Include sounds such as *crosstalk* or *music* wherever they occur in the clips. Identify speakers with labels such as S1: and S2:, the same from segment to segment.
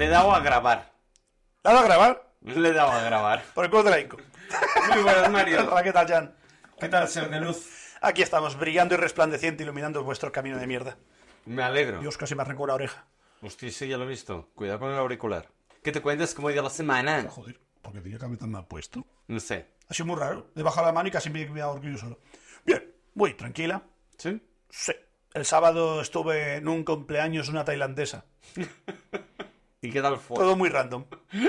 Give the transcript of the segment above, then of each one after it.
S1: grabar.
S2: ¿Dado a grabar?
S1: Le he dado a grabar.
S2: Por el culo de la Inco.
S1: *laughs* Muy buenas, Mario.
S2: Hola, ¿qué tal, Jan?
S1: ¿Qué tal, ser de luz?
S2: Aquí estamos, brillando y resplandeciente, iluminando vuestro camino de mierda.
S1: Me alegro.
S2: Dios, casi me arrancó la oreja.
S1: Hostia, sí, ya lo he visto. Cuidado con el auricular. ¿Qué te cuentas cómo ha ido la semana?
S2: Joder, porque tenía que haber tan mal puesto.
S1: No sé.
S2: Ha sido muy raro. Le he bajado la mano y casi me he quedado orgullo solo. Bien, voy tranquila.
S1: ¿Sí?
S2: Sí. El sábado estuve en un cumpleaños de una tailandesa.
S1: ¿Y qué tal fue?
S2: Todo muy random.
S1: *laughs*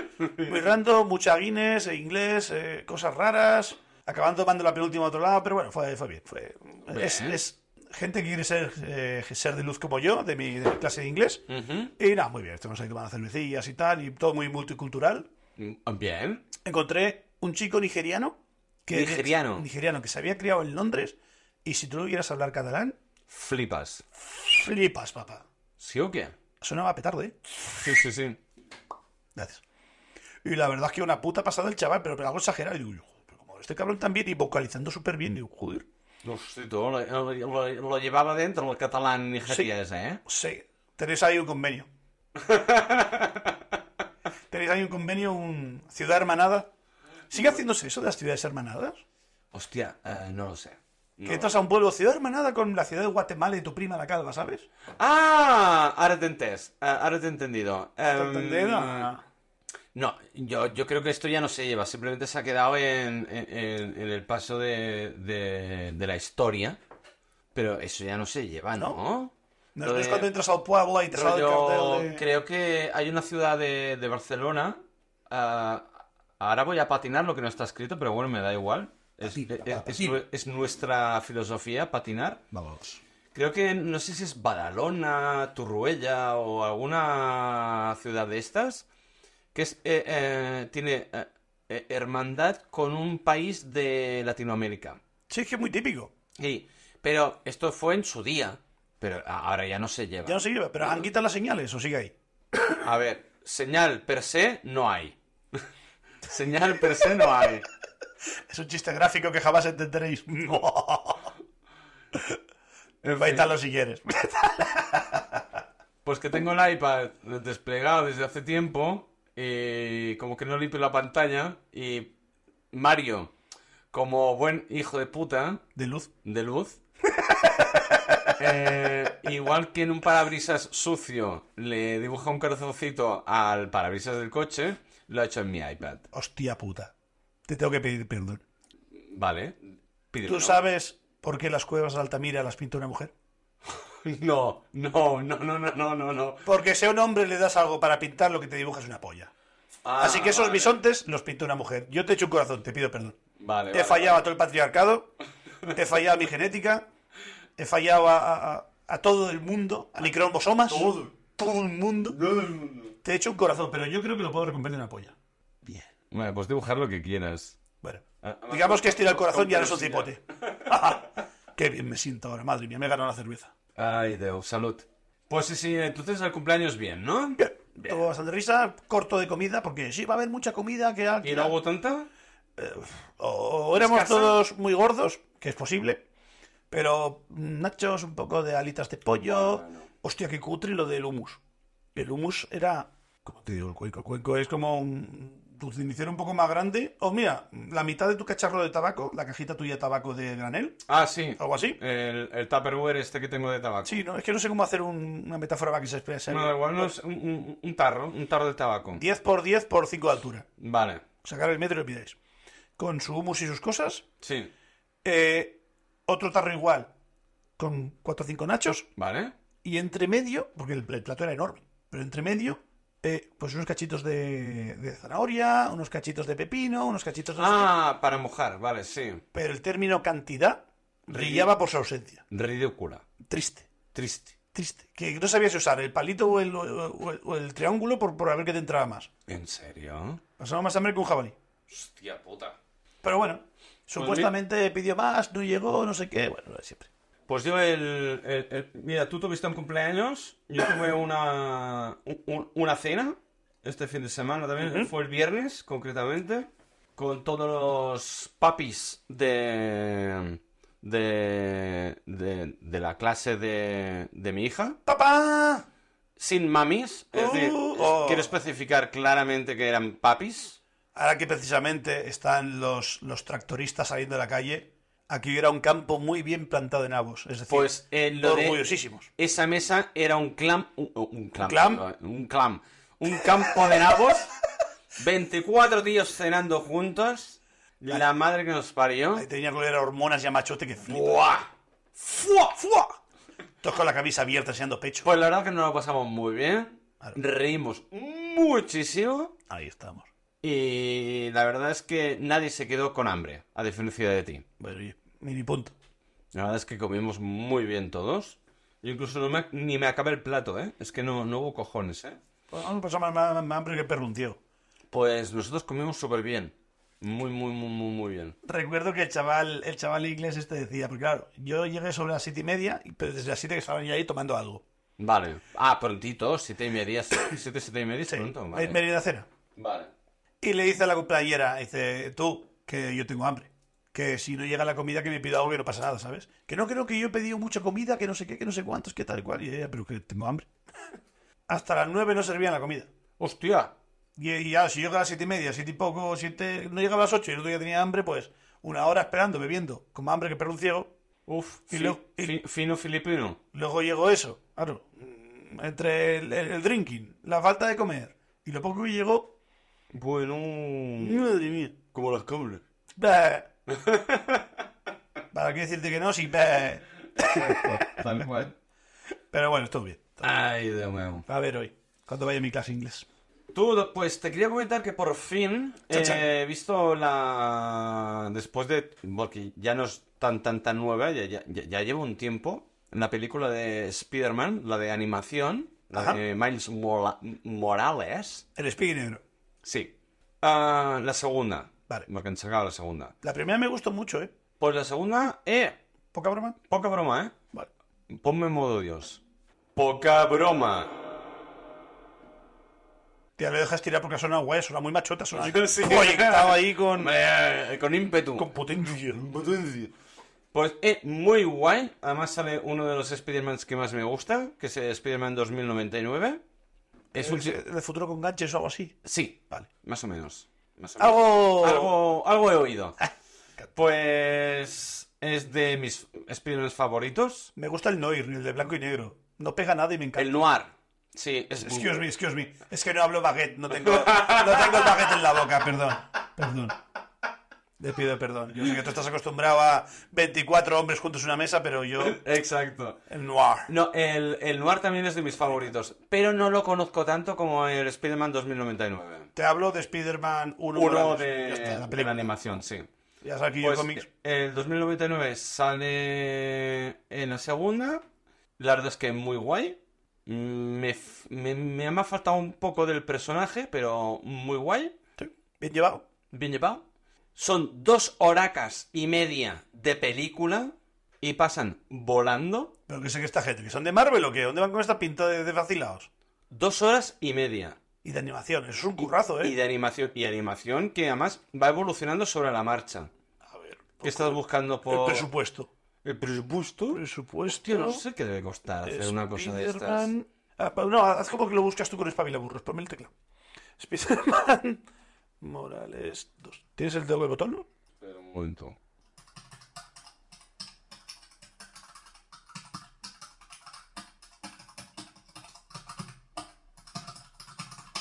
S2: Muy random, mucha Guinness, eh, inglés, eh, cosas raras. Acaban tomando la penúltima a otro lado, pero bueno, fue, fue bien. fue- es,
S1: Bien.
S2: es gente que quiere ser, eh, ser de luz como yo, de mi, de mi clase de inglés.
S1: Ujú.
S2: Y nada, muy bien. Estamos ahí tomando cervecillas y tal, y todo muy multicultural.
S1: Mm, Bien.
S2: Encontré un chico nigeriano. Que,
S1: Nigeriano.
S2: Nigeriano, que se había criado en Londres. Y si tú no quieras hablar catalán,
S1: Flipas.
S2: flipas, papá.
S1: ¿Sí o qué?
S2: Sonaba petardo, ¿eh?
S1: Sí, sí, sí.
S2: Gracias. Y la verdad es que una puta pasada el chaval, pero, pero algo exagerado. Y digo, yo, joder, pero como este cabrón también, y vocalizando súper bien, digo, joder.
S1: Hostia, tú, lo, lo- lo- lo llevaba dentro el catalán nigeriano, ¿eh?
S2: Sí, tenéis ahí un convenio.
S1: *laughs*
S2: tenéis ahí un convenio, un ciudad hermanada. ¿Sigue haciéndose eso de las ciudades hermanadas?
S1: Hostia, eh, no lo sé.
S2: Que entras a un pueblo, ciudad hermanada con la ciudad de Guatemala y tu prima la calva,
S1: Em,
S2: ¿sabes?
S1: Ah, ahora te entes, ah, ahora te he entendido.
S2: ¿Te
S1: Em,
S2: entendido?
S1: No, yo, yo creo que esto ya no se lleva, simplemente se ha quedado en, en- en- en el paso de, de- de la historia, pero eso ya no se lleva, ¿no?
S2: No
S1: Lo
S2: no es
S1: de-
S2: cuando entras al pueblo y te sale el
S1: Rollo,
S2: cartel de...
S1: Creo que hay una ciudad de, de Barcelona, ah, ahora voy a patinar lo que no está escrito, pero bueno, me da igual. Es,
S2: Patina,
S1: eh, eh, es
S2: patina.
S1: nue- es nuestra filosofía patinar.
S2: Vamos.
S1: Creo que no sé si es Badalona, Turruella o alguna ciudad de estas, que es, eh, eh, tiene eh, eh, hermandad con un país de Latinoamérica.
S2: Sí, es que es muy típico.
S1: Y- pero esto fue en su día, pero a- ahora ya no se lleva.
S2: Ya no se lleva, pero han quitado las señales o sigue ahí.
S1: A ver, señal per se no hay. *laughs* Señal per se no hay.
S2: Es un chiste gráfico que jamás entenderéis. *laughs*
S1: En fin,
S2: Baitalo si quieres.
S1: pues que tengo el iPad desplegado desde hace tiempo y como que no limpio la pantalla y Mario, como buen hijo de puta
S2: De luz.
S1: de luz, *laughs* eh, igual que en un parabrisas sucio le dibuja un corazoncito al parabrisas del coche, lo ha hecho en mi iPad.
S2: Hostia puta. Te tengo que pedir perdón.
S1: Vale. Pídelo.
S2: ¿Tú sabes por qué las cuevas de Altamira las pinta una mujer?
S1: *laughs* No, no, no, no, no, no, no, no.
S2: Porque si a un hombre le das algo para pintar, lo que te dibujas es una polla.
S1: Ah,
S2: Así que esos
S1: vale.
S2: bisontes los pintó una mujer. Yo te echo un corazón, te pido perdón.
S1: Vale,
S2: Te he
S1: vale,
S2: fallado a todo el patriarcado, te he fallado a mi genética, he fallado a, a- a- a todo el mundo, a mi cromosomas.
S1: Todo.
S2: Todo el mundo.
S1: vale.
S2: Te he hecho un corazón, pero yo creo que lo puedo recompensar una polla.
S1: Bien. Bueno, pues dibujar lo que quieras.
S2: Bueno.
S1: Ah, ah,
S2: Digamos que estira el corazón y ahora es un
S1: sí, ya.
S2: cipote. Qué bien me siento ahora, madre mía, me he ganado la cerveza.
S1: Ay, Dios, salud. Pues sí, sí, entonces el cumpleaños bien, ¿no?
S2: Bien. Tuvo bastante risa, corto de comida, porque sí va a haber mucha comida que al
S1: ¿Y no hubo tanta?
S2: O, o éramos
S1: escasa.
S2: todos muy gordos, que es posible, pero nachos, un poco de alitas de pollo. Hostia, qué cutre lo del humus. El humus era. ¿Cómo te digo? El cuenco. El cuenco es como un. Tu cenicero un poco más grande. O mira, la mitad de tu cacharro de tabaco, la cajita tuya de tabaco de granel,
S1: Ah, sí.
S2: algo así.
S1: El, el Tupperware este que tengo de tabaco.
S2: Sí, no, es que no sé cómo hacer un- una metáfora para que se exprese.
S1: No, igual no es un, un- un tarro, un tarro de tabaco.
S2: 10 por 10 por 5 de altura.
S1: Vale,
S2: Sacar el metro y lo pidáis. Con su humus y sus cosas.
S1: sí,
S2: Eh, otro tarro igual, con 4 o 5 nachos.
S1: vale.
S2: Y entre medio, porque el, el plato era enorme, pero entre medio, eh, pues unos cachitos de, de zanahoria, unos cachitos de pepino, unos cachitos de... no sé qué.
S1: Ah, para mojar, vale, sí.
S2: Pero el término cantidad brillaba por su ausencia.
S1: Ridícula,
S2: Triste,
S1: triste.
S2: triste. Que no sabías si usar el palito o el, o el- o el triángulo por, por a ver qué te entraba más.
S1: ¿En serio?
S2: Pasaba más hambre que un jabalí.
S1: Hostia puta.
S2: Pero bueno,
S1: Pues
S2: supuestamente pidió más, no llegó, no sé qué, bueno, lo de siempre.
S1: Pues yo el, el- el- Mira, tú tuviste un cumpleaños, yo tuve una, un- un- una cena este fin de semana también, fue el viernes concretamente, con todos los papis de... de, de, de la clase de, de mi hija.
S2: ¡Papá!
S1: sin mamis. Es decir,
S2: Uh, oh.
S1: quiero especificar claramente que eran papis.
S2: Ahora que precisamente están los, los tractoristas saliendo a la calle, aquí hubiera un campo muy bien plantado de nabos. Es decir,
S1: Pues eh, lo de-
S2: orgullosísimos.
S1: esa mesa era un clam, un, un clam,
S2: ¿Clam?
S1: un clam, un campo de nabos, *laughs* 24 tíos cenando juntos, la madre que nos parió.
S2: Ahí tenía que oler a hormonas y a machote que flipa.
S1: ¡Buah! ¡Fua! ¡Fua!
S2: Todos con la camisa abierta enseñando pecho.
S1: Pues la verdad que nos lo pasamos muy bien,
S2: Claro.
S1: reímos muchísimo
S2: Ahí estamos.
S1: y la verdad es que nadie se quedó con hambre, a diferencia de ti.
S2: Bueno, oye, mini punto.
S1: La verdad es que comimos muy bien todos. Yo incluso no me, ni me acabé el plato, ¿eh? Es que no, no hubo cojones, ¿eh?
S2: Pues vamos a pasar más, más- más hambre que perruntío.
S1: Pues nosotros comimos súper bien. Muy, muy, muy, muy, muy bien.
S2: Recuerdo que el chaval, el chaval inglés este decía, porque claro, yo llegué sobre las siete y media, y- pero desde las siete que estaban ya ahí tomando algo.
S1: Vale. Ah, prontito, siete y media. *coughs* Siete, siete y media,
S2: Sí,
S1: pronto.
S2: me-
S1: Vale.
S2: Media Eh, cena.
S1: Vale.
S2: Y le dice a la compañera, dice, tú, que yo tengo hambre. Que si no llega la comida, que me pido algo que no pasa nada, ¿sabes? Que no creo que yo he pedido mucha comida, que no sé qué, que no sé cuántos, que tal y cual. Y ella, pero que tengo hambre. *laughs* Hasta las nueve no servían la comida.
S1: Hostia.
S2: Y, y ya, si yo llegaba a las siete y media, siete y poco, siete... No llegaba a las ocho y el otro día tenía hambre, pues una hora esperando, bebiendo, con más hambre que perro un ciego.
S1: Uf.
S2: Y
S1: fi-
S2: luego- y-
S1: fi- fino filipino.
S2: Luego llegó eso, claro. mm, Entre el, el- el drinking, la falta de comer y lo poco que llegó.
S1: Bueno.
S2: Madre mía.
S1: Como los cables.
S2: *laughs* Bah. ¿Para qué decirte que no? Sí, *laughs* bah.
S1: Tal cual.
S2: Pero bueno, estuvo bien.
S1: Ay, de nuevo.
S2: A ver hoy, cuando vaya mi clase de inglés.
S1: Tú, pues te quería comentar que por fin
S2: Cha, cha.
S1: eh, he visto la. Después de. Porque ya no es tan, tan, tan nueva, ya, ya, ya- ya llevo un tiempo. La película de Spider-Man, la de animación, la
S2: Ajá.
S1: de Miles Mora- Morales.
S2: El espíritu negro.
S1: Sí. Ah, la segunda.
S2: Vale.
S1: Porque han sacado la segunda.
S2: La primera me gustó mucho, ¿eh?
S1: Pues la segunda, eh.
S2: Poca broma.
S1: Poca broma,
S2: Vale.
S1: eh. Ponme en modo Dios. Poca broma.
S2: Tía, lo dejas tirar porque ha sonado guay, suena muy machota, suena ahí *laughs*
S1: Sí.
S2: proyectado ahí con,
S1: Hombre, eh, con ímpetu.
S2: con potencia.
S1: Pues es muy guay. Además sale uno de los Spider-Mans que más me gusta, que es el Spider-Man 2099. Es un... chi-
S2: El futuro con ganches o algo así.
S1: Sí,
S2: Vale.
S1: más o menos. Más o menos.
S2: Algo.
S1: Algo, algo he oído. Pues es de mis Spider-Mans favoritos.
S2: Me gusta el Noir, el de blanco y negro. No pega nada y me encanta.
S1: El Noir. Sí, es...
S2: Excuse me, excuse me. Es que no hablo baguette, no tengo, no tengo el baguette en la boca, perdón. Perdón. Le pido perdón. Yo sé que tú estás acostumbrado a 24 hombres juntos en una mesa, pero yo.
S1: Exacto.
S2: El noir.
S1: No, el, el Noir también es de mis favoritos, pero no lo conozco tanto como el Spider-Man 2099.
S2: Te hablo de Spider-Man 1.
S1: Uno
S2: Morales.
S1: de,
S2: Ya está, la
S1: de la
S2: película.
S1: animación, sí.
S2: Ya sabes que yo
S1: Pues,
S2: cómics.
S1: el 2099 sale en la segunda. La verdad es que muy guay. Mm, Me, f- me, me ha faltado un poco del personaje, pero muy guay.
S2: Sí, Bien llevado.
S1: Bien llevado. Son dos horacas y media de película y pasan volando.
S2: Pero que sé que esta gente, que son de Marvel o qué, ¿dónde van con esta pinta de, de vacilados?
S1: Dos horas y media.
S2: Y de animación, eso es un currazo, ¿eh?
S1: Y de animación. Y animación que además va evolucionando sobre la marcha.
S2: A ver,
S1: ¿Qué estás buscando
S2: el
S1: por
S2: presupuesto.
S1: el presupuesto?
S2: Presupuesto.
S1: Tío, no sé qué debe costar hacer una cosa de estas.
S2: Spider-Man- Ah, pa- no, haz como que lo buscas tú con espabilaburros. Ponme el teclado. Spider-Man *laughs* Morales 2. ¿Tienes el dedo del botón? no?
S1: Espera un momento.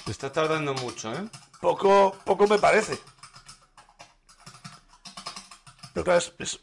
S1: Te está tardando mucho, ¿eh?
S2: Poco, poco me parece. Pero claro, es, es-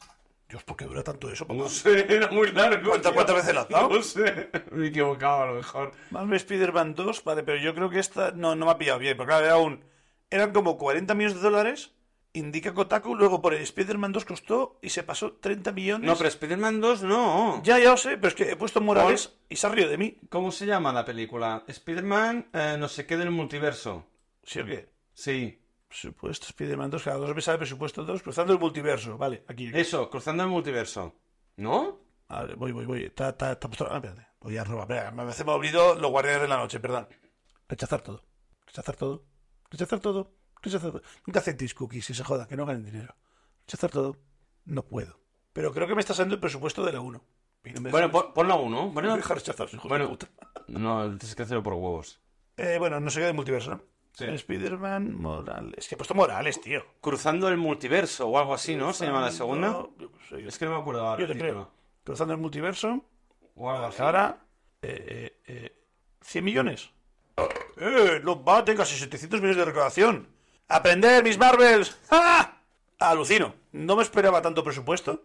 S2: Dios, ¿por qué dura tanto eso? papá?
S1: No sé, era muy largo.
S2: ¿Cuántas-
S1: tío.
S2: cuántas veces lo has dado?
S1: No sé. Me he equivocado a lo mejor.
S2: Marvel Spider-Man 2, vale, pero yo creo que esta no, no me ha pillado bien. Porque claro, era un- eran como 40 millones de dólares. Indica Kotaku, luego por el Spider-Man 2 costó y se pasó 30 millones.
S1: No, pero Spider-Man 2 no.
S2: Ya, ya lo sé, pero es que he puesto Morales y se ha río de mí.
S1: ¿Cómo se llama la película? Spider-Man eh, no sé qué del multiverso.
S2: ¿Sí o qué?
S1: Sí.
S2: Presupuesto Spider-Man 2, cada dos me sale presupuesto 2, cruzando el multiverso. Vale, aquí. aquí.
S1: Eso, cruzando el multiverso. ¿No?
S2: A ver, voy, voy, voy. Ta, ta, ta, postro- ah, espérate. Voy a robar. Espera, me veces me olvido los guardianes de la noche, perdón. Rechazar todo. Rechazar todo. Rechazar todo. Rechazar todo. Nunca aceptéis cookies y se joda, que no ganen dinero. Rechazar todo. No puedo. Pero creo que me está saliendo el presupuesto de la 1. Y no me
S1: Bueno,
S2: deja-
S1: pon- ponlo a uno.
S2: no
S1: Bueno,
S2: me deja rechazar, hijo de
S1: bueno,
S2: puta.
S1: No, tienes que hacerlo por huevos.
S2: Eh, bueno, no sé qué de multiverso. ¿no?
S1: Sí.
S2: Spider-Man Morales. Que he puesto Morales, tío.
S1: Cruzando el multiverso o algo así, ¿no? Se llama la segunda.
S2: Yo, qué sé, pues, yo-
S1: Es que no me acuerdo ahora.
S2: yo te
S1: el
S2: creo.
S1: título.
S2: Cruzando el multiverso.
S1: O algo así.
S2: Ahora, eh, eh, eh, 100 millones. ¡Eh! Los bate casi 700 millones de recaudación. ¡Aprender, mis Marvels! ¡Ah! Alucino. No me esperaba tanto presupuesto.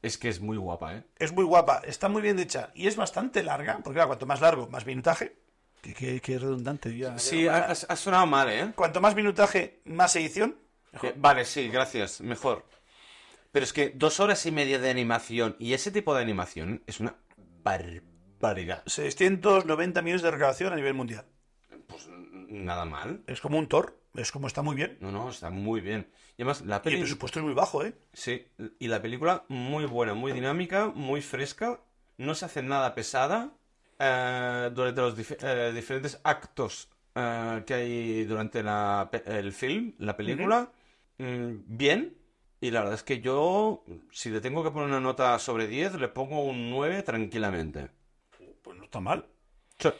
S1: Es que es muy guapa, ¿eh?
S2: Es muy guapa, está muy bien hecha y es bastante larga, porque claro, cuanto más largo, más minutaje. Qué, qué- qué redundante, ya.
S1: Sí, ha, ha- ha sonado mal, ¿eh?
S2: Cuanto más minutaje, más edición.
S1: Eh, Vale, sí, gracias. Mejor. Pero es que dos horas y media de animación y ese tipo de animación es una barbaridad.
S2: 690 millones de recaudación a nivel mundial.
S1: Pues n- nada mal.
S2: Es como un Thor, es como está muy bien.
S1: No, no, está muy bien. Y además, la
S2: Y el
S1: peli...
S2: presupuesto es muy bajo, ¿eh?
S1: Sí, y la película muy buena, muy dinámica, muy fresca, no se hace nada pesada eh, durante los dif- eh, diferentes actos eh, que hay durante la pe- el film, la película. Mm, bien, y la verdad es que yo, si le tengo que poner una nota sobre 10, le pongo un 9 tranquilamente.
S2: Pues no está mal.
S1: Sí,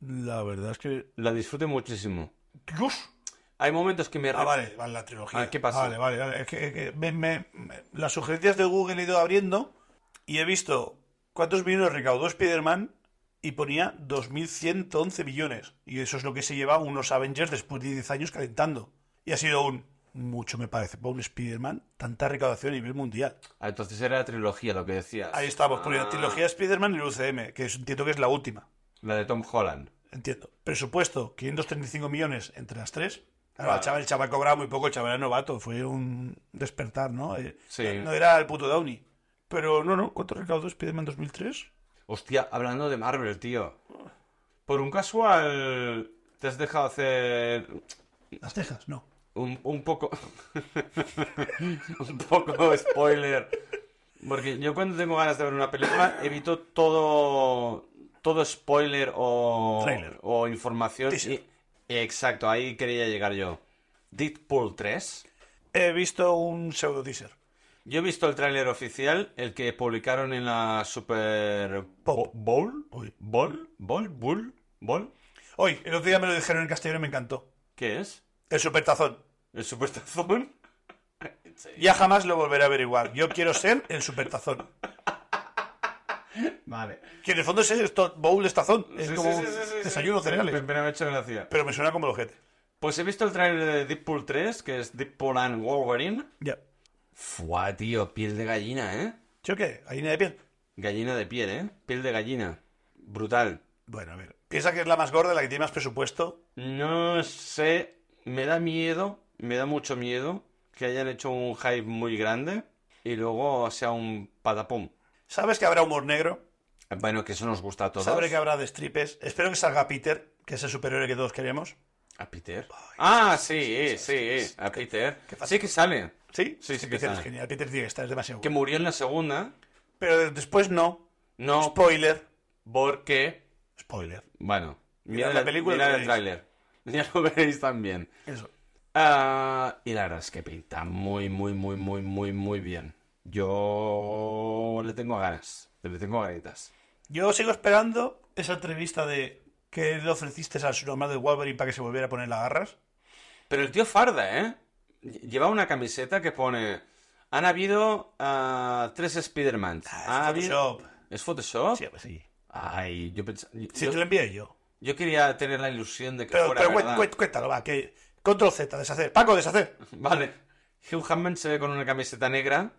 S2: La verdad es que.
S1: La disfruté muchísimo.
S2: ¡Dios!
S1: Hay momentos que me...
S2: Ah, vale, vale, la trilogía.
S1: Ah, ¿qué pasa?
S2: Vale, vale, vale. Es que, que me- me- me- las sugerencias de Google he ido abriendo y he visto cuántos millones recaudó Spider-Man y ponía 2.111 millones. Y eso es lo que se lleva unos Avengers después de 10 años calentando. Y ha sido un... Mucho me parece para un Spider-Man, tanta recaudación a nivel mundial.
S1: Ah, Entonces era la trilogía lo que decías.
S2: Ahí estamos, poniendo
S1: Ah,
S2: trilogía Spider-Man y el UCM, que es- entiendo que es la última.
S1: La de Tom Holland.
S2: Entiendo. Presupuesto, 535 millones entre las tres. Claro,
S1: Claro.
S2: El, chaval, el chaval cobraba muy poco, el chaval era novato, fue un despertar, ¿no? Eh,
S1: Sí.
S2: No era el puto Downey. Pero no, no, ¿cuánto recaudó Spider-Man 2003?
S1: Hostia, hablando de Marvel, tío. Por un casual, te has dejado hacer
S2: Las Tejas, no.
S1: un, un poco. *laughs* un poco spoiler. Porque yo cuando tengo ganas de ver una película, evito todo. Todo spoiler o.
S2: Trailer.
S1: O información.
S2: Teaser.
S1: y- exacto, ahí quería llegar yo. Deadpool 3.
S2: He visto un pseudo teaser.
S1: Yo he visto el tráiler oficial, el que publicaron en la Super
S2: Pop.
S1: Bowl,
S2: Uy.
S1: Bowl, Bowl, Bull, Bowl.
S2: Hoy, el otro día me lo dijeron en castellano y me encantó.
S1: ¿Qué es?
S2: El supertazón.
S1: ¿El *laughs* supertazón?
S2: Ya jamás lo volveré a averiguar. Yo quiero ser el supertazón.
S1: *laughs* Vale.
S2: Que en el fondo es esto, bowl es tazón. Es como desayuno cereales.
S1: Pero me ha hecho gracia.
S2: Pero me suena como el ojete.
S1: Pues he visto el trailer de Deadpool 3, que es Deadpool and Wolverine.
S2: Ya.
S1: Fua, tío, piel de gallina, ¿eh?
S2: ¿Yo qué? ¿Harina de piel?
S1: Gallina de piel, ¿eh? Piel de gallina. Brutal.
S2: Bueno, a ver. Piensa que es la más gorda, la que tiene más presupuesto.
S1: No sé, me da miedo, me da mucho miedo que hayan hecho un hype muy grande y luego sea un patapum.
S2: Sabes que habrá humor negro.
S1: Bueno, que eso nos gusta a todos.
S2: Sabré que habrá de stripes. Espero que salga Peter, que es el superhéroe que todos queremos.
S1: ¿A Peter? Ah, sí, sí, sí, a Peter. Sí que sale.
S2: ¿Sí?
S1: Sí, sí que
S2: Peter es
S1: sale.
S2: genial. Peter tiene que estar, es demasiado
S1: Que
S2: bueno.
S1: murió en la segunda.
S2: Pero después no.
S1: No,
S2: Pues Spoiler.
S1: porque.
S2: Spoiler.
S1: Bueno,
S2: Mirad
S1: mira
S2: la película y lo
S1: el
S2: veréis.
S1: tráiler. *laughs* Ya lo veréis también.
S2: Eso.
S1: Ah, y la verdad es que pinta muy, muy, muy, muy, muy, muy bien. Yo le tengo ganas. Le tengo ganitas.
S2: Yo sigo esperando esa entrevista de que le ofreciste al normal de Wolverine para que se volviera a poner las garras.
S1: Pero el tío farda, ¿eh? Lleva una camiseta que pone. Han habido ah, tres Spider-Mans. Ha
S2: Ah, es
S1: habido-
S2: Photoshop.
S1: ¿Es Photoshop?
S2: Sí, pues sí.
S1: Ay, yo pensaba. Yo,
S2: Sí, te lo envié yo.
S1: yo quería tener la ilusión de que
S2: Pero,
S1: fuera
S2: pero cué-
S1: verdad. Ah.
S2: cué- cuéntalo, va. Que... Control Z, deshacer. Paco, deshacer.
S1: Vale. Hugh Hammond se ve con una camiseta negra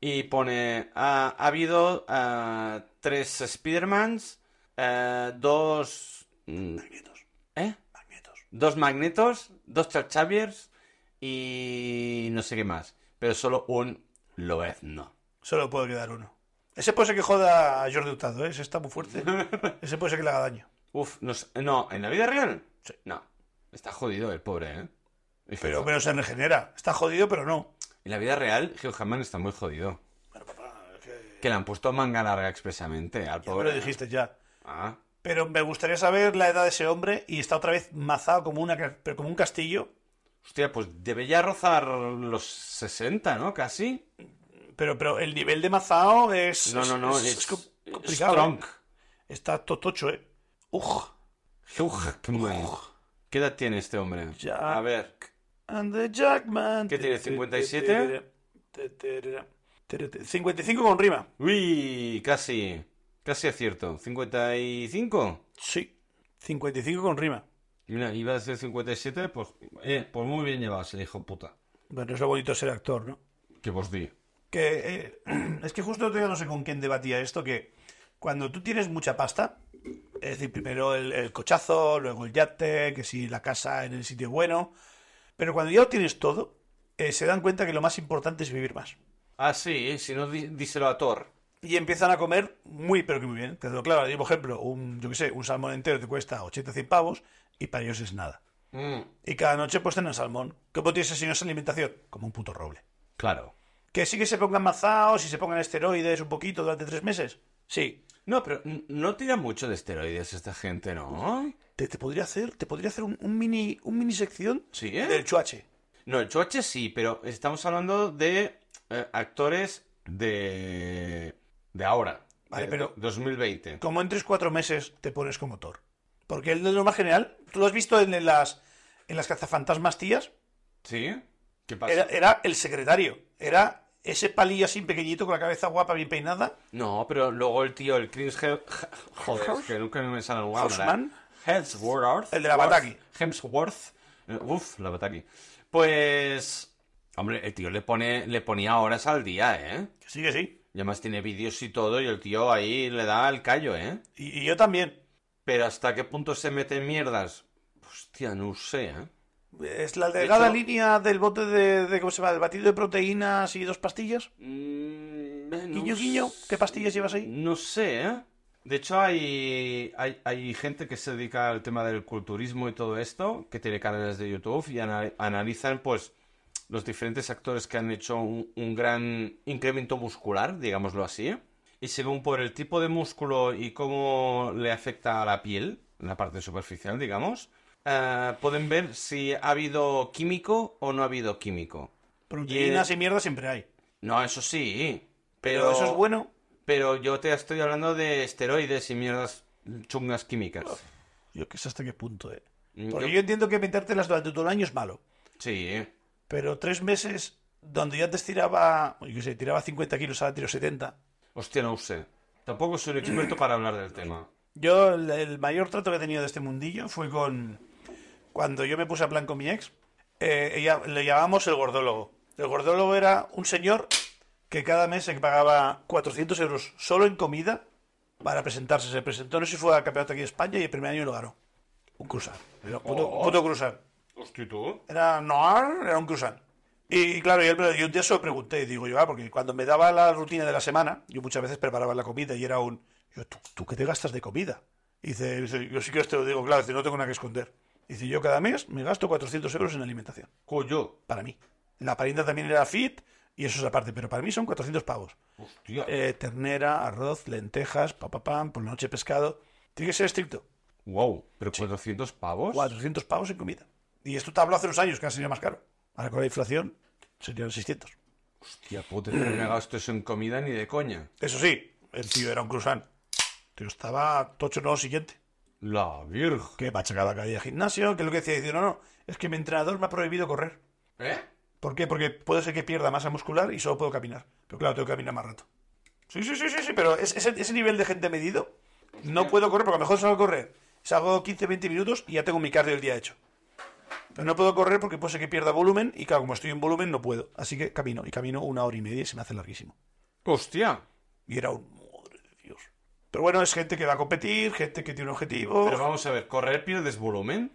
S1: y pone: "Ah, Ha habido ah, tres Spidermans, eh, dos. mm,
S2: Magnetos.
S1: ¿Eh?
S2: Magnetos.
S1: Dos Magnetos, dos Charles Xaviers y no sé qué más. Pero solo un Loezno.
S2: Solo puede quedar uno. Ese puede ser que joda a Jordi Hurtado, ¿eh? ese está
S1: *laughs*
S2: muy fuerte. Ese puede ser que le haga daño.
S1: Uf, no, sé- no, ¿en la vida real?
S2: Sí.
S1: No. Está jodido el pobre, ¿eh?
S2: Pero, pero se regenera. Está jodido, pero no.
S1: En la vida real, Hugh Hammond está muy jodido. Que le han puesto manga larga expresamente al
S2: Ya me lo
S1: pobre.
S2: dijiste ya.
S1: Ah.
S2: Pero me gustaría saber la edad de ese hombre y está otra vez mazado como, una, ca- pero como un castillo.
S1: Hostia, pues debe ya rozar los 60, ¿no? Casi.
S2: Pero, pero el nivel de mazado es.
S1: No, no, no,
S2: Es,
S1: es,
S2: es co-
S1: es
S2: complicado.
S1: strong.
S2: ¿eh? Está totocho, ¿eh? Uj.
S1: Uj, ¿Qué edad tiene este hombre?
S2: Ya.
S1: A ver.
S2: And the Jackman.
S1: ¿Qué tiene, 57?
S2: 55 con rima.
S1: Uy, casi. Casi acierto. ¿55?
S2: Sí. 55 con rima.
S1: Mira, iba a ser 57, pues, eh, pues muy bien llevas, el hijo puta.
S2: Bueno, es lo bonito de ser actor, ¿no?
S1: Que vos di.
S2: Que eh, *clears throat* es que justo otro día no sé con quién debatía esto, que cuando tú tienes mucha pasta, es decir, primero el, el cochazo, luego el yate, que si la casa en el sitio bueno, pero cuando ya lo tienes todo, eh, se dan cuenta que lo más importante es vivir más.
S1: Ah, sí, si no, di- díselo a Thor.
S2: Y empiezan a comer muy, pero que muy bien. Te digo, claro, ahora, por ejemplo, un, yo qué sé, un salmón entero te cuesta 80 o 100 pavos y para ellos es nada.
S1: Mm,
S2: Y cada noche pues tienen salmón. ¿Cómo tienes si no es alimentación? Como un puto roble.
S1: claro.
S2: Que sí que se pongan mazaos y se pongan esteroides un poquito durante tres meses. Sí.
S1: No, pero n- no tira mucho de esteroides esta gente, ¿no?
S2: Te, te podría hacer, te podría hacer un, un mini, un mini sección
S1: Sí,
S2: del
S1: ¿eh?
S2: chuache.
S1: No, el choche sí, pero estamos hablando de eh, actores de. de ahora.
S2: Vale,
S1: de-
S2: pero-
S1: 2020.
S2: Como en tres, cuatro meses te pones como Thor. Porque el de lo más general, tú lo has visto en, en las en las cazafantasmas tías,
S1: ¿Sí? ¿Qué pasa?
S2: era, era el secretario. Era ese palillo así pequeñito con la cabeza guapa, bien peinada.
S1: No, pero luego el tío, el Chris He- He- Joder, es que nunca me sale el nombre,
S2: Hemsworth.
S1: ¿eh? Hemsworth.
S2: El de la Bataki.
S1: Hemsworth. Eh, Uf, la Bataki. Pues... Hombre, el tío le pone le ponía horas al día, ¿eh?
S2: Que sí, que sí.
S1: Y además tiene vídeos y todo y el tío ahí le da el callo, ¿eh?
S2: Y, y yo también.
S1: Pero ¿hasta qué punto se mete en mierdas? Hostia, no sé, ¿eh?
S2: Es la delgada
S1: hecho-
S2: línea del bote de, de- ¿Cómo se llama? Del batido de proteínas y dos pastillas. Guiño, guiño. ¿Qué pastillas llevas ahí?
S1: No sé, ¿eh? De hecho, hay, hay, hay gente que se dedica al tema del culturismo y todo esto, que tiene canales de YouTube y ana- analizan, pues, los diferentes actores que han hecho un, un gran incremento muscular, digámoslo así, y según por el tipo de músculo y cómo le afecta a la piel, la parte superficial, digamos, eh, pueden ver si ha habido químico o no ha habido químico.
S2: Proteínas y mierda siempre hay.
S1: No, eso sí, pero...
S2: Eh, Pero, eso es bueno.
S1: Pero yo te estoy hablando de esteroides y mierdas chungas químicas.
S2: Yo que sé hasta qué punto, eh.
S1: Mm,
S2: Porque
S1: yo-
S2: yo entiendo que metértelas durante todo el año es malo.
S1: Sí. ¿eh?
S2: Pero tres meses donde yo antes tiraba, yo qué sé, tiraba 50 kilos, ahora tiro 70.
S1: Hostia, no sé. Tampoco soy un experto para hablar del tema.
S2: Yo el, el mayor trato que he tenido de este mundillo fue con... Cuando yo me puse a plan con mi ex, eh, ella, le llamábamos el gordólogo. El gordólogo era un señor que cada mes se pagaba 400 euros solo en comida para presentarse. Se presentó, no sé si fue al campeonato aquí de España y el primer año lo ganó. Un cruzar. Era un puto,
S1: Oh.
S2: puto cruzar.
S1: Hostia, tú.
S2: Era Noir, era un cruzán. Y claro, y él me- yo un día se lo pregunté, y digo yo, ah, porque cuando me daba la rutina de la semana, yo muchas veces preparaba la comida y era un, yo, ¿tú, tú qué te gastas de comida? Y dice, dice, yo sí que te lo digo, claro, dice, no tengo nada que esconder. Y dice, yo cada mes me gasto 400 euros en alimentación,
S1: Coño.
S2: para mí. La parienta también era fit, y eso es aparte, pero para mí son 400 pavos.
S1: Hostia.
S2: Eh, ternera, arroz, lentejas, papapam, por la noche pescado. Tiene que ser estricto.
S1: Wow. ¿Pero 400 pavos?
S2: 400 pavos en comida. Y esto te hablo hace unos años, que ahora sería más caro. Ahora con la inflación serían 600.
S1: Hostia puta, yo no me gasto eso en comida ni de coña.
S2: Eso sí, el tío era un cruzán. El tío estaba tocho no siguiente.
S1: La virgen.
S2: Que machacaba cada día al gimnasio, que lo que decía, dice, no, no, es que mi entrenador me ha prohibido correr.
S1: ¿Eh?
S2: ¿Por qué? Porque puede ser que pierda masa muscular y solo puedo caminar. Pero claro, tengo que caminar más rato. Sí, sí, sí, sí, sí, pero es- ese, ese nivel de gente medido, no puedo correr, porque a lo mejor salgo a correr. Salgo 15, 20 minutos y ya tengo mi cardio del día hecho. Pero no puedo correr porque puede ser que pierda volumen y claro, como estoy en volumen no puedo. Así que camino, y camino una hora y media y se me hace larguísimo.
S1: Hostia.
S2: Y era un... Madre de Dios. Pero bueno, es gente que va a competir, gente que tiene un objetivo.
S1: Pero vamos a ver, ¿correr pierdes volumen?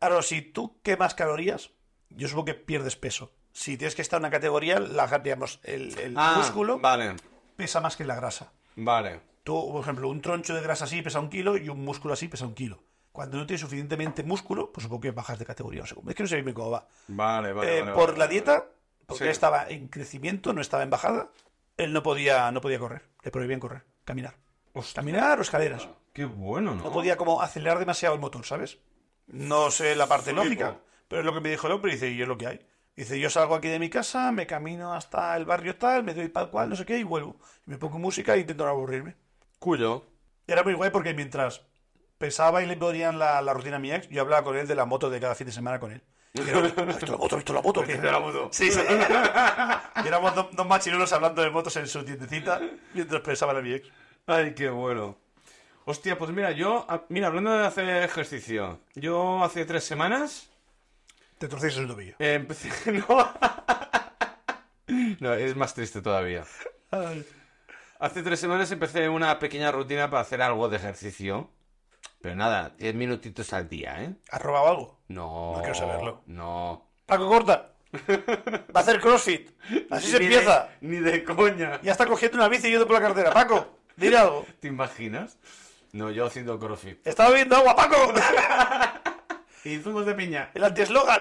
S2: Ahora, si tú quemas calorías, yo supongo que pierdes peso. Si tienes que estar en una categoría, la, digamos, el, el
S1: Ah,
S2: músculo
S1: Vale.
S2: pesa más que la grasa.
S1: Vale.
S2: Tú, por ejemplo, un troncho de grasa así pesa un kilo y un músculo así pesa un kilo. Cuando no tienes suficientemente músculo, pues supongo que bajas de categoría. o sea, es que no sé bien cómo va.
S1: Vale, vale.
S2: Eh,
S1: vale,
S2: por
S1: vale,
S2: la
S1: vale.
S2: dieta, porque
S1: Sí.
S2: él estaba en crecimiento, no estaba en bajada, él no podía, no podía correr. Le prohibían correr, caminar.
S1: Hostia,
S2: Caminar o escaleras.
S1: qué bueno, ¿no?
S2: No podía como acelerar demasiado el motor, ¿sabes? No sé la parte
S1: Flipo.
S2: lógica, pero es lo que me dijo el hombre, dice, y es lo que hay. Dice, yo salgo aquí de mi casa, me camino hasta el barrio tal, me doy pal cual, no sé qué, y vuelvo. Y me pongo música e intento no aburrirme.
S1: Cuyo.
S2: Era muy guay porque mientras pensaba y le ponían la, la rutina a mi ex, yo hablaba con él de la moto de cada fin de semana con él. Y era, "¿Has visto la moto? ¿Has visto la moto?
S3: De
S2: *laughs*
S3: la moto.
S2: Sí, sí. Y éramos dos, dos machirulos hablando de motos en su tiendecita mientras pensaban en mi ex.
S1: Ay, qué bueno. Hostia, pues mira, yo, a- mira, hablando de hacer ejercicio, yo hace tres semanas
S2: Te torcéis el tobillo.
S1: eh, empecé... *laughs* No. no, es más triste todavía.
S2: Ay.
S1: Hace tres semanas empecé una pequeña rutina para hacer algo de ejercicio. Pero nada, 10 minutitos al día, ¿eh?
S2: ¿Has robado algo?
S1: No.
S2: No quiero saberlo.
S1: No.
S2: Paco *laughs* Corta. Va a hacer crossfit. Así se
S1: Ni de-
S2: empieza.
S1: Ni de coña.
S2: Ya está cogiendo una bici y yendo por la carretera. Paco, dile algo.
S1: ¿Te imaginas? No, yo haciendo crossfit.
S2: Estaba bebiendo agua, *laughs* Paco.
S1: Y zumos de piña.
S2: El antieslogan.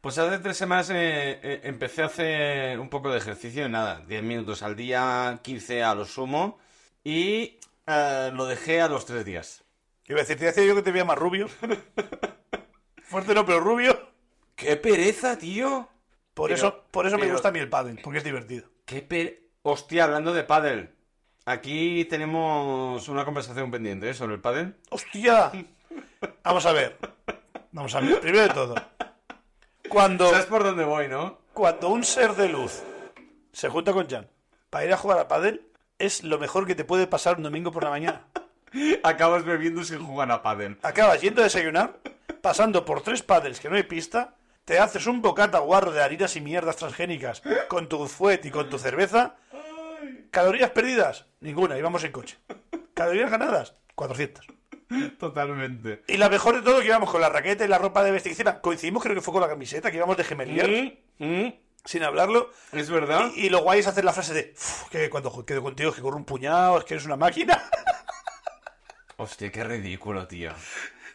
S1: Pues hace tres semanas eh, eh, empecé a hacer un poco de ejercicio, nada, 10 minutos al día, 15 a lo sumo. Y eh, lo dejé a los tres días.
S2: Iba a decir, te decía yo que te veía más rubio. *laughs* Fuerte no, pero rubio.
S1: ¡Qué pereza, tío!
S2: Por
S1: Pero-
S2: eso, por eso me
S1: pero-
S2: gusta a mí el pádel, porque es divertido.
S1: ¡Qué per... Hostia, hablando de pádel. Aquí tenemos una conversación pendiente ¿eh? sobre el pádel.
S2: ¡Hostia! Vamos a ver. Vamos a ver. Primero de todo. Cuando,
S1: ¿Sabes por dónde voy, no? *laughs*
S2: cuando un ser de luz se junta con Jan para ir a jugar a pádel, es lo mejor que te puede pasar un domingo por la mañana.
S1: Acabas bebiendo sin jugar a pádel. *laughs*
S2: Acabas yendo a desayunar, pasando por tres pádels que no hay pista, te haces un bocata guarro de harinas y mierdas transgénicas con tu fuet y con tu cerveza. ¿Calorías perdidas? Ninguna, íbamos en coche. ¿Calorías ganadas? 400.
S1: Totalmente.
S2: Y la mejor de todo que íbamos con la raqueta y la ropa de vestir. Encima, coincidimos creo que fue con la camiseta, que íbamos de gemelías, sin hablarlo.
S1: Mm, ¿Es verdad?
S2: Y, y lo guay es hacer la frase de, "Uf, que cuando quedo contigo es que corro un puñado, es que eres una máquina. *laughs*
S1: Hostia, qué ridículo, tío.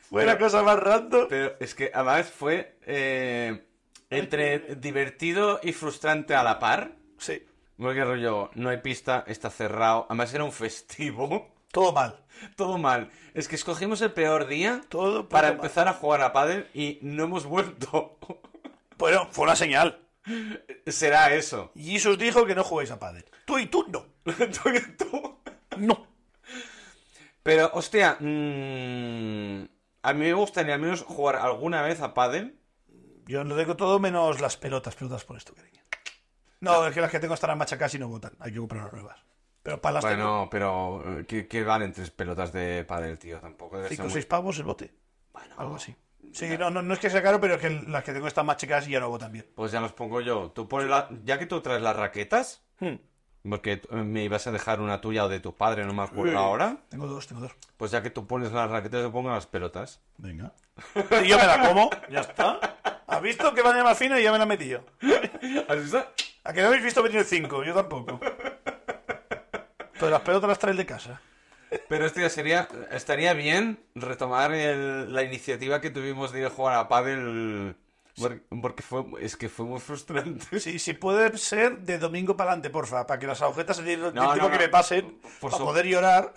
S2: Fue la cosa más random.
S1: Pero es que además fue eh, entre divertido y frustrante a la par.
S2: Sí,
S1: Porque rollo, no hay pista, está cerrado. Además era un festivo. *laughs*
S2: todo mal.
S1: Todo mal. Es que escogimos el peor día
S2: Todo
S1: para
S2: puto mal.
S1: empezar a jugar a pádel y no hemos vuelto. *laughs*
S2: Bueno, fue una señal.
S1: Será eso. *laughs*
S2: Jesús dijo que no juguéis a pádel. Tú y tú no.
S1: Tú que tú.
S2: No.
S1: Pero, hostia, mm, a mí me gustaría al menos jugar alguna vez a pádel.
S2: Yo lo tengo todo menos las pelotas, pelotas por esto, cariño. No, es que las que tengo estarán machacadas y no botan. Hay que comprar nuevas. Pero para las tengo
S1: Bueno, pero eh, ¿qué, qué valen tres pelotas de pádel, tío? Tampoco debe
S2: cinco
S1: ser
S2: o
S1: muy-
S2: seis pavos el bote. Algo así. Sí, no, no, no es que sea caro, pero es que las que tengo están machacadas y ya no botan bien.
S1: Pues ya los pongo yo. Tú pones la... Ya que tú traes las raquetas,
S2: Hmm.
S1: porque eh, me ibas a dejar una tuya o de tu padre, no me acuerdo ahora.
S2: Tengo dos, tengo dos.
S1: Pues ya que tú pones las raquetas, yo pongo las pelotas.
S2: Venga. Y yo me la como. Ya está. ¿Has visto que van más fina y ya me la he metido? ¿A que no habéis visto venir el cinco? Yo tampoco. Pero las pelotas las traes de casa.
S1: Pero hostia, sería... estaría bien retomar el- la iniciativa que tuvimos de ir a jugar a pádel. por- Porque fue... es que fue muy frustrante. *laughs*
S2: Sí, sí, puede ser de domingo para adelante, porfa, para que las agujetas se el
S1: No,
S2: tiempo
S1: no,
S2: que
S1: no.
S2: me pasen,
S1: Por
S2: para
S1: su-
S2: poder llorar.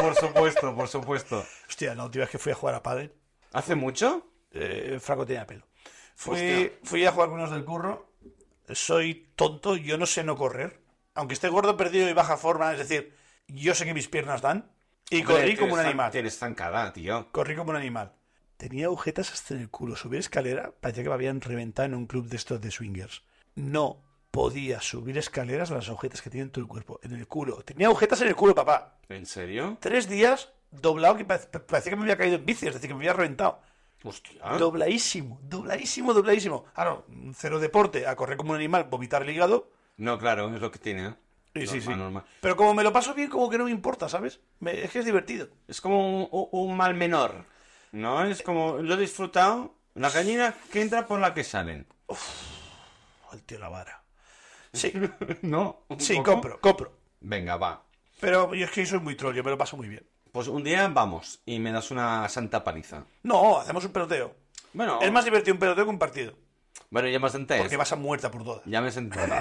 S1: por supuesto, por supuesto.
S2: Hostia, la última vez que fui a jugar a pádel,
S1: ¿Hace mucho?
S2: eh, Franco tenía pelo. Fui,
S1: Hostia.
S2: fui a jugar con unos del curro, soy tonto, yo no sé no correr. Aunque esté gordo, perdido y baja forma, es decir, yo sé que mis piernas dan, y
S1: Hombre,
S2: corrí como un
S1: tienes tan-
S2: animal.
S1: Tienes zancada, tío.
S2: Corrí como un animal. Tenía agujetas hasta en el culo. Subí escalera, parecía que me habían reventado en un club de estos de swingers. No podía subir escaleras las agujetas que tiene en todo el cuerpo, en el culo. Tenía agujetas en el culo, papá.
S1: ¿En serio?
S2: Tres días doblado que parec- parecía que me había caído en bici, es decir, que me había reventado.
S1: Hostia.
S2: Dobladísimo, dobladísimo, dobladísimo. Claro, cero deporte, a correr como un animal, vomitar el hígado.
S1: No, claro, es lo que tiene. ¿eh?
S2: Sí, sí,
S1: Normal,
S2: sí.
S1: normal.
S2: Pero como me lo paso bien, como que no me importa, ¿sabes? Me- es que es divertido.
S1: Es como un, un- un mal menor. ¿No? Es como, lo he disfrutado. La gallina que entra por la que salen.
S2: Al tío la vara. Sí,
S1: ¿No?
S2: sí, compro, compro.
S1: Venga, va.
S2: Pero yo es que soy muy troll, yo me lo paso muy bien.
S1: Pues un día vamos y me das una santa paliza.
S2: No, hacemos un peloteo.
S1: Bueno,
S2: Es más divertido un peloteo que un partido.
S1: bueno ya me has entendido.
S2: Porque vas a muerta por todas.
S1: Ya me has *laughs* entendido.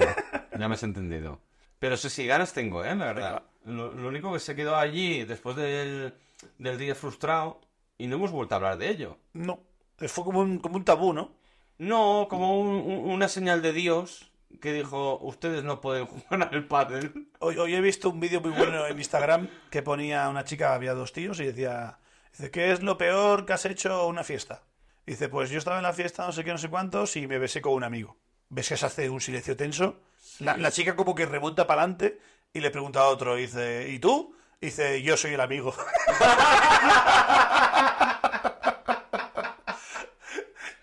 S1: ya me has entendido. Pero eso sí, ganas tengo, ¿eh? La verdad. Lo, lo único que se quedó allí después del, del día frustrado y no hemos vuelto a hablar de ello.
S2: No. Fue como un, como un tabú, ¿no?
S1: No, como un- un- una señal de Dios. que dijo, ustedes no pueden *laughs* jugar al pádel.
S2: Hoy, hoy he visto un vídeo muy bueno en Instagram que ponía una chica, había dos tíos, y decía, dice, ¿qué es lo peor que has hecho una fiesta? Dice, pues yo estaba en la fiesta, no sé qué, no sé cuántos, y me besé con un amigo. ¿Ves que se hace un silencio tenso? La, la chica como que remonta para adelante y le pregunta a otro, dice, ¿y tú? Dice, yo soy el amigo. *laughs*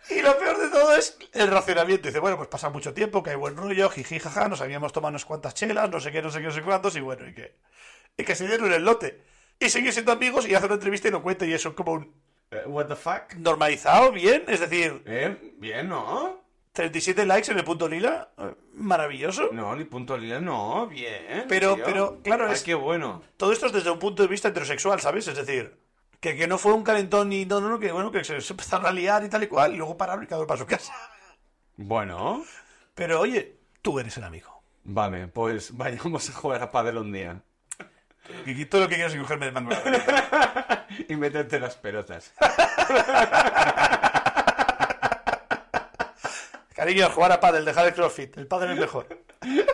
S2: Y lo peor de todo es el racionamiento. Dice, bueno, pues pasa mucho tiempo, que hay buen rollo, jiji, jaja, nos habíamos tomado unas cuantas chelas, no sé qué, no sé qué, no sé cuántos, y bueno, y que, y que se dieron el lote. Y siguen siendo amigos y hacen una entrevista y lo cuenta y eso es como un
S1: Eh, what the fuck?
S2: normalizado, bien, es decir,
S1: Eh, bien, ¿no?
S2: 37 likes en el punto lila, eh, maravilloso.
S1: No, ni punto lila, no, bien.
S2: Pero-
S1: tío.
S2: pero, claro,
S1: Ay,
S2: es-
S1: qué bueno.
S2: Todo esto es desde un punto de vista heterosexual, ¿sabes? Es decir, que, que no fue un calentón y no, no, no, que bueno, que se, se empezaron a liar y tal y cual, y luego pararon y cada uno para su casa.
S1: Bueno,
S2: Pero oye, tú eres el amigo.
S1: vale, pues vayamos a jugar a pádel un día.
S2: Y todo lo que quieras y cogerme de mango. a la cabeza.
S1: Y meterte las pelotas.
S2: Cariño, jugar a pádel, dejar el crossfit. El pádel es mejor.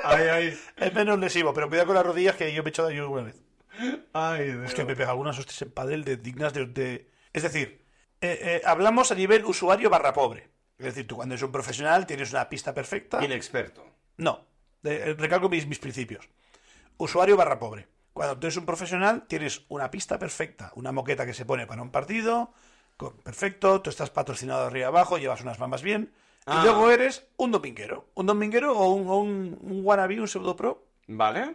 S1: Ay, ay,
S2: Es menos lesivo, pero cuidado con las rodillas que yo me he hecho daño alguna vez.
S1: ay. Dios.
S2: Hostia, me pega algunas hostias en pádel de dignas de... de- Es decir, eh, eh, hablamos a nivel usuario barra pobre. Es decir, tú cuando eres un profesional tienes una pista perfecta.
S1: Inexperto.
S2: No, eh, eh, recalco mis, mis principios. Usuario barra pobre. Cuando tú eres un profesional, tienes una pista perfecta, una moqueta que se pone para un partido, con- perfecto, tú estás patrocinado arriba y abajo, llevas unas mamas bien,
S1: Ah.
S2: y luego eres un dominguero. Un dominguero o un, o un, un wannabe, un pseudo pro.
S1: ¿Vale?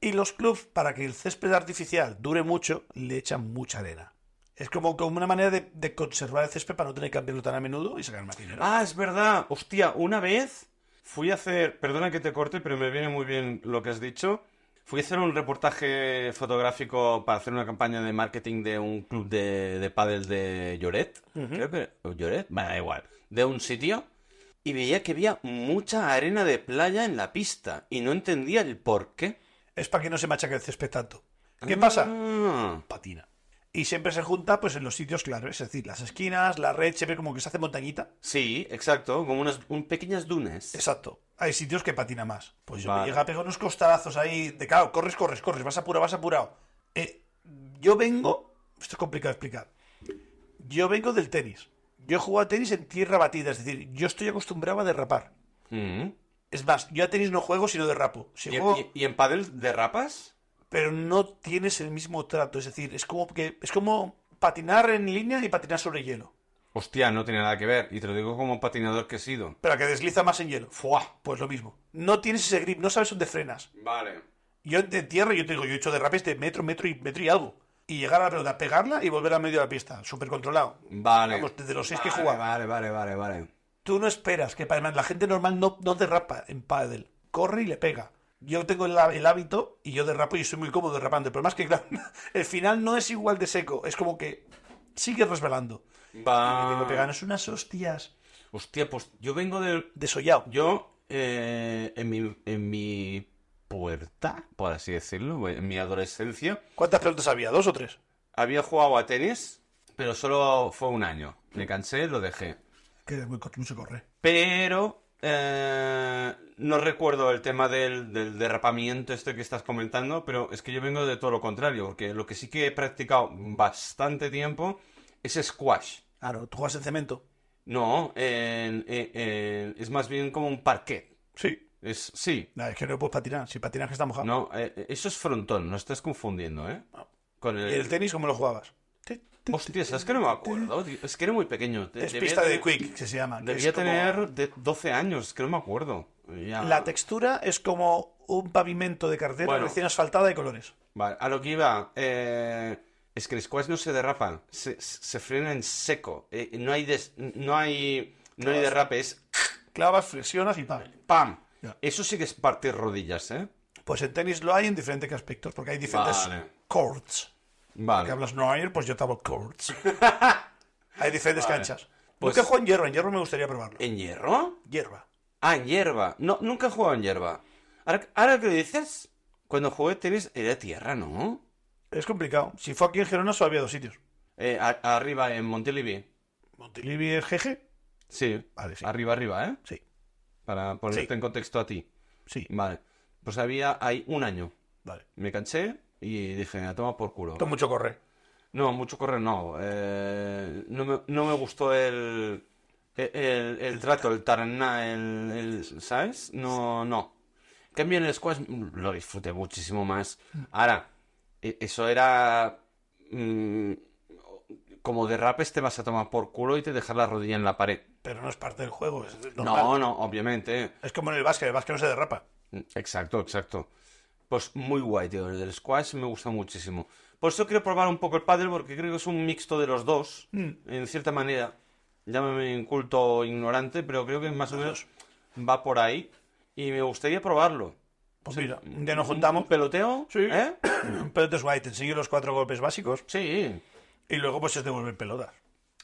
S2: Y los clubs, para que el césped artificial dure mucho, le echan mucha arena. Es como, como una manera de, de conservar el césped para no tener que cambiarlo tan a menudo y sacar más dinero.
S1: Ah, es verdad. Hostia, una vez fui a hacer. Perdona que te corte, pero me viene muy bien lo que has dicho. Fui a hacer un reportaje fotográfico para hacer una campaña de marketing de un club de, de pádel de Lloret. Creo que. ¿o Lloret? Bueno, da igual. De un sitio. Y veía que había mucha arena de playa en la pista. Y no entendía el por qué.
S2: Es para que no se machaque el césped tanto. ¿Qué
S1: Mm.
S2: pasa?
S1: Ah,
S2: patina. Y siempre se junta pues en los sitios claro, es decir, las esquinas, la red, siempre como que se hace montañita.
S1: sí, exacto. Como unas un- pequeñas dunas.
S2: Exacto. Hay sitios que patina más. Pues yo
S1: Vale.
S2: me llega a pegar unos costalazos ahí de claro, corres, corres, corres, vas apurado, vas apurado. Eh, yo vengo, esto es complicado de explicar. Yo vengo del tenis. Yo he jugado a tenis en tierra batida, es decir, yo estoy acostumbrado a derrapar.
S1: Mm.
S2: Es más, yo a tenis no juego sino derrapo. Si
S1: ¿Y,
S2: juego,
S1: y- y en pádel derrapas?
S2: pero no tienes el mismo trato, es decir, es como que es como patinar en línea y patinar sobre hielo.
S1: Hostia, no tiene nada que ver. Y te lo digo como patinador que he sido.
S2: pero que desliza más en hielo. ¡Fua! Pues lo mismo. No tienes ese grip, no sabes dónde frenas.
S1: Vale.
S2: Yo de tierra, yo te digo, yo he hecho derrapes de metro, metro y metro y algo. Y llegar a la pelota, pegarla y volver al medio de la pista. Súper controlado.
S1: Vale.
S2: Vamos, desde los seis
S1: vale,
S2: que jugaba.
S1: Vale, vale, vale, vale.
S2: Tú no esperas que además la gente normal no, no derrapa en pádel. Corre y le pega. Yo tengo el, há- el hábito y yo derrapo y soy muy cómodo derrapando. El problema es que, claro, *laughs* el final no es igual de seco. Es como que sigue resbalando. Y lo que
S1: Va.
S2: pegan es unas hostias.
S1: Hostia, pues yo vengo del.
S2: Desollado.
S1: Yo, eh, en mi, en mi puerta, por así decirlo, en mi adolescencia,
S2: ¿Cuántas pelotas había? ¿Dos o tres?
S1: había jugado a tenis, pero solo fue un año. Me cansé, lo dejé.
S2: Que muy co- mucho corre.
S1: Pero eh, no recuerdo el tema del, del derrapamiento este que estás comentando, pero es que yo vengo de todo lo contrario, porque lo que sí que he practicado bastante tiempo es squash.
S2: Claro, tú juegas en cemento.
S1: No, en- en- en- es más bien como un parquet.
S2: Sí.
S1: Es, sí,
S2: No, es que no puedes patinar. Si patinas que está mojado.
S1: no, eh, eso es frontón, no estás confundiendo, ¿eh? Con
S2: ¿Y el
S1: el...
S2: tenis cómo lo jugabas?
S1: Hostia, es que no me acuerdo, tío, es que era muy pequeño. de-
S2: Es
S1: debía
S2: pista de
S1: tener-
S2: quick, que se llama. que es
S1: Debía
S2: como-
S1: tener de 12 años, es que no me acuerdo. Ya.
S2: La textura es como un pavimento de carretera
S1: Bueno.
S2: recién asfaltada de colores.
S1: Vale, a lo que iba, eh, es que el squash no se derrapa, se, se frena en seco, eh, no hay des- no hay, no hay derrape, es
S2: Clavas, flexionas y pádel.
S1: ¡pam!
S2: Ya.
S1: Eso sí que es partir rodillas, ¿eh?
S2: Pues en tenis lo hay en diferentes aspectos, porque hay diferentes
S1: Vale.
S2: courts. Que
S1: Vale.
S2: hablas Neuer, pues yo te hablo
S1: *laughs*
S2: courts. hay diferentes canchas.
S1: Pues-
S2: Nunca juego en hierba, en hierba me gustaría probarlo.
S1: ¿En hierro?
S2: Hierba.
S1: Ah, en hierba. No, nunca he jugado en hierba. Ahora, ahora que lo dices, cuando jugué tenis era tierra, ¿no?
S2: Es complicado. Si fue aquí en Gerona solo había dos sitios.
S1: Eh, a- arriba, en Montilivi.
S2: Montilivi es jeje.
S1: Sí,
S2: Vale, sí.
S1: arriba, arriba, ¿eh?
S2: Sí.
S1: Para ponerte
S2: Sí.
S1: en contexto a ti.
S2: Sí,
S1: Vale. Pues había ahí un año.
S2: vale.
S1: Me cansé y dije, a tomar por culo.
S2: Esto es mucho correr.
S1: No, mucho correr no. Eh, no, me, no me gustó el, el, el- el trato, el taraná, el, el- ¿Sabes? No, no. En Cambio en el squash mm, lo disfruté muchísimo más. Ahora, e- eso era. mm, como derrapes te vas a tomar por culo y te dejas la rodilla en la pared.
S2: Pero no es parte del juego. Es, normal.
S1: No, no, obviamente.
S2: es como en el básquet. El básquet no se derrapa.
S1: Exacto, exacto. Pues muy guay, tío. El del squash me gusta muchísimo. Por eso quiero probar un poco el pádel porque creo que es un mixto de los dos,
S2: Mm.
S1: en cierta manera. Llámame inculto o ignorante, pero creo que más o menos va por ahí. Y me gustaría probarlo.
S2: Pues mira, un día nos
S1: ¿Damos
S2: juntamos.
S1: peloteo?
S2: Sí.
S1: ¿Eh?
S2: Pero te es guay, te enseño los cuatro golpes básicos
S1: Sí.
S2: y luego pues es devolver pelotas.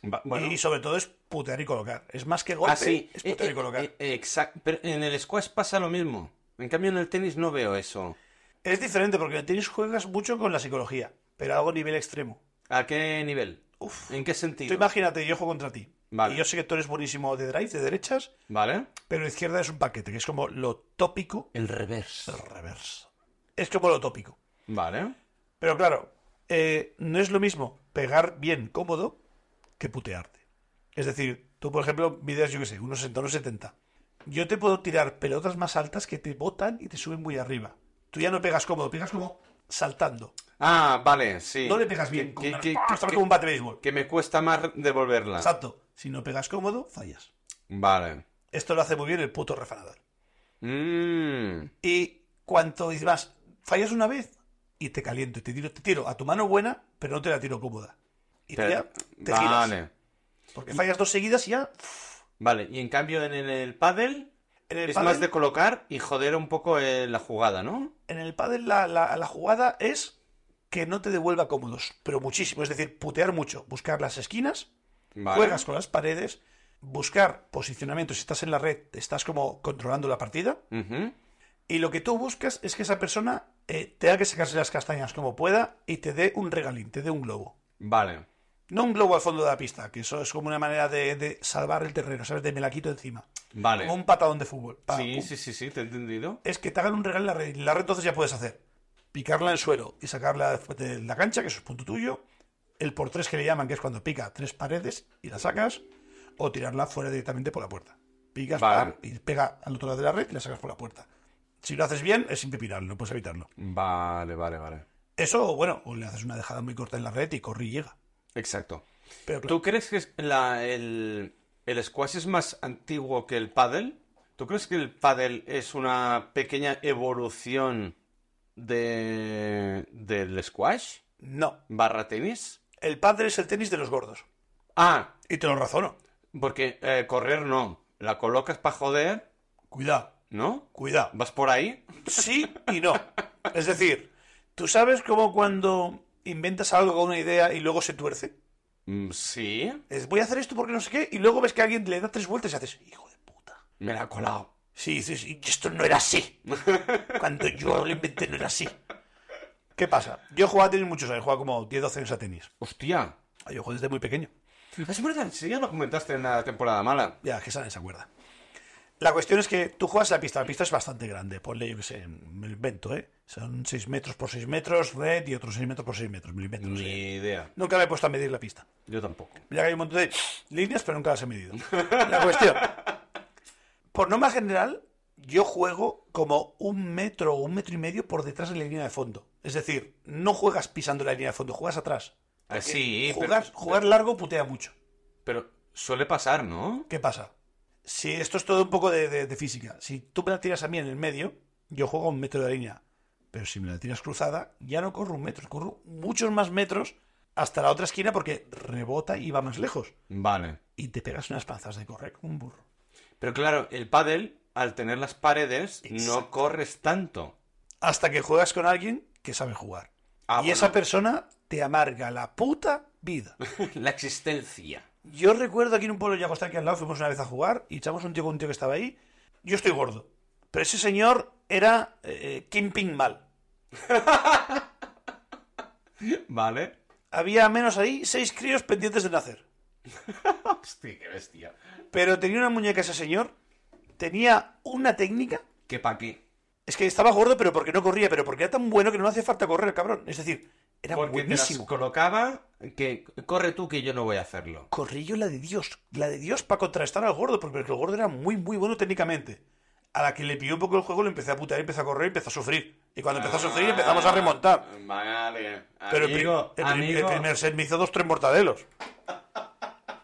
S1: Va- bueno.
S2: Y sobre todo es putear y colocar. Es más que golpe,
S1: Ah, sí.
S2: es putear
S1: Eh,
S2: y colocar.
S1: eh, eh, exact- Pero en el squash pasa lo mismo. En cambio, en el tenis no veo eso.
S2: Es diferente porque en el tenis juegas mucho con la psicología, pero algo a nivel extremo.
S1: ¿A qué nivel?
S2: Uf.
S1: ¿En qué
S2: Tú
S1: sentido?
S2: imagínate, yo juego contra ti.
S1: Vale.
S2: Y yo sé que tú eres buenísimo de drive, de derechas,
S1: ¿Vale?
S2: pero izquierda es un paquete, que es como lo tópico
S1: El revés.
S2: del reverso. Es como lo tópico.
S1: Vale.
S2: Pero claro, eh, no es lo mismo pegar bien cómodo que putearte. Es decir, tú, por ejemplo, mides, yo qué sé, unos 60, unos 70. Yo te puedo tirar pelotas más altas que te botan y te suben muy arriba. Tú ya no pegas cómodo, pegas como saltando.
S1: Ah, vale, sí.
S2: No le pegas bien.
S1: Que,
S2: con
S1: que-
S2: una-
S1: que-
S2: ¡Ah! Estaba
S1: que-
S2: como un bate de béisbol.
S1: que me cuesta más devolverla.
S2: Exacto. Si no pegas cómodo, fallas.
S1: Vale.
S2: Esto lo hace muy bien el puto refanador.
S1: Mm,
S2: Y cuanto y más, fallas una vez y te caliento, y te tiro, te tiro a tu mano buena, pero no te la tiro cómoda. Y
S1: pero-
S2: ya te giras.
S1: vale.
S2: Porque fallas dos seguidas y ya.
S1: Vale, y en cambio en el, el pádel
S2: En el
S1: es
S2: pádel,
S1: más de colocar y joder un poco eh, la jugada, ¿no?
S2: en el pádel la, la- la jugada es que no te devuelva cómodos, pero muchísimo. Es decir, putear mucho, buscar las esquinas,
S1: Vale.
S2: juegas con las paredes, buscar posicionamiento. Si estás en la red, estás como controlando la partida.
S1: Ujú.
S2: Y lo que tú buscas es que esa persona eh, tenga que sacarse las castañas como pueda y te dé un regalín, te dé un globo.
S1: Vale.
S2: No un globo al fondo de la pista, que eso es como una manera de, de salvar el terreno, ¿sabes? De me la quito encima.
S1: Vale.
S2: Como un patadón de fútbol. Pa,
S1: Sí,
S2: pum.
S1: sí, sí, sí, te he entendido.
S2: Es que te hagan un regalo en la red. La red entonces ya puedes hacer. Picarla en el suelo y sacarla de la cancha, que eso es punto tuyo. El por tres que le llaman, que es cuando pica tres paredes y la sacas. O tirarla fuera directamente por la puerta. Picas
S1: Vale.
S2: pam, y pega al otro lado de la red y la sacas por la puerta. Si lo haces bien, es impepinable, no puedes evitarlo.
S1: Vale, vale, vale.
S2: Eso, o bueno, o le haces una dejada muy corta en la red y corre y llega.
S1: Exacto.
S2: Pero claro,
S1: ¿Tú crees que es la- el, el squash es más antiguo que el pádel? ¿Tú crees que el pádel es una pequeña evolución de, del squash
S2: no.
S1: barra tenis?
S2: El padre es el tenis de los gordos.
S1: Ah,
S2: Y te lo razono.
S1: porque eh, correr no. La colocas para joder,
S2: Cuidado,
S1: ¿no?
S2: cuidado.
S1: ¿Vas por ahí?
S2: sí y no. Es decir, tú sabes cómo cuando inventas algo con una idea y luego se tuerce.
S1: Mm, sí,
S2: Es, voy a hacer esto porque no sé qué, y luego ves que alguien le da tres vueltas y haces, hijo de puta.
S1: me la he colado.
S2: Sí, dices, "Y esto no era así. Cuando yo lo inventé no era así. ¿Qué pasa? Yo he jugado a tenis muchos años, he jugado como 10, 12 años a tenis.
S1: Hostia.
S2: Yo juego desde muy pequeño.
S1: Es verdad, sí, ya lo comentaste en la temporada mala.
S2: Ya, que salen, se acuerda. La cuestión es que tú juegas la pista, la pista es bastante grande, ponle, yo que sé, me lo invento, ¿eh? Son 6 metros por 6 metros, red y otros 6 metros por 6 metros, me lo invento, no
S1: Ni
S2: sé.
S1: idea.
S2: Nunca me he puesto a medir la pista.
S1: Yo tampoco.
S2: Ya que hay un montón de líneas, pero nunca las he medido. La cuestión. Por norma general, yo juego como un metro o un metro y medio por detrás de la línea de fondo. Es decir, no juegas pisando la línea de fondo, juegas atrás. Eh,
S1: Ah, sí, pero-
S2: jugar, jugar largo putea mucho.
S1: Pero suele pasar, ¿no?
S2: ¿Qué pasa? Si esto es todo un poco de, de- de física. Si tú me la tiras a mí en el medio, yo juego a un metro de la línea. Pero si me la tiras cruzada, ya no corro un metro, corro muchos más metros hasta la otra esquina porque rebota y va más lejos.
S1: Vale.
S2: Y te pegas unas panzas de correr como un burro.
S1: Pero claro, el pádel, al tener las paredes, no
S2: Exacto.
S1: corres tanto.
S2: Hasta que juegas con alguien que sabe jugar.
S1: Ah,
S2: y
S1: bueno.
S2: esa persona te amarga la puta vida.
S1: *laughs* La existencia.
S2: Yo recuerdo aquí en un pueblo ya que al lado, fuimos una vez a jugar y echamos un tío con un tío que estaba ahí. Yo estoy gordo. Pero ese señor era eh, Kim Ping mal.
S1: Vale.
S2: Había menos ahí seis críos pendientes de nacer.
S1: Hostia, Ah, pues qué bestia.
S2: Pero tenía una muñeca ese señor tenía una técnica.
S1: ¿Qué pa' qué?
S2: Es que estaba gordo, pero porque no corría, pero porque era tan bueno que no le hace falta correr, cabrón. Es decir, era
S1: Porque te las
S2: buenísimo.
S1: colocaba que corre tú que yo no voy a hacerlo.
S2: Corrí yo la de Dios, la de Dios para contrastar al gordo, porque el gordo era muy, muy bueno técnicamente. A la que le pilló un poco el juego, le empecé a putear, empezó a correr, empezó a sufrir. Y cuando empezó a sufrir, empezamos a remontar.
S1: Ah, Vale.
S2: Pero el pri-
S1: amigo,
S2: el, pri- el
S1: amigo,
S2: primer set me hizo dos, tres mortadelos.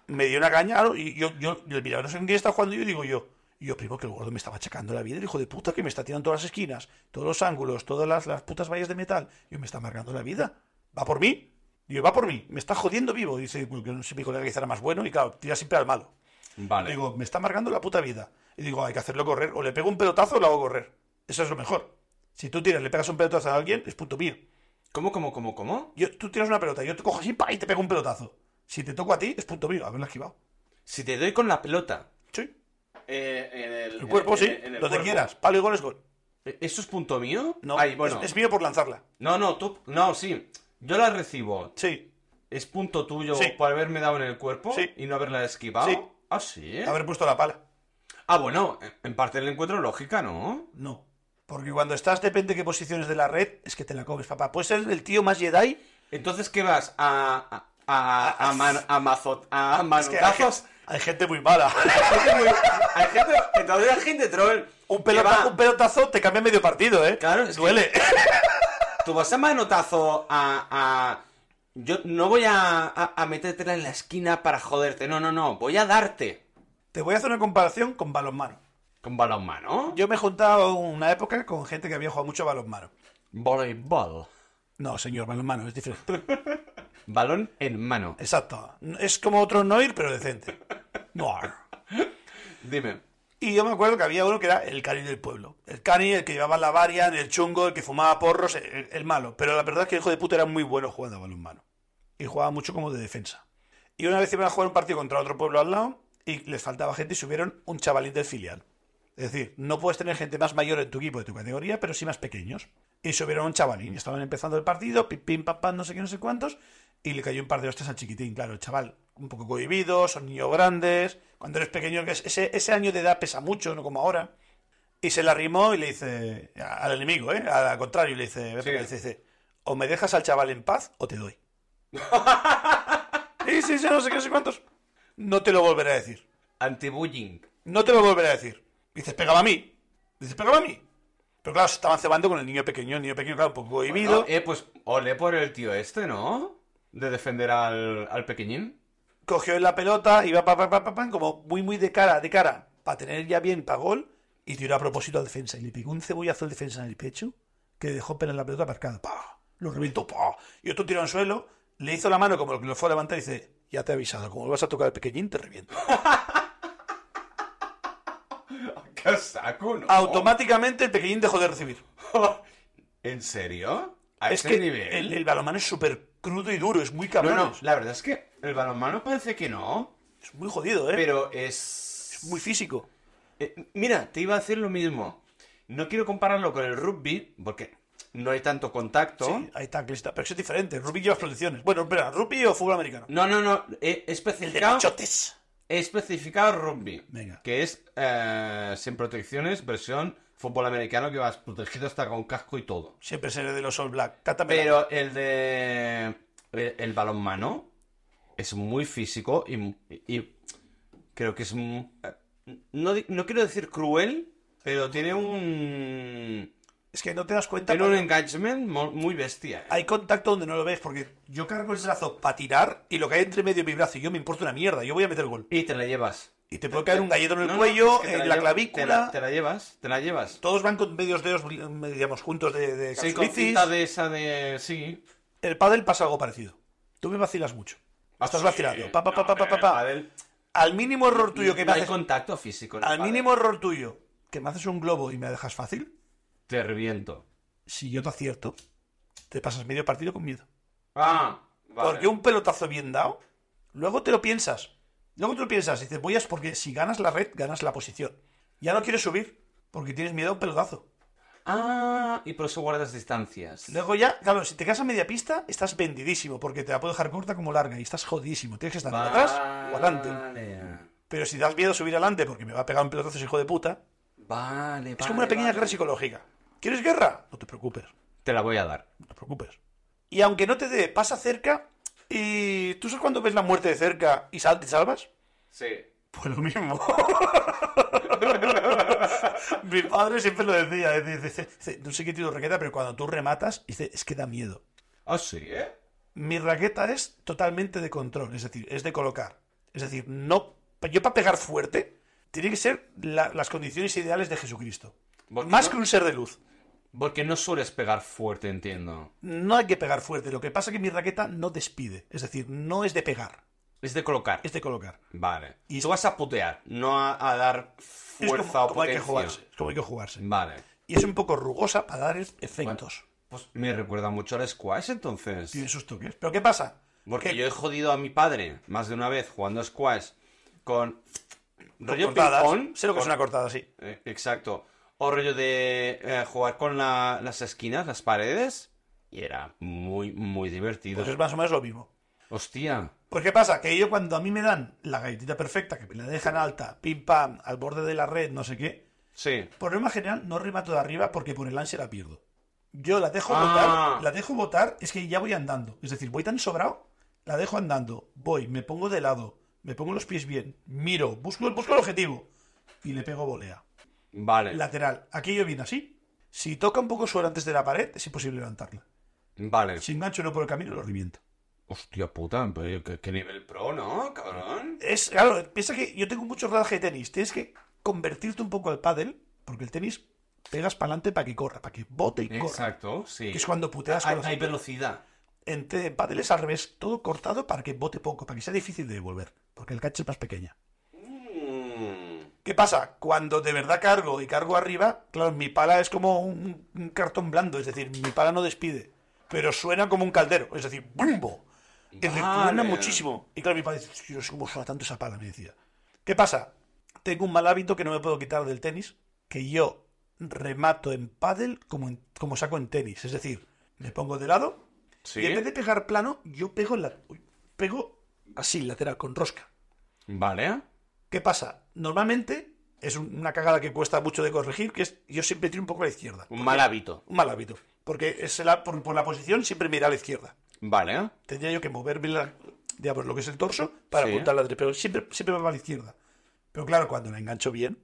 S2: Me dio una caña claro, y yo, yo, yo miraba, no sé en qué está jugando yo y digo yo. y Yo, primo, que el gordo me estaba achacando la vida, el hijo de puta que me está tirando todas las esquinas, todos los ángulos, todas las, las putas vallas de metal. Yo me está amargando la vida. Va por mí. Digo, va por mí. Me está jodiendo vivo. Dice, "Bueno, que no sé mi colega quizá era más bueno y claro, tira siempre al malo.
S1: Vale.
S2: Digo, me está amargando la puta vida. Y digo, hay que hacerlo correr. O le pego un pelotazo o lo hago correr. Eso es lo mejor. Si tú tiras, le pegas un pelotazo a alguien, es punto mío.
S1: ¿Cómo, cómo, cómo, cómo?
S2: Yo, tú tiras una pelota, yo te cojo así ¡pa! y te pego un pelotazo. Si te toco a ti, es punto mío, haberla esquivado.
S1: Si te doy con la pelota.
S2: Sí.
S1: Eh, en
S2: El cuerpo, sí. lo que quieras. Palo y gol es gol.
S1: ¿E-, ¿Eso es punto mío?
S2: No,
S1: Ay, bueno.
S2: es, es mío por lanzarla.
S1: No, no, tú. No, sí. Yo la recibo.
S2: Sí.
S1: ¿Es punto tuyo
S2: Sí.
S1: por haberme dado en el cuerpo
S2: Sí.
S1: y no haberla esquivado?
S2: Sí.
S1: Ah, sí.
S2: Haber puesto la pala.
S1: Ah, bueno, en- en parte el encuentro lógica, ¿no?
S2: No. Porque cuando estás, depende de qué posiciones de la red, es que te la comes, papá. Puedes ser el tío más Jedi.
S1: Entonces, ¿qué vas? ¿A, a, a, a, man- a mazo- a
S2: Es que hay,
S1: manotazos?
S2: gen- hay gente
S1: *laughs*
S2: muy mala.
S1: Hay gente muy- hay gente- entonces hay gente troll.
S2: un,
S1: que
S2: pelota-
S1: va-
S2: un pelotazo te cambia medio partido, ¿eh?
S1: Claro, es que-
S2: Duele.
S1: Tú vas a manotazo a... a- yo no voy a, a, a metértela en la esquina para joderte. No, no, no. Voy a darte
S2: *laughs* Te voy a hacer una comparación con balonmano.
S1: con balonmano.
S2: Yo me he juntado una época con gente que había jugado mucho a balonmano.
S1: Voleibol.
S2: No, señor, balonmano, es diferente.
S1: Balón en mano.
S2: Exacto. Es como otro Noir, pero decente. Noir.
S1: Dime.
S2: Y yo me acuerdo que había uno que era el cani del pueblo. El cani, el que llevaba la varian, el chungo, el que fumaba porros, el, el malo. Pero la verdad es que el hijo de puta era muy bueno jugando a balonmano. Y jugaba mucho como de defensa. Y una vez iban a jugar un partido contra otro pueblo al lado y les faltaba gente y subieron un chavalín del filial. Es decir, no puedes tener gente más mayor en tu equipo de tu categoría, pero sí más pequeños. Y subieron a un chavalín. Estaban empezando el partido, pim, pim, pam, pam, no sé qué, no sé cuántos. Y le cayó un par de hostias al chiquitín. Claro, el chaval, un poco cohibido, son niños grandes. Cuando eres pequeño, que es- ese, ese año de edad pesa mucho, no como ahora. Y se la arrimó y le dice a- al enemigo, ¿eh? Al contrario, y le dice,
S1: Sí.
S2: le dice, o me dejas al chaval en paz o te doy. Sí, sí, sí, no sé qué, no sé cuántos. No te lo volveré a decir.
S1: Anti-bullying.
S2: No te lo volveré a decir. Dices, pegaba a mí. Dices, pegaba a mí. Pero claro, se estaban cebando con el niño pequeño. El niño pequeño, claro, un poco cohibido.
S1: No, eh, pues ole por el tío este, ¿no? De defender al, al pequeñín.
S2: Cogió la pelota, iba pa, pa, pa, pa, pa, como muy, muy de cara, de cara, para tener ya bien para gol. Y tiró a propósito al defensa. Y le pegó un cebollazo al defensa en el pecho, que dejó pena la pelota aparcada. ¡Pa! Lo reventó, ¡pa! Y otro tiró al suelo, le hizo la mano como el que lo fue a levantar y dice, ya te he avisado, como vas a tocar al pequeñín,
S1: *laughs*
S2: te reviento.
S1: Oh. ¡Qué saco, no!
S2: Automáticamente el pequeñín dejó de recibir.
S1: *laughs* ¿En serio? ¿A
S2: es
S1: ese
S2: que
S1: nivel?
S2: el, el balonmano es súper crudo y duro, es muy
S1: No,
S2: cabrón.
S1: no, la verdad es que el balonmano parece que no,
S2: Es muy jodido, ¿eh?
S1: pero es...
S2: Es muy físico.
S1: Eh, mira, te iba a decir lo mismo. No quiero compararlo con el rugby, porque no hay tanto contacto.
S2: Sí, ahí está, está. Pero eso es diferente. Rugby llevas protecciones. Bueno, espera, rugby o fútbol americano.
S1: No, no, no, he he
S2: El de
S1: especificado,
S2: machotes.
S1: he especificado rugby,
S2: Venga.
S1: que es eh, sin protecciones, versión fútbol americano que vas protegido hasta con casco y todo.
S2: Siempre seré de los All Black. Cátamela.
S1: Pero el de. El, el balonmano es muy físico y, y creo que es. un- No, di- no quiero decir cruel, pero tiene un.
S2: Es que no te das cuenta.
S1: Tiene un
S2: cuando
S1: engagement mo- muy bestia. eh.
S2: Hay contacto donde no lo ves, porque yo cargo el brazo para tirar y lo que hay entre medio de mi brazo y yo me importa una mierda. Yo voy a meter gol.
S1: Y te la llevas.
S2: Y te puede caer un gallito en el
S1: No, no,
S2: cuello,
S1: es que te
S2: en
S1: lle-
S2: la
S1: Te la,
S2: clavícula.
S1: te la llevas, te la llevas.
S2: Todos van con medios dedos, mm, digamos, juntos de, de
S1: Sí, con
S2: capsulitis.
S1: cinta de esa de. Sí.
S2: El pádel pasa algo parecido. Tú me vacilas mucho. Estás
S1: Ah, Sí.
S2: vacilando. Pa, pa, pa, pa, pa, pa,
S1: No,
S2: pa.
S1: a ver,
S2: Al mínimo error tuyo que
S1: no
S2: me
S1: hay
S2: haces.
S1: contacto físico. en el
S2: Al
S1: pádel.
S2: mínimo error tuyo que me haces un globo y me dejas fácil.
S1: Te reviento.
S2: Si yo te acierto, te pasas medio partido con miedo.
S1: Ah, vale.
S2: Porque un pelotazo bien dado, luego te lo piensas. Luego te lo piensas y dices, voy a... Porque si ganas la red, ganas la posición. Ya no quieres subir, porque tienes miedo a un pelotazo.
S1: Ah, y por eso guardas distancias.
S2: Luego ya, claro, si te quedas a media pista, estás vendidísimo, porque te la puedo dejar corta como larga y estás jodidísimo. Tienes que estar o atrás o adelante.
S1: Vale.
S2: Pero si das miedo subir adelante porque me va a pegar un pelotazo ese hijo de puta,
S3: Vale,
S2: es como una pequeña guerra psicológica. ¿Quieres guerra? No te preocupes,
S1: Te la voy a dar.
S2: no te preocupes. Y aunque no te dé, pasa cerca y tú sabes cuando ves la muerte de cerca y sal- te salvas.
S3: Sí.
S2: Pues lo mismo. *laughs* Mi padre siempre lo decía, dice, dice, dice, no sé qué tío raqueta, pero cuando tú rematas, dice, es que da miedo.
S1: Ah, sí, ¿eh?
S2: Mi raqueta es totalmente de control, es decir, es de colocar. Es decir, no, yo para pegar fuerte, tiene que ser la- las condiciones ideales de Jesucristo.
S1: ¿Por qué
S2: Más
S1: no?
S2: que un ser de luz.
S1: Porque no sueles pegar fuerte, entiendo.
S2: No hay que pegar fuerte. Lo que pasa es que mi raqueta no despide. Es decir, no es de pegar,
S1: Es de colocar.
S2: es de colocar.
S1: Vale.
S2: Y-
S1: Y tú vas a putear, no a, a dar
S2: Es
S1: fuerza
S2: como,
S1: o
S2: como hay que
S1: potencia.
S2: jugarse. Es como hay que jugarse.
S1: Vale.
S2: Y es un poco rugosa para dar efectos.
S1: Pues me recuerda mucho al squash, entonces.
S2: Tiene sus toques. ¿Pero qué pasa?
S1: Porque
S2: Que-
S1: yo he jodido a mi padre más de una vez jugando a squash con rollo
S2: cortadas.
S1: ping-pong.
S2: Sé lo que es
S1: Con-
S2: una cortada, Pues sí.
S1: Eh, exacto. O rollo de eh, jugar con la- las esquinas, las paredes. Y era muy, muy divertido.
S2: Pues es más o menos lo mismo.
S1: Hostia.
S2: Pues qué pasa, que yo cuando a mí me dan la galletita perfecta, que me la dejan alta, pim pam, al borde de la red, no sé qué,
S1: Sí.
S2: por norma general no remato de arriba porque por el ansia la pierdo. Yo la dejo
S1: Ah.
S2: botar, la dejo botar, es que ya voy andando. Es decir, voy tan sobrado, la dejo andando, voy, me pongo de lado, me pongo los pies bien, miro, busco, busco el objetivo y le pego volea.
S1: Vale.
S2: Lateral, aquello viene así. Si toca un poco suelo antes de la pared, es imposible levantarla.
S1: Vale.
S2: Si engancho uno por el camino, lo reviento.
S1: Hostia puta, pero ¿qué, qué nivel pro, ¿no, cabrón?
S2: Es, claro, piensa que yo tengo mucho rodaje de tenis. Tienes que convertirte un poco al pádel, porque el tenis pegas para adelante para que corra, para que bote y corra.
S1: Exacto, sí.
S2: Que es cuando puteas con
S1: hay,
S2: las...
S1: hay velocidad.
S2: En te- pádel es al revés, todo cortado para que bote poco, para que sea difícil de devolver, porque el catch es más pequeña.
S1: Mm.
S2: ¿Qué pasa? Cuando de verdad cargo y cargo arriba, claro, mi pala es como un, un cartón blando, es decir, mi pala no despide, pero suena como un caldero, es decir, ¡bumbo! Es decir, suena
S1: Vale.
S2: muchísimo. Y claro, mi padre dice, "Hostia, ¿cómo suena tanto esa pala? Me decía. ¿Qué pasa? Tengo un mal hábito que no me puedo quitar del tenis, que yo remato en pádel como, en- como saco en tenis, es decir, me pongo de lado
S1: Sí.
S2: y en vez de pegar plano, yo pego, en la, uy, pego así, lateral, con rosca.
S1: Vale.
S2: ¿Qué pasa? Normalmente es un- una cagada que cuesta mucho de corregir, que es yo siempre tiro un poco a la izquierda.
S1: Un mal hábito.
S2: Un mal hábito. Porque es la- por, por la posición siempre mira a la izquierda.
S1: Vale.
S2: Tendría yo que moverme la- digamos, lo que es el torso para
S1: Sí.
S2: apuntar la derecha, pero siempre, siempre me va a la izquierda. Pero claro, cuando la engancho bien,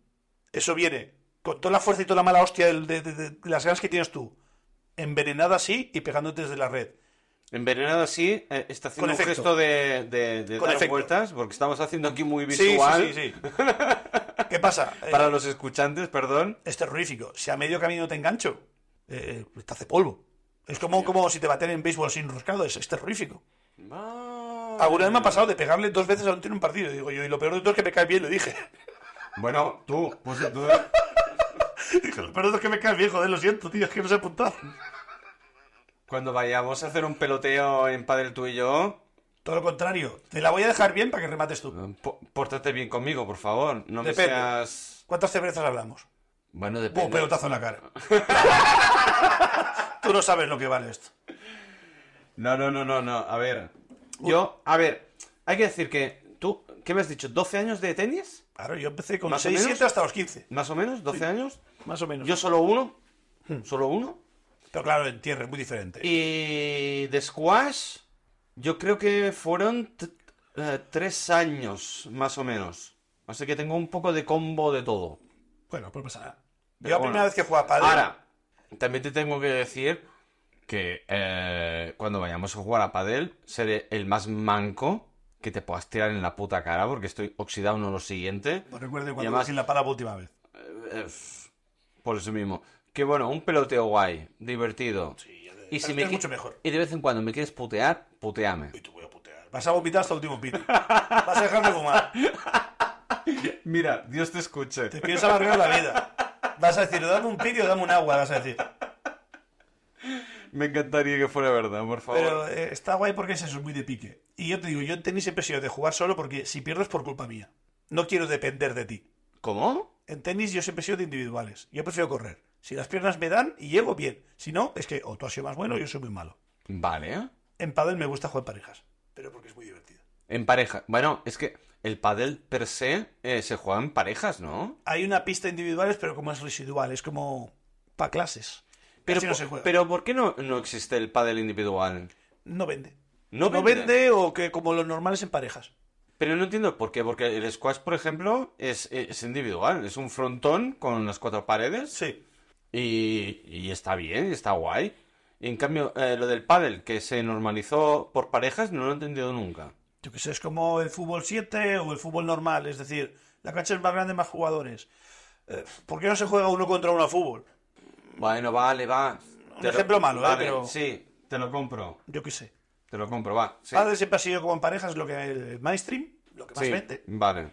S2: eso viene con toda la fuerza y toda la mala hostia del- de, de- de- de las ganas que tienes tú, envenenada así y pegándote desde la red.
S1: Envenenado así, eh, está haciendo
S2: Con
S1: un
S2: efecto.
S1: gesto de, de, de
S2: Con
S1: dar
S2: efecto.
S1: vueltas, porque estamos haciendo aquí muy
S2: Sí, sí,
S1: visual.
S2: sí, sí.
S1: *laughs*
S2: ¿Qué pasa? Eh,
S1: Para los escuchantes, perdón.
S2: es terrorífico. Si a medio camino te engancho, eh, eh, te hace polvo. Es como, como si te baten en béisbol sin roscado, es, es terrorífico. Alguna vez me ha pasado de pegarle dos veces a un tío en un partido, digo yo, y lo peor de todo es que me cae bien, le dije.
S1: Bueno, tú, pues tú.
S2: *laughs* Lo peor de todo es que me cae bien, joder, lo siento, tío, es que no sé apuntar.
S1: Cuando vayamos a hacer un peloteo en padel tú y yo,
S2: Todo lo contrario, te la voy a dejar bien para que remates tú.
S1: po- pórtate bien conmigo, por favor. No me
S2: Depende.
S1: seas.
S2: ¿Cuántas cervezas hablamos?
S1: Bueno,
S2: Un
S1: depende.
S2: pelotazo en la *laughs* cara. Tú no sabes lo que vale esto.
S1: No, no, no, no, no. A ver. Yo, a ver, hay que decir que tú, ¿qué me has dicho? ¿12 años de tenis?
S2: Claro, yo empecé con
S1: ¿Más o
S2: 6,
S1: menos?
S2: 7 hasta los 15,
S1: Más o menos, 12 años.
S2: más o menos.
S1: Yo solo uno.
S2: Hmm.
S1: Solo uno.
S2: Pero claro, en tierra es muy diferente.
S1: Y de squash, yo creo que fueron t- eh, tres años, más o menos. Así que tengo un poco de combo de todo.
S2: Bueno, pues pasa nada. Yo
S1: Pero
S2: la
S1: bueno.
S2: primera vez que jugaba padre...
S1: Ahora, también te tengo que decir que eh, cuando vayamos a jugar a padel, seré el más manco que te puedas tirar en la puta cara porque estoy oxidado, no lo siguiente.
S2: Pues recuerde
S1: Y
S2: cuando
S1: además-
S2: cogí la pala por última vez.
S1: Eh, f- Por eso mismo. Que bueno, un peloteo guay, divertido. y si
S2: Pero
S1: me
S2: es
S1: qui-
S2: mucho mejor.
S1: Y de vez en cuando me quieres putear, puteame.
S2: Y te voy a putear. Vas a vomitar hasta el
S1: *laughs*
S2: último pito. Vas a dejar de fumar.
S1: Mira, Dios te escuche.
S2: Te piensas amargar la vida. Vas a decir, dame un pito, dame un agua, vas a decir.
S1: Me encantaría que fuera verdad, por favor.
S2: Pero eh, está guay porque es eso, es muy de pique. Y yo te digo, yo en tenis siempre he sido de jugar solo porque si pierdo es por culpa mía. No quiero depender de ti.
S1: ¿Cómo?
S2: En tenis yo siempre he sido de individuales. Yo prefiero correr. Si las piernas me dan y llego bien. Si no, es que o tú has sido más bueno o yo soy muy malo.
S1: Vale.
S2: En pádel me gusta jugar en parejas. Pero porque es muy divertido.
S1: En pareja. Bueno, es que el pádel per se eh, se juega en parejas, ¿no?
S2: Hay una pista individuales, pero como es residual, es como para clases.
S1: Pero,
S2: Casi no
S1: po-
S2: se juega.
S1: pero ¿por qué no, no existe el pádel individual?
S2: no vende.
S1: No
S2: No
S1: vende.
S2: vende o que como los normales en parejas.
S1: Pero no entiendo por qué, porque el squash, por ejemplo, es, es individual, es un frontón con las cuatro paredes.
S2: Sí.
S1: Y, y está bien, está guay. Y en cambio, eh, lo del pádel, que se normalizó por parejas, no lo he entendido nunca.
S2: Yo que sé, es como el fútbol 7 o el fútbol normal, es decir, la cancha es más grande, más jugadores. Eh, ¿Por qué no se juega uno contra uno a fútbol?
S1: Bueno, vale, va.
S2: Un ejemplo malo, ¿eh?
S1: vale,
S2: Pero-
S1: Sí, te lo compro.
S2: Yo qué sé.
S1: Te lo compro, va. Sí,
S2: Padre siempre ha sido como en parejas lo que el mainstream, lo que más
S1: sí,
S2: vende.
S1: Vale.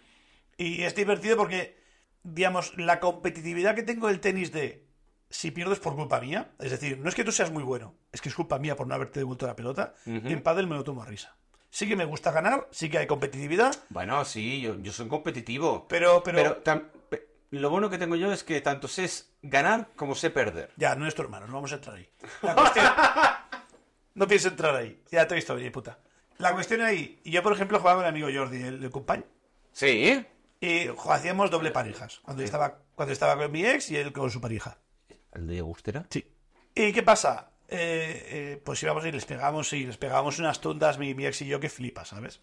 S2: Y es divertido porque, digamos, la competitividad que tengo del tenis de si pierdes por culpa mía, es decir, no es que tú seas muy bueno, es que es culpa mía por no haberte devuelto la pelota,
S1: Ujú.
S2: en pádel me lo tomo a risa. Sí que me gusta ganar, sí que hay competitividad,
S1: Bueno, sí, yo, yo soy competitivo.
S2: pero, pero,
S1: Pero, tam- pe- lo bueno que tengo yo es que tanto sé es ganar como sé perder.
S2: ya, no es tu hermano, no vamos a entrar ahí.
S1: *laughs*
S2: La cuestión... no pienso entrar ahí, ya te he visto venir, puta. La cuestión ahí, y yo por ejemplo jugaba con el amigo Jordi, el, el compañero,
S1: Sí.
S2: y jo- hacíamos doble parejas, cuando yo estaba, cuando estaba con mi ex y él con su pareja.
S1: ¿El de Agustera?
S2: Sí. ¿Y qué pasa? Eh, eh, pues íbamos y les pegamos y les pegamos unas tundas, mi, mi ex y yo, que flipa, ¿sabes?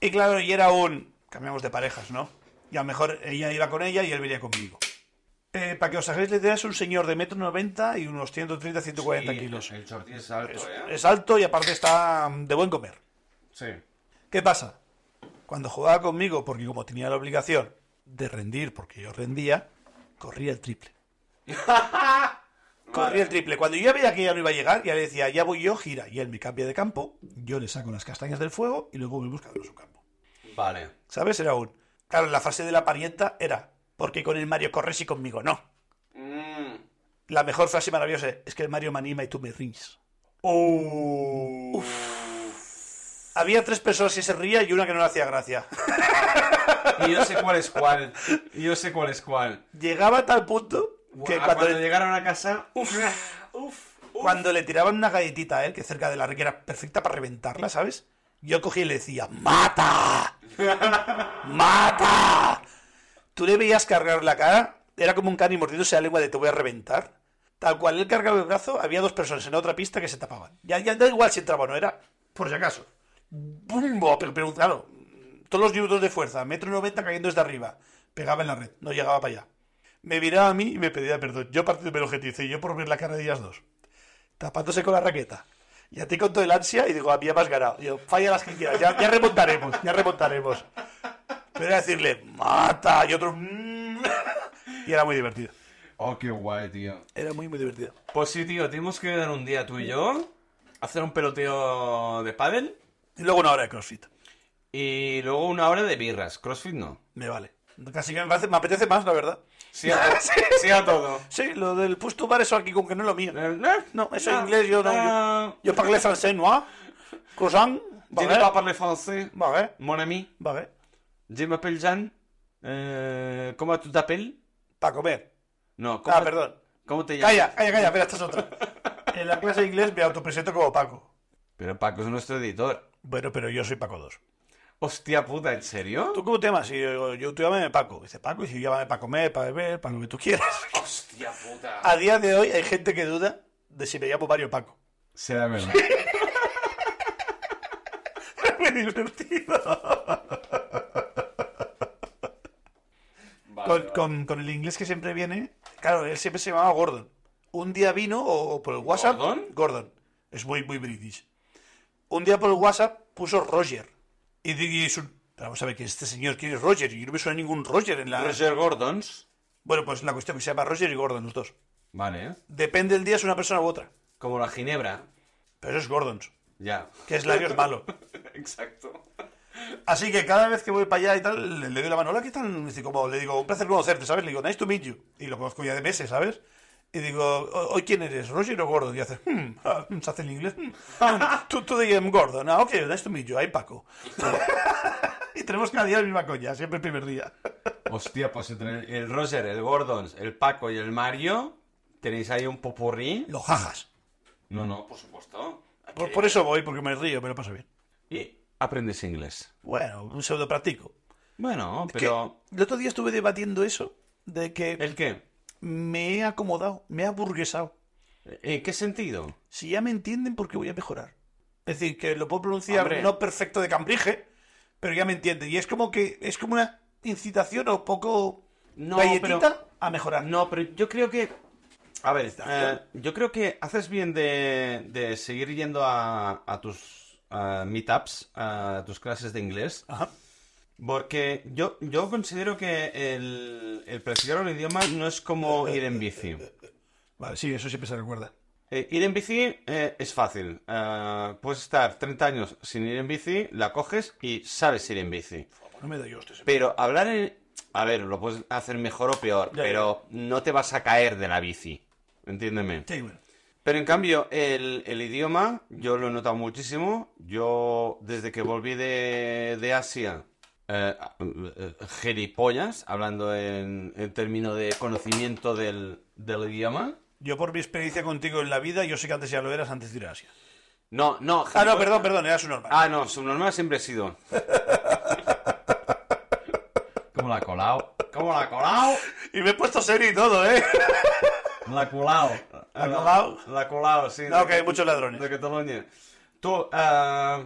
S2: Y claro, y era un... Cambiamos de parejas, ¿no? Y a lo mejor ella iba con ella y él venía conmigo. Eh, para que os hagáis la idea, es un señor de metro noventa y unos 130, 140 kilos.
S1: El shorty es alto, ¿eh?
S2: Es alto y aparte está de buen comer.
S1: Sí.
S2: ¿Qué pasa? Cuando jugaba conmigo, porque como tenía la obligación de rendir, porque yo rendía, corría el triple. corría el triple. Cuando yo ya veía que ya no iba a llegar, ya le decía, ya voy yo, gira. Y él me cambia de campo, yo le saco las castañas del fuego y luego volvemos cada uno a su campo.
S1: Vale.
S2: ¿Sabes? Era un... Claro, la frase de la parienta era, porque con el Mario corres y conmigo no.
S1: Mm.
S2: La mejor frase maravillosa es que el Mario me anima y tú me ríes. Uf. Había tres personas que se ría y una que no le hacía gracia.
S1: Y yo sé cuál es cuál. Yo sé cuál es cuál.
S2: Llegaba a tal punto que
S1: Ah,
S2: cuando,
S1: cuando
S2: le,
S1: llegaron a casa. Uf, uf, uf.
S2: cuando le tiraban una galletita a él, que cerca de la red era perfecta para reventarla, ¿sabes? Yo cogía y le decía, ¡Mata! ¡Mata! Tú le veías cargar la cara, era como un cani mordiéndose la lengua de te voy a reventar. Tal cual él cargaba el brazo, había dos personas en otra pista que se tapaban. Ya, ya da igual si entraba o no, era por si acaso. ¡Bumbo! Pero, pero claro, todos los newtons de fuerza, metro noventa cayendo desde arriba. Pegaba en la red, no llegaba para allá. Me miraba a mí y me pedía perdón. Yo partiéndome el objetivo y yo por ver la cara de ellas dos. Tapándose con la raqueta. Y a ti con todo el ansia y digo, a mí ya me has ganado. Y yo, falla las que quieras, ya, ya remontaremos, ya remontaremos. Pero era decirle, mata, y otros, "Mm". *laughs* Y era muy divertido.
S1: Oh, qué guay, tío.
S2: Era muy, muy divertido.
S1: Pues sí, tío, tenemos que dar un día tú y yo. Hacer un peloteo de pádel.
S2: Y luego una hora de CrossFit.
S1: Y luego una hora de birras. Crossfit no.
S2: Me vale. Casi que me, parece- me apetece más, la verdad.
S1: Sí a,
S2: *laughs*
S1: to- *laughs* sí a todo.
S2: Sí, lo del push to bar, eso aquí con que no es lo mío. No, eso en inglés yo no.
S1: Ah,
S2: Yo parlé francés, ¿no? Croissant.
S1: Je ne
S2: Vale.
S1: pas parler français,
S2: Vale.
S1: mon ami.
S2: Vale.
S1: Je m'appelle Jean. Eh, ¿Cómo tú te appelles?
S2: Para comer.
S1: No, ¿cómo,
S2: Ah, perdón.
S1: ¿cómo te llamas?
S2: Calla, calla, calla, espera, esta es otra. En la clase de inglés me autopresento como Paco.
S1: Pero Paco es nuestro editor.
S2: Bueno, pero yo soy Paco 2.
S1: Hostia puta, ¿en serio?
S2: ¿Tú cómo te llamas? Y yo, digo, yo tú llámame Paco. Dice Paco, y yo llámame para comer, para beber, para lo que tú quieras.
S1: Hostia puta.
S2: A día de hoy hay gente que duda de si me llamo Mario Paco. *laughs*
S1: Será verdad.
S2: Muy divertido. Con, con- con el inglés que siempre viene. Claro, él siempre se llamaba Gordon. Un día vino, o, o por el WhatsApp.
S1: ¿Gordon?
S2: Gordon. Es muy, muy british. Un día por el WhatsApp puso Roger. Y, di- y es un- pero vamos a ver que este señor quiere Roger. Y no me suena ningún Roger en la.
S1: Roger Gordons.
S2: Bueno, pues la cuestión que se llama Roger y Gordon, los dos.
S1: Vale, ¿eh?
S2: Depende del día, es una persona u otra.
S1: Como la Ginebra.
S2: Pero eso es Gordon's.
S1: Ya.
S2: Que es labio es malo.
S1: *laughs* Exacto.
S2: Así que cada vez que voy para allá y tal, le, le doy la mano. Hola, ¿qué tal? Dice, como, le digo, un placer conocerte, ¿sabes? Le digo, nice to meet you. Y lo conozco ya de meses, ¿sabes? Y digo, "O- ¿hoy quién eres? ¿Roger o Gordon? Y hace, hmm, ah, hmm, se hace en inglés. hmm, ah, tú, tú de Gordon. Ah, ok, nice to meet you. Ahí Paco. *laughs* y tenemos cada día la misma coña, siempre el primer día.
S1: Hostia, pues entre el- el Roger, el Gordons, el Paco y el Mario, ¿tenéis ahí un popurrí?
S2: Los jajas.
S1: No, no, por supuesto.
S2: Por, por eso voy, porque me río, me lo paso bien.
S1: Y aprendes inglés.
S2: Bueno, un pseudo practico.
S1: Bueno, pero.
S2: Que el otro día estuve debatiendo eso, de que
S1: ¿El qué?
S2: me he acomodado, me he aburguesado.
S1: ¿En qué sentido?
S2: Si ya me entienden, ¿por qué voy a mejorar? Es decir, que lo puedo pronunciar
S1: Hombre.
S2: no perfecto de Cambridge, pero ya me entienden. Y es como que es como una incitación o poco
S1: No,
S2: galletita
S1: pero-
S2: a mejorar.
S1: No, pero yo creo que. A ver,
S2: Está
S1: eh, yo creo que haces bien de, de seguir yendo a, a tus eh, meetups, a tus clases de inglés,
S2: Ajá.
S1: porque yo, yo considero que el, el practicar un idioma no es como ir en bici.
S2: Vale, sí, eso siempre se recuerda.
S1: Eh, ir en bici eh, es fácil. Eh, puedes estar 30 años sin ir en bici, la coges y sabes ir en bici.
S2: No me doy este hostias.
S1: Pero hablar en... A ver, lo puedes hacer mejor o peor,
S2: Ya, ya.
S1: pero no te vas a caer de la bici. Entiéndeme.
S2: Sí, bueno.
S1: Pero en cambio, el, el idioma, yo lo he notado muchísimo. Yo, desde que volví de, de Asia, eh, eh, gilipollas, hablando en, en términos de conocimiento del, del idioma.
S2: Yo por mi experiencia contigo en la vida, yo sé que antes ya lo eras antes de ir a Asia.
S1: No, no.
S2: Ah, no,
S1: gilipollas-
S2: perdón, perdón, era su normal.
S1: Ah, no, subnormal siempre he
S2: *laughs*
S1: sido. ¿Cómo la ha colado? ¿Cómo la ha colado?
S2: Y me he puesto serio y todo, ¿eh?
S1: La ha colado.
S2: ¿La ha colado?
S1: La ha colado, sí.
S2: No,
S1: de
S2: que hay
S1: Ca-
S2: muchos ladrones.
S1: De Cataluña. Tú, ah,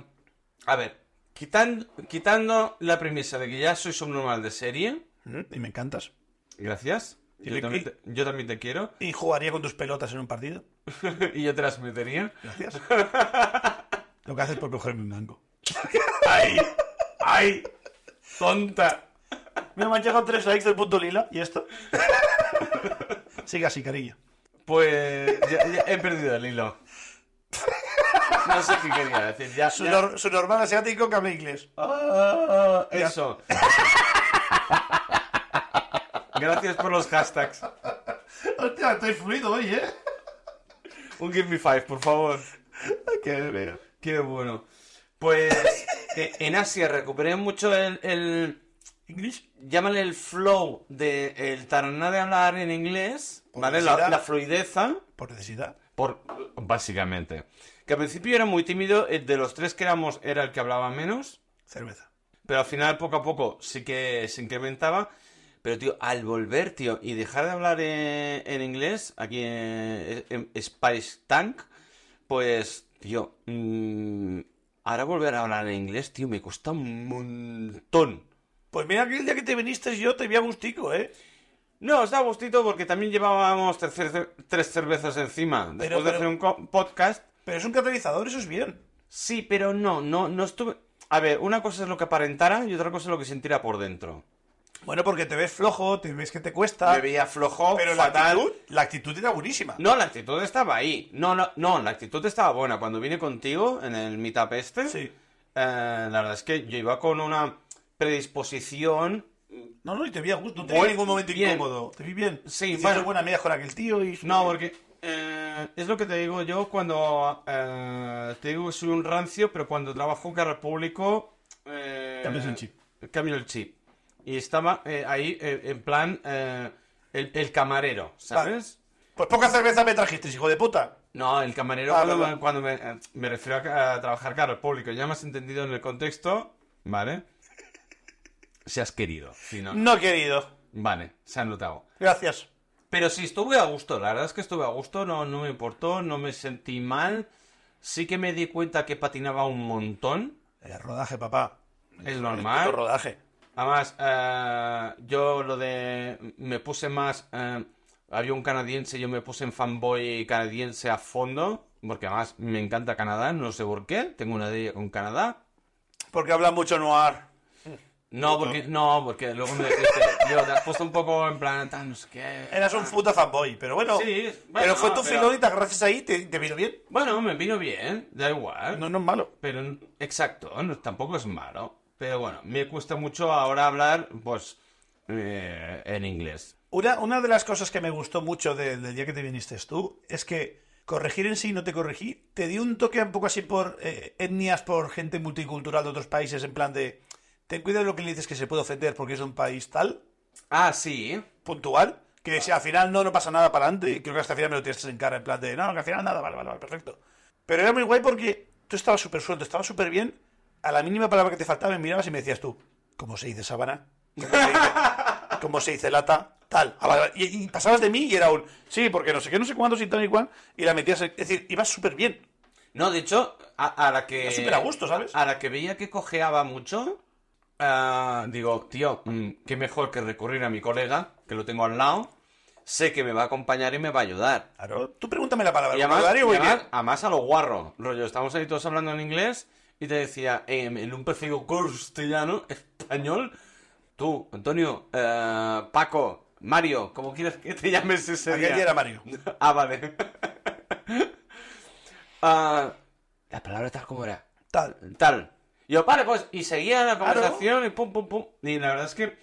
S1: a ver, quitan- quitando la premisa de que ya soy subnormal de serie,
S2: Mm, Y me encantas.
S1: gracias. Yo
S2: Dile
S1: también,
S2: que-
S1: te, yo también te quiero
S2: Y jugaría con tus pelotas en un partido.
S1: y yo te las metería.
S2: *laughs* Gracias. Lo que haces por cogerme un *laughs* mango. ¡Ay! ¡Ay!
S1: ¡Tonta!
S2: Mira, me han llegado tres likes del punto lila. ¿Y esto? *laughs* Sigue así, cariño.
S1: Pues ya, ya he perdido el hilo. No sé qué quería decir. Ya,
S2: Su,
S1: ya-
S2: nor- su normal asiático que habla inglés.
S1: Ah, eso. Gracias por los hashtags.
S2: *laughs* Hostia, estoy fluido hoy, ¿eh?
S1: Un give me five, por favor. *laughs* Qué bueno. Pues eh, en Asia recuperé mucho el, el-
S2: ¿Inglés?
S1: llámale el flow de el taraná de hablar en inglés,
S2: Por
S1: ¿vale? La,
S2: necesidad.
S1: la fluideza,
S2: Por necesidad.
S1: por básicamente. Que al principio era muy tímido, eh, de los tres que éramos era el que hablaba menos.
S2: Cerveza.
S1: Pero al final, poco a poco, sí que se incrementaba. Pero, tío, al volver, tío, y dejar de hablar eh, en, inglés, aquí en, en Spice Tank, pues, tío, mm, ahora volver a hablar en inglés, tío, me cuesta un montón.
S2: Pues mira que el día que te viniste yo te vi a gustico, ¿eh?
S1: No, os da gustito porque también llevábamos tercer- tres cervezas encima. Después de
S2: pero-
S1: hacer un co- podcast,
S2: Pero es un catalizador, eso es bien.
S1: sí, pero no, no, no estuve... A ver, una cosa es lo que aparentara y otra cosa es lo que sintiera por dentro.
S2: Bueno, porque te ves flojo, te ves que te cuesta.
S1: Me veía flojo,
S2: pero la
S1: fatal.
S2: actitud, la actitud era buenísima.
S1: No, la actitud estaba ahí. No, no, no, la actitud estaba buena. Cuando vine contigo en el meetup este,
S2: Sí.
S1: eh, la verdad es que yo iba con una predisposición.
S2: No, no, y te vi a gusto. No te
S1: Voy
S2: vi en ningún momento
S1: bien.
S2: incómodo. Te vi bien.
S1: Sí,
S2: Hiciste
S1: bueno.
S2: buenas amigas con aquel tío y...
S1: No, porque eh, es lo que te digo yo cuando eh, te digo que soy un rancio, pero cuando trabajo cara al público... eh,
S2: Cambias el chip.
S1: Cambio el chip. Y estaba eh, ahí eh, en plan eh, el, el camarero, ¿sabes?
S2: Pues poca cerveza me trajiste, hijo de puta.
S1: No, el camarero,
S2: Ah,
S1: cuando,
S2: perdón.
S1: cuando me, eh, me refiero a, ca- a trabajar cara al público, ya me has entendido en el contexto, *laughs* ¿vale? Si has querido, si no.
S2: No, querido.
S1: Vale, se han notado.
S2: Gracias.
S1: Pero sí, estuve a gusto, la verdad es que estuve a gusto, no, no me importó, no me sentí mal. Sí que me di cuenta que patinaba un montón,
S2: El Eh, rodaje, papá.
S1: es
S2: El
S1: normal.
S2: rodaje.
S1: Además, eh, yo lo de... me puse más... eh, había un canadiense, yo me puse en fanboy canadiense a fondo, porque además me encanta Canadá, no sé por qué, tengo una deuda con Canadá.
S2: Porque habla mucho noir.
S1: No, porque, no, porque luego me dijiste, yo te has puesto un poco en plan, tal, no sé qué.
S2: Eras un puta fanboy, pero bueno.
S1: Sí, bueno,
S2: pero fue tu
S1: pero-
S2: filón y te gracias ahí te, te vino bien.
S1: Bueno, me vino bien, da igual.
S2: no es malo.
S1: Pero, exacto, no- tampoco es malo. Pero bueno, me cuesta mucho ahora hablar, pues, eh, en inglés.
S2: Una, una de las cosas que me gustó mucho de- del día que te viniste tú es que corregir en sí no te corregí. Te di un toque un poco así por eh, etnias, por gente multicultural de otros países, en plan de ten cuidado lo que le dices que se puede ofender porque es de un país tal,
S1: Ah, sí.
S2: puntual, que si al final no, no pasa nada para adelante. Y creo que hasta el final me lo tiraste en cara, en plan de no, que al final nada, vale, vale, vale, perfecto. Pero era muy guay porque tú estabas súper suelto, estabas súper bien. A la mínima palabra que te faltaba me mirabas y me decías tú, como se dice sábana, como se dice, como se dice lata, tal. A la- Y, y pasabas de mí y era un, sí, porque no sé qué, no sé cuándo, si tal y cual, y la metías, en- es decir, ibas súper bien.
S1: No, de hecho, a, a la que.
S2: Está súper a gusto, ¿sabes?
S1: A la que veía que cojeaba mucho, ah, digo, tío, mm, qué mejor que recurrir a mi colega, que lo tengo al lado. Sé que me va a acompañar y me va a ayudar.
S2: Claro, tú pregúntame la palabra.
S1: Y además,
S2: vocabulario,
S1: y
S2: voy
S1: además,
S2: bien.
S1: además a lo guarro. Rollo, estamos ahí todos hablando en inglés y te decía, em, en un perfecto castellano, español, tú, Antonio, eh, Paco, Mario, como quieras que te llames ese
S2: Aquel
S1: día.
S2: día era Mario.
S1: *laughs* Ah, vale. *laughs* Ah, la palabra tal como era.
S2: Tal.
S1: Tal. Y yo, vale, pues, y seguía la conversación y pum, pum, pum. Y la verdad es que,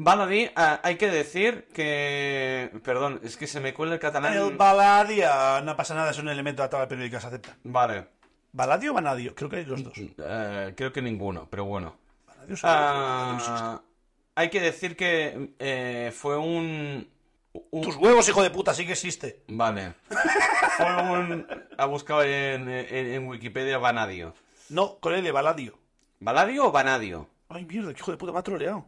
S1: Baladí, ah, hay que decir que... Perdón, es que se me cuela el catalán. Mm,
S2: El baladía, no pasa nada, es un elemento de la tabla periódica, se acepta.
S1: Vale.
S2: ¿Baladio o banadio? Creo que hay los dos.
S1: Eh, creo que ninguno, pero bueno.
S2: Baladio es-
S1: Ah, hay que decir que eh, fue un... un-
S2: Tus huevos, hijo de puta, sí que existe.
S1: Vale. Fue un... Ha buscado en, en- en Wikipedia Vanadio.
S2: No, con L, baladio.
S1: ¿Baladio o Vanadio?
S2: Ay, mierda, qué hijo de puta, me ha troleado.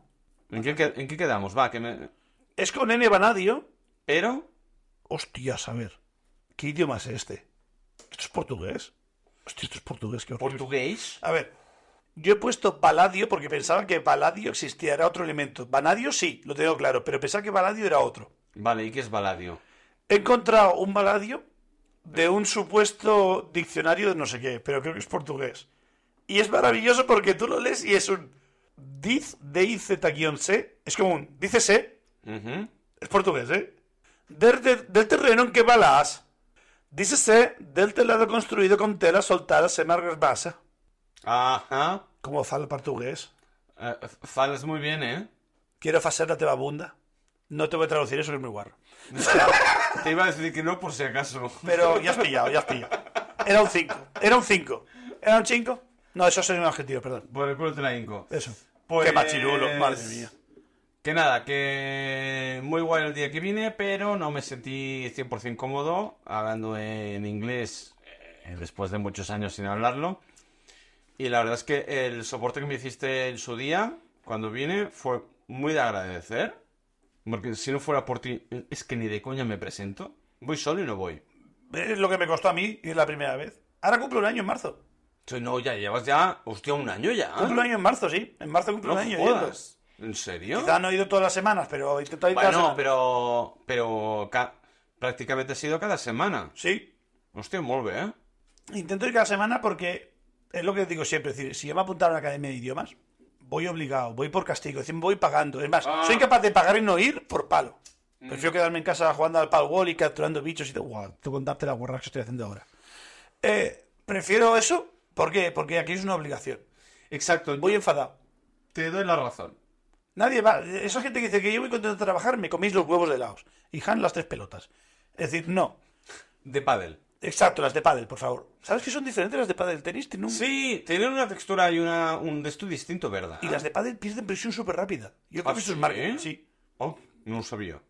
S1: ¿En qué, que- en qué quedamos? Va, que me...
S2: Es con N banadio.
S1: Pero...
S2: Hostias, a ver. ¿Qué idioma es este? ¿Esto es portugués? Hostia, esto es portugués, qué horrible.
S1: ¿Portugués?
S2: A ver. Yo he puesto baladio porque pensaba que baladio existía, era otro elemento. Banadio sí, lo tengo claro, pero pensaba que baladio era otro.
S1: Vale, ¿y qué es Baladio?
S2: He encontrado un baladio de un supuesto diccionario de no sé qué, pero creo que es portugués. Y es maravilloso porque tú lo lees y es un diz, D-I-Z-C, es como un dícese,
S1: Ujú.
S2: es portugués, ¿eh? Del, de- del terreno en que balas. Dícese del telado construido con telas soltadas en margas basa.
S1: Ajá.
S2: Como fala portugués.
S1: Eh, falas muy bien, ¿eh?
S2: Quiero hacer la teva bunda. No te voy a traducir eso, que es muy guarro.
S1: Te iba a decir que no por si acaso.
S2: Pero ya has pillado, ya has pillado. Era un 5. Era un 5. Era un 5. No, eso sería un adjetivo, perdón.
S1: Por el culo te la hinco.
S2: Eso.
S1: Pues-
S2: Qué machirulo, madre mía.
S1: Que nada, que muy guay el día que vine, pero no me sentí 100% cómodo hablando en inglés eh, después de muchos años sin hablarlo. Y la verdad es que el soporte que me hiciste en su día, cuando vine, fue muy de agradecer. Porque si no fuera por ti, es que ni de coña me presento. Voy solo y no voy.
S2: Es lo que me costó a mí ir la primera vez. Ahora cumple un año en marzo.
S1: Soy, no, ya llevas ya, hostia, un año ya.
S2: Cumple un año en marzo, sí. En marzo cumple
S1: Ah. No
S2: un año. yendo.
S1: jodas. ¿En serio?
S2: Quizá no he ido todas las semanas, pero he intentado ir todas
S1: Bueno,
S2: las semanas.
S1: pero, pero ca- prácticamente ha sido cada semana.
S2: Sí,
S1: Hostia, molt bé, eh?
S2: Intento ir cada semana porque es lo que digo siempre, es decir, si yo me apuntar a una academia de idiomas, voy obligado, voy por castigo, es decir, voy pagando. Es más,
S1: Ah.
S2: soy capaz de pagar y no ir por palo. Prefiero quedarme en casa jugando al palwall y capturando bichos y todo. Guau, tú contarte la guarra que estoy haciendo ahora. Eh, prefiero eso, ¿por qué? Porque aquí es una obligación.
S1: Exacto,
S2: Voy enfadado.
S1: te doy la razón.
S2: Nadie va. Esa gente que dice que yo voy contento de trabajar, me coméis los huevos de laos. Y Han las tres pelotas. Es decir, no.
S1: De pádel.
S2: Exacto, las de pádel, por favor. ¿Sabes que son diferentes las de pádel? Tenis tienen un
S1: Sí, tienen una textura y una, un esto distinto, ¿verdad?
S2: Y las de pádel pierden presión súper rápida. Yo creo
S1: ¿Ah,
S2: que eso es
S1: sí?
S2: marketing. Sí.
S1: Oh, no lo sabía.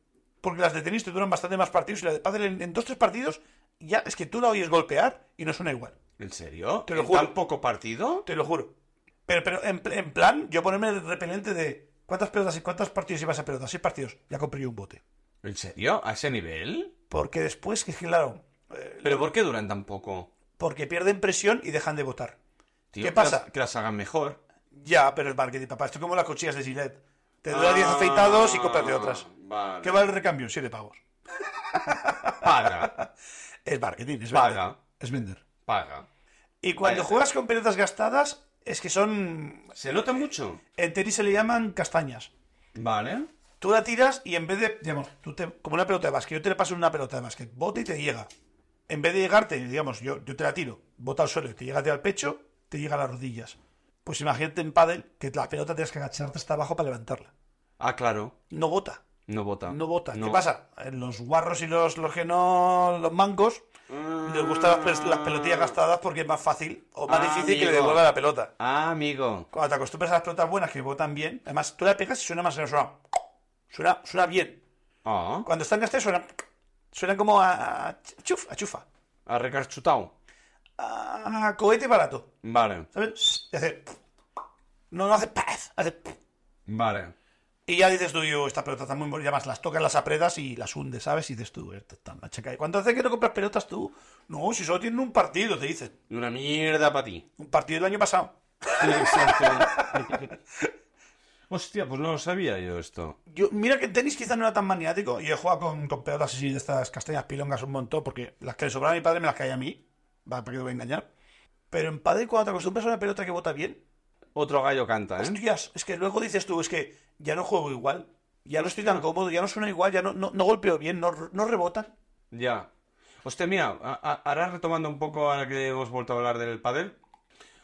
S2: Porque las de tenis te duran bastante más partidos y las de pádel en, en dos tres partidos ya es que tú la oyes golpear y no suena igual.
S1: ¿En serio?
S2: Te lo
S1: ¿En
S2: juro.
S1: tan poco partido?
S2: Te lo juro. Pero, pero en, pl- en plan, yo ponerme el repelente de cuántas pelotas y cuántos partidos ibas a pelotas. Seis partidos. Ya compré yo un bote.
S1: ¿En serio? ¿A ese nivel?
S2: Porque después, que es que, claro,
S1: ¿Pero por qué duran tan poco?
S2: porque pierden presión y dejan de votar.
S1: Tío,
S2: ¿Qué
S1: que
S2: pasa?
S1: las- Que las hagan mejor.
S2: Ya, pero es marketing, papá. Esto es como las cuchillas de Gillette. Te dura 10 afeitados y compras de otras.
S1: Ah. Vale.
S2: ¿Qué vale el recambio? 7 pavos. *laughs*
S1: Paga,
S2: Es marketing, es vender.
S1: paga,
S2: Es vender.
S1: paga.
S2: Y cuando
S1: Eh,
S2: juegas con pelotas gastadas, es que son.
S1: ¿Se nota mucho?
S2: En tenis se le llaman castañas.
S1: Vale.
S2: Tú la tiras y en vez de. Digamos, tú te, como una pelota de básquet, yo te le paso una pelota de básquet, bote y te llega. En vez de llegarte, digamos, yo, yo te la tiro, bota al suelo y te llega a ti al pecho, te llega a las rodillas. Pues imagínate en pádel que la pelota tienes que agacharte hasta abajo para levantarla.
S1: Ah, claro.
S2: No bota,
S1: No vota.
S2: no bota.
S1: No.
S2: ¿Qué pasa? Eh, Los guarros y los, los que no. los mangos, les gustan las, pe- las pelotillas gastadas porque es más fácil o más
S1: Ah,
S2: difícil que le
S1: amigo.
S2: devuelva la pelota.
S1: Ah, amigo.
S2: Cuando te acostumbras a las pelotas buenas que botan bien, además tú la pegas y suena más, suena, suena, suena bien.
S1: Ah,
S2: Cuando están gastadas suena, suena como a, a chuf, a chufa,
S1: ha recachutado.
S2: a, a cohete barato,
S1: Vale.
S2: ¿sabes? Y hace- no, no hace paz, hace
S1: Vale.
S2: Y ya dices tú, yo, esta pelota está muy bonita, más las tocas, las apretas y las hundes, ¿sabes? Y dices tú, esta está la chaca. ¿Y ¿Cuánto hace que no compras pelotas tú? No, si solo tienen un partido, te dicen.
S1: Y una mierda para ti.
S2: Un partido del año pasado.
S1: Exacto. *laughs* Hostia, pues no lo sabía yo esto.
S2: Yo, mira que en tenis quizás no era tan maniático. Yo he jugado con, con pelotas así de estas castañas pilongas un montón, porque las que le sobraban a mi padre me las caía a mí. Va, para que te voy a engañar. Pero en padre, cuando te acostumbras a una pelota que bota bien,
S1: Otro gallo canta, ¿eh?
S2: hostias, es que luego dices tú, es que ya no juego igual. Ya no estoy tan cómodo, ya no suena igual, ya no, no, no golpeo bien, no, no rebotan.
S1: Ya. Hostia, mira, a- a- ahora retomando un poco ahora que hemos vuelto a hablar del pádel.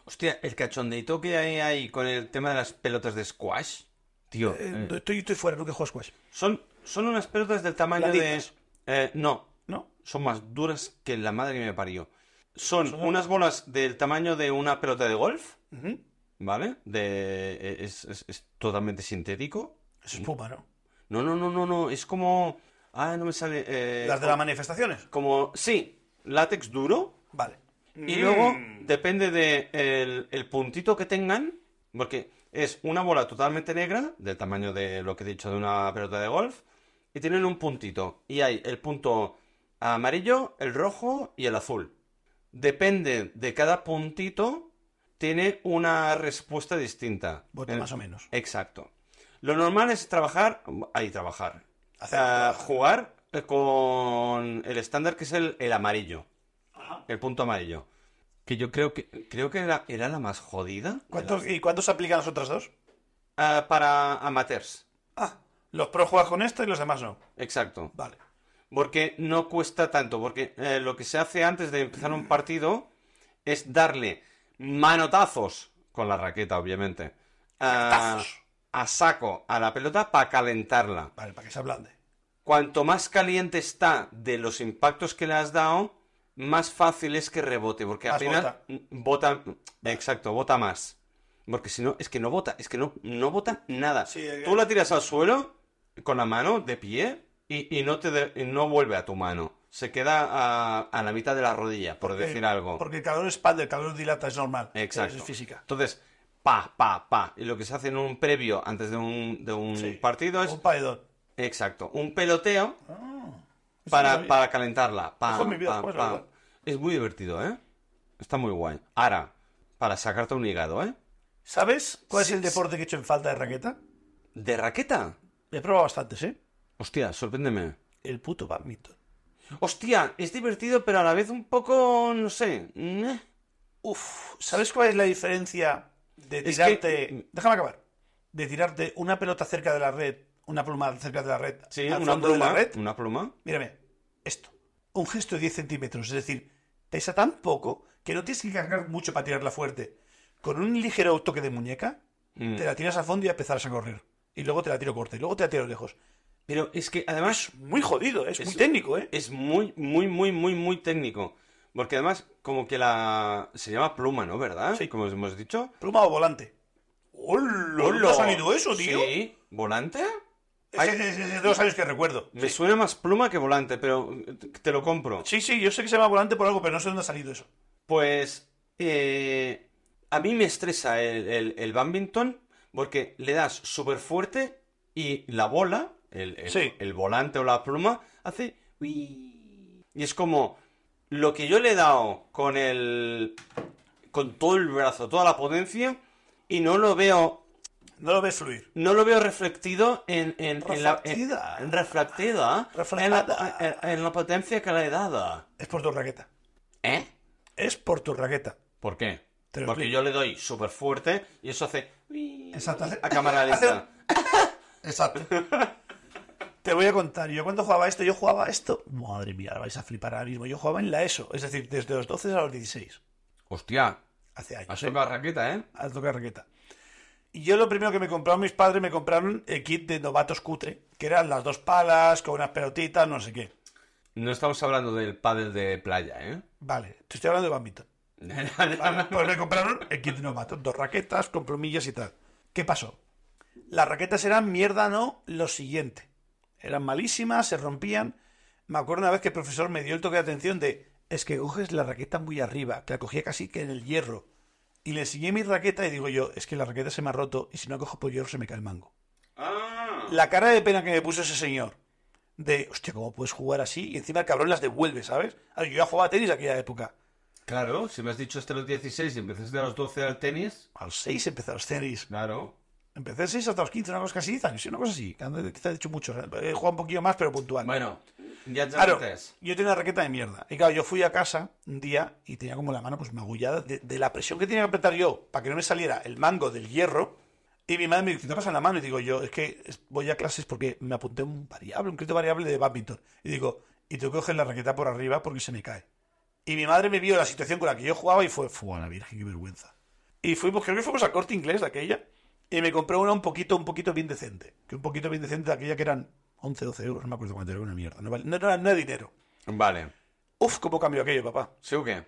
S1: Hostia, el cachondeito que hay ahí con el tema de las pelotas de squash. Tío,
S2: Eh,
S1: eh,
S2: Estoy, estoy fuera, nunca juego squash.
S1: son, son unas pelotas del tamaño de...
S2: Platinas.
S1: Eh, no,
S2: ¿No?
S1: son más duras que la madre que me parió. Son unas bolas del tamaño de una pelota de golf,
S2: Ujú.
S1: ¿vale? De, e, es, es- es totalmente sintético.
S2: Es espuma, ¿no?
S1: No, no, no, no, no, es como... Ah, no me sale... eh,
S2: Las de las manifestaciones.
S1: Como, sí, látex duro.
S2: Vale.
S1: Y luego depende de el, el puntito que tengan, porque es una bola totalmente negra, del tamaño de lo que he dicho de una pelota de golf, y tienen un puntito. Y hay el punto amarillo, el rojo y el azul. Depende de cada puntito, tiene una respuesta distinta.
S2: Bote
S1: Eh,
S2: más o menos.
S1: Exacto. Lo normal es trabajar, ahí trabajar,
S2: Hacer-
S1: Ah, jugar eh, con el estándar que es el, el amarillo, el punto amarillo, que yo creo que creo que era, era la más jodida
S2: ¿Cuánto- ¿Y cuántos se aplican las otras dos?
S1: Ah, para amateurs,
S2: Ah, los pro juegas con esto y los demás no.
S1: exacto,
S2: Vale.
S1: porque no cuesta tanto, porque eh, lo que se hace antes de empezar un partido es darle manotazos con la raqueta, obviamente, ah,
S2: Manotazos.
S1: a saco a la pelota para calentarla.
S2: Vale, para que se ablande.
S1: Cuanto más caliente está de los impactos que le has dado, más fácil es que rebote, porque
S2: Más
S1: apenas
S2: bota.
S1: bota. exacto, bota más. Porque si no, es que no bota, es que no, no bota nada.
S2: Sí, eh,
S1: Tú la tiras al suelo con la mano de pie y, y no te de- y no vuelve a tu mano. Se queda a, a la mitad de la rodilla, por decir
S2: Eh,
S1: algo.
S2: Porque el calor espalda, el calor dilata, es normal.
S1: Exacto.
S2: Es física.
S1: Entonces, pa, pa, pa. Y lo que se hace en un previo antes de un, de un
S2: Sí.
S1: partido es.
S2: Un paedón.
S1: Exacto, un peloteo
S2: Eso no
S1: para,
S2: sabía.
S1: para calentarla. pa,
S2: Ojo, mi vida,
S1: pa,
S2: pues,
S1: pa.
S2: la verdad.
S1: Es muy divertido, ¿eh? Está muy guay. Ahora, para sacarte un hígado, ¿eh?
S2: ¿Sabes cuál
S1: Sí,
S2: es el deporte que he hecho en falta de raqueta?
S1: ¿De raqueta?
S2: He probado bastantes, ¿eh?
S1: Hostia, sorpréndeme.
S2: El puto badminton.
S1: Hostia, es divertido, pero a la vez un poco, no sé. ¿eh? meh.
S2: Uf, ¿sabes cuál es la diferencia de
S1: Es
S2: tirarte...
S1: que-
S2: Déjame acabar. De tirarte una pelota cerca de la red, una pluma cerca de la red,
S1: Sí,
S2: al
S1: una
S2: fondo de la
S1: pluma.
S2: red.
S1: Una pluma.
S2: Mírame, esto. Un gesto de 10 centímetros, es decir, pesa tan poco que no tienes que cargar mucho para tirarla fuerte. Con un ligero toque de muñeca,
S1: Mm.
S2: te la tiras a fondo y empezarás a correr. Y luego te la tiro corta y luego te la tiro lejos.
S1: Pero es que además
S2: Muy jodido, es,
S1: Es-
S2: muy técnico, ¿eh?
S1: es muy, muy, muy, muy, muy técnico. Porque además, como que la. Se llama pluma, ¿no? ¿Verdad?
S2: Sí.
S1: Como hemos dicho.
S2: Pluma o volante. ¡Hola! ¿Dónde
S1: ¡Hola!
S2: ha salido eso, tío?
S1: Sí. ¿Volante?
S2: Es, es- es de los años que recuerdo.
S1: Me suena más pluma que volante, pero te- te lo compro.
S2: Sí, sí, yo sé que se llama volante por algo, pero no sé dónde ha salido eso.
S1: Pues eh, a mí me estresa el, el, el badminton porque le das súper fuerte y la bola, el, el-
S2: Sí.
S1: el volante o la pluma, hace... "Wii". Y es como lo que yo le he dado con el... con todo el brazo, toda la potencia, y no lo veo...
S2: No lo ves fluir.
S1: No lo veo reflectido en, en, en la... en-
S2: Reflectida.
S1: en reflectida en la,
S2: Reflejada.
S1: en- en la potencia que le he dado.
S2: Es por tu raqueta.
S1: ¿Eh?
S2: Es por tu raqueta.
S1: ¿Por qué?
S2: Te lo
S1: Porque
S2: explico.
S1: yo le doy súper fuerte y eso hace
S2: Exacto.
S1: a cámara
S2: *laughs*
S1: lenta. *laughs*
S2: Exacto. Te voy a contar, yo cuando jugaba esto, yo jugaba esto. Madre mía, ahora vais a flipar ahora mismo. Yo jugaba en la ESO, es decir, desde los 12 a los 16,
S1: Hostia,
S2: hace años.
S1: has
S2: ¿eh?
S1: tocado raqueta, ¿eh?
S2: Al tocar raqueta. Y yo lo primero que me compraron mis padres, me compraron el kit de novatos cutre, que eran las dos palas, con unas pelotitas, no sé qué.
S1: No estamos hablando del pádel de playa, ¿eh? *laughs*
S2: Vale, te estoy hablando de badminton. Vale, pues me compraron el kit de novato, dos raquetas con plumillas y tal. ¿Qué pasó? Las raquetas eran mierda, no, lo siguiente. Eran malísimas, se rompían. Me acuerdo una vez que el profesor me dio el toque de atención de es que coges la raqueta muy arriba, que la cogía casi que en el hierro. Y le enseñé mi raqueta y digo yo, es que la raqueta se me ha roto y si no la cojo por hierro se me cae el mango. la cara de pena que me puso ese señor. De, hostia, ¿cómo puedes jugar así? Y encima el cabrón las devuelve, ¿sabes? A ver, Yo ya jugaba tenis aquella época.
S1: Claro, si me has dicho hasta los 16 y empezaste a los 12 al tenis,
S2: A los 6 empecé a los tenis.
S1: claro.
S2: Empecé a los 6 hasta los 15, una cosa así, 10 años, sí, una cosa así. Quizás he dicho mucho. o sea, He jugado un poquillo más, pero puntual.
S1: Bueno, ya te
S2: Claro,
S1: antes.
S2: yo tenía una raqueta de mierda. Y claro, yo fui a casa un día y tenía como la mano pues magullada de, de la presión que tenía que apretar yo para que no me saliera el mango del hierro. Y mi madre me dice, ¿qué te pasa en la mano? Y digo yo, es que es- voy a clases porque me apunté un variable, un criterio variable de badminton. Y digo, y tú coges la raqueta por arriba porque se me cae. Y mi madre me vio la situación con la que yo jugaba y fue, fue a la virgen, qué vergüenza. Y fuimos, creo que fuimos a corte inglés de aquella. Y me compré una un poquito, un poquito bien decente. Que un poquito bien decente de aquella que eran 11, 12 euros, no me acuerdo cuánto era, una mierda. No, vale- no era nada de dinero.
S1: Vale.
S2: Uf, cómo cambió aquello, papá.
S1: ¿Sí o qué?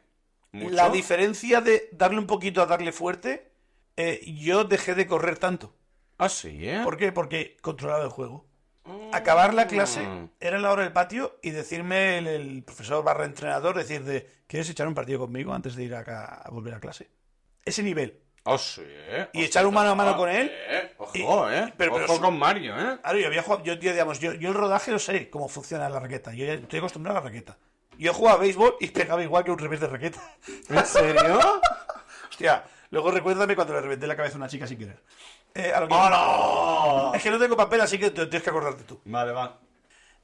S1: ¿Mucho?
S2: La diferencia de darle un poquito a darle fuerte, eh, yo dejé de correr tanto.
S1: Ah, sí, ¿eh? Ah.
S2: ¿Por qué? Porque controlaba el juego. Acabar la
S1: Mm.
S2: clase era la hora del patio y decirme el, el profesor barra entrenador, decir de, ¿quieres echar un partido conmigo antes de ir acá a volver a clase? Ese nivel.
S1: Ah, sí, ¿eh?
S2: Y echar un mano a mano con él.
S1: Eh, Ojo,
S2: Y-
S1: ¿eh?
S2: pero- pero
S1: Ojo
S2: su-
S1: con Mario,
S2: *laughs*
S1: ¿eh?
S2: Claro, yo había jugado, yo, yo, digamos, yo, yo el rodaje no sé cómo funciona la raqueta. Yo ya estoy acostumbrado a la raqueta. Yo jugaba a béisbol y pegaba igual que un revés de raqueta. *laughs*
S1: ¿En serio?
S2: Hostia, luego recuérdame cuando le reventé la cabeza a una chica sin querer. Eh, a lo que-
S1: ¡Oh,
S2: Es que no tengo papel, así que te- tienes que acordarte tú.
S1: no! Vale, va.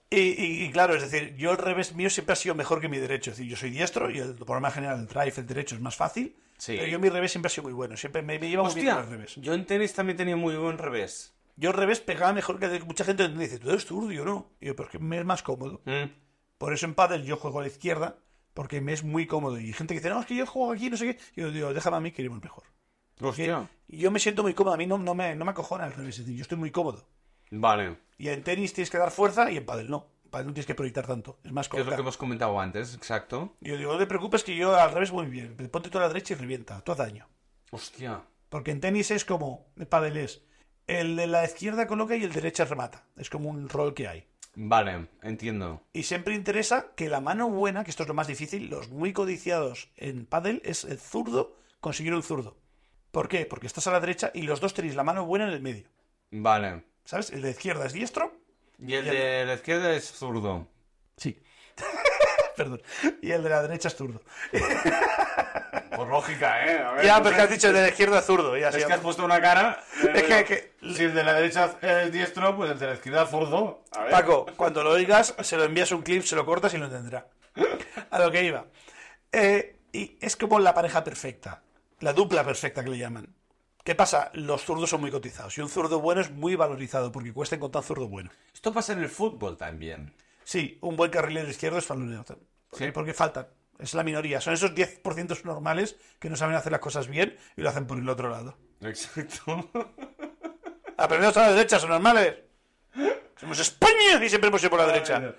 S2: Y, y- y claro, es decir, yo el revés mío siempre ha sido mejor que mi derecho. Es decir, yo soy diestro y el programa general, el drive, el derecho es más fácil.
S1: Sí.
S2: Pero yo mi revés siempre ha sido muy bueno. Siempre me, me lleva muy bien
S1: Hostia,
S2: con el revés.
S1: yo en tenis también tenía muy buen revés.
S2: Yo el revés pegaba mejor que el derecho. mucha gente. Me dice, tú eres zurdo, y yo no. Y yo, pero es que me es más cómodo.
S1: Mm.
S2: Por eso en pádel yo juego a la izquierda, porque me es muy cómodo. Y hay gente que dice, no, es que yo juego aquí, no sé qué. Y yo digo, déjame a mí que iremos mejor.
S1: Hostia.
S2: Y yo me siento muy cómodo, a mí no, no, me, no me acojona el revés, es decir, yo estoy muy cómodo.
S1: Vale.
S2: Y en tenis tienes que dar fuerza y en pádel no. En pádel no tienes que proyectar tanto, es más
S1: Que es lo que
S2: cómodo.
S1: hemos comentado antes, exacto.
S2: Yo digo, no te preocupes que yo al revés voy bien. Ponte tú a la derecha y revienta, tú haz daño.
S1: Hostia.
S2: Porque en tenis es como, en pádel es, el de la izquierda coloca y el derecha remata. Es como un rol que hay.
S1: Vale, entiendo.
S2: Y siempre interesa que la mano buena, que esto es lo más difícil, los muy codiciados en pádel es el zurdo, conseguir el zurdo. ¿Por qué? Porque estás a la derecha y los dos tenéis la mano buena en el medio.
S1: Vale.
S2: ¿Sabes? El de izquierda es diestro. *laughs*
S1: Y el
S2: Y el-
S1: de la izquierda es zurdo.
S2: Sí. Perdón. Y el de la derecha es zurdo.
S1: Por lógica, ¿eh? A ver,
S2: Ya,
S1: no
S2: pero
S1: sé.
S2: que has dicho el de la izquierda es zurdo. Ya, sí,
S1: Es que
S2: ya.
S1: has puesto una *laughs* cara.
S2: *laughs* Es que-
S1: bueno,
S2: que-
S1: Si el de la derecha es diestro, pues el de la izquierda es zurdo. A ver.
S2: Paco, cuando lo oigas, se lo envías un clip, se lo cortas y lo entenderá. A lo que iba. Eh, y es como la pareja perfecta, la dupla perfecta que le llaman. ¿Qué pasa? Los zurdos son muy cotizados y un zurdo bueno es muy valorizado porque cuesta encontrar zurdo bueno.
S1: Esto pasa en el fútbol también.
S2: Sí, un buen carrilero izquierdo es valorizado.
S1: Sí.
S2: Porque faltan. Es la minoría. Son esos 10% normales que no saben hacer las cosas bien y lo hacen por el otro lado.
S1: Exacto. *laughs*
S2: Aprendemos a la derecha, son normales. Somos España y siempre hemos ido por la derecha.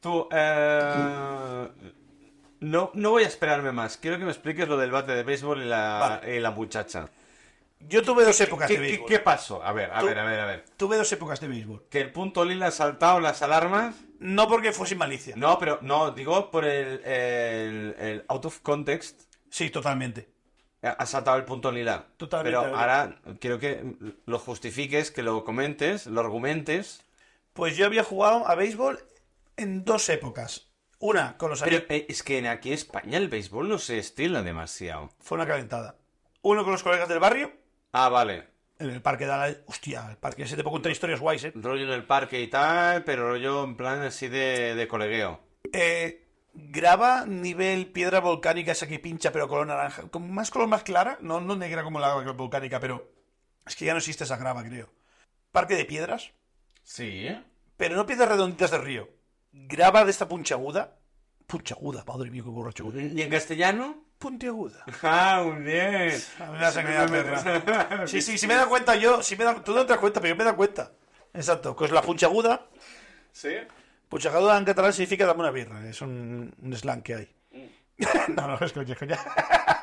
S1: Tú, eh, no, no voy a esperarme más. Quiero que me expliques lo del bate de béisbol y la, y la muchacha.
S2: Yo tuve dos épocas
S1: ¿Qué,
S2: de
S1: qué-
S2: béisbol.
S1: qué pasó? A ver, a
S2: Tú-
S1: ver, a ver, a ver.
S2: Tuve dos épocas de béisbol.
S1: Que el punto lila ha saltado las alarmas.
S2: No porque fuese malicia.
S1: No, pero no, digo por el, el, el out of context.
S2: Sí, totalmente.
S1: eh, Ha saltado el punto lila.
S2: Totalmente,
S1: Pero
S2: Gabriel.
S1: ahora quiero que lo justifiques, que lo comentes, lo argumentes.
S2: Pues yo había jugado a béisbol en dos épocas. Una con los
S1: Pero
S2: amigos.
S1: eh, es que en aquí en España el béisbol no se estila demasiado.
S2: Fue una calentada. Uno con los colegas del barrio.
S1: Ah, vale.
S2: En el parque de la. Hostia, el parque ese te puedo contar historias guays, ¿eh?
S1: Rollo en el parque y tal, pero rollo en plan así de, de colegueo.
S2: Eh, grava nivel piedra volcánica esa que pincha, pero color naranja. Con más color más clara, no, no negra como la volcánica, pero. Es que ya no existe esa grava, creo. Parque de piedras,
S1: Sí, ¿eh?
S2: pero no piedras redonditas de río. Grava de esta punchaguda. Punchaguda, madre mía, qué borracho.
S1: ¿Y en castellano? *laughs*
S2: Puntiaguda.
S1: ¡Ah, muy bien!
S2: A mí me hace quedar perra.
S1: *laughs*
S2: Sí, sí, si me da cuenta yo, si me da, tú no te das cuenta, pero yo me da cuenta. Exacto, que es la punchaguda.
S1: ¿Sí?
S2: Punchaguda en catalán significa dame una birra, es un, un slang que hay. *laughs* no, no, es coña, es coña.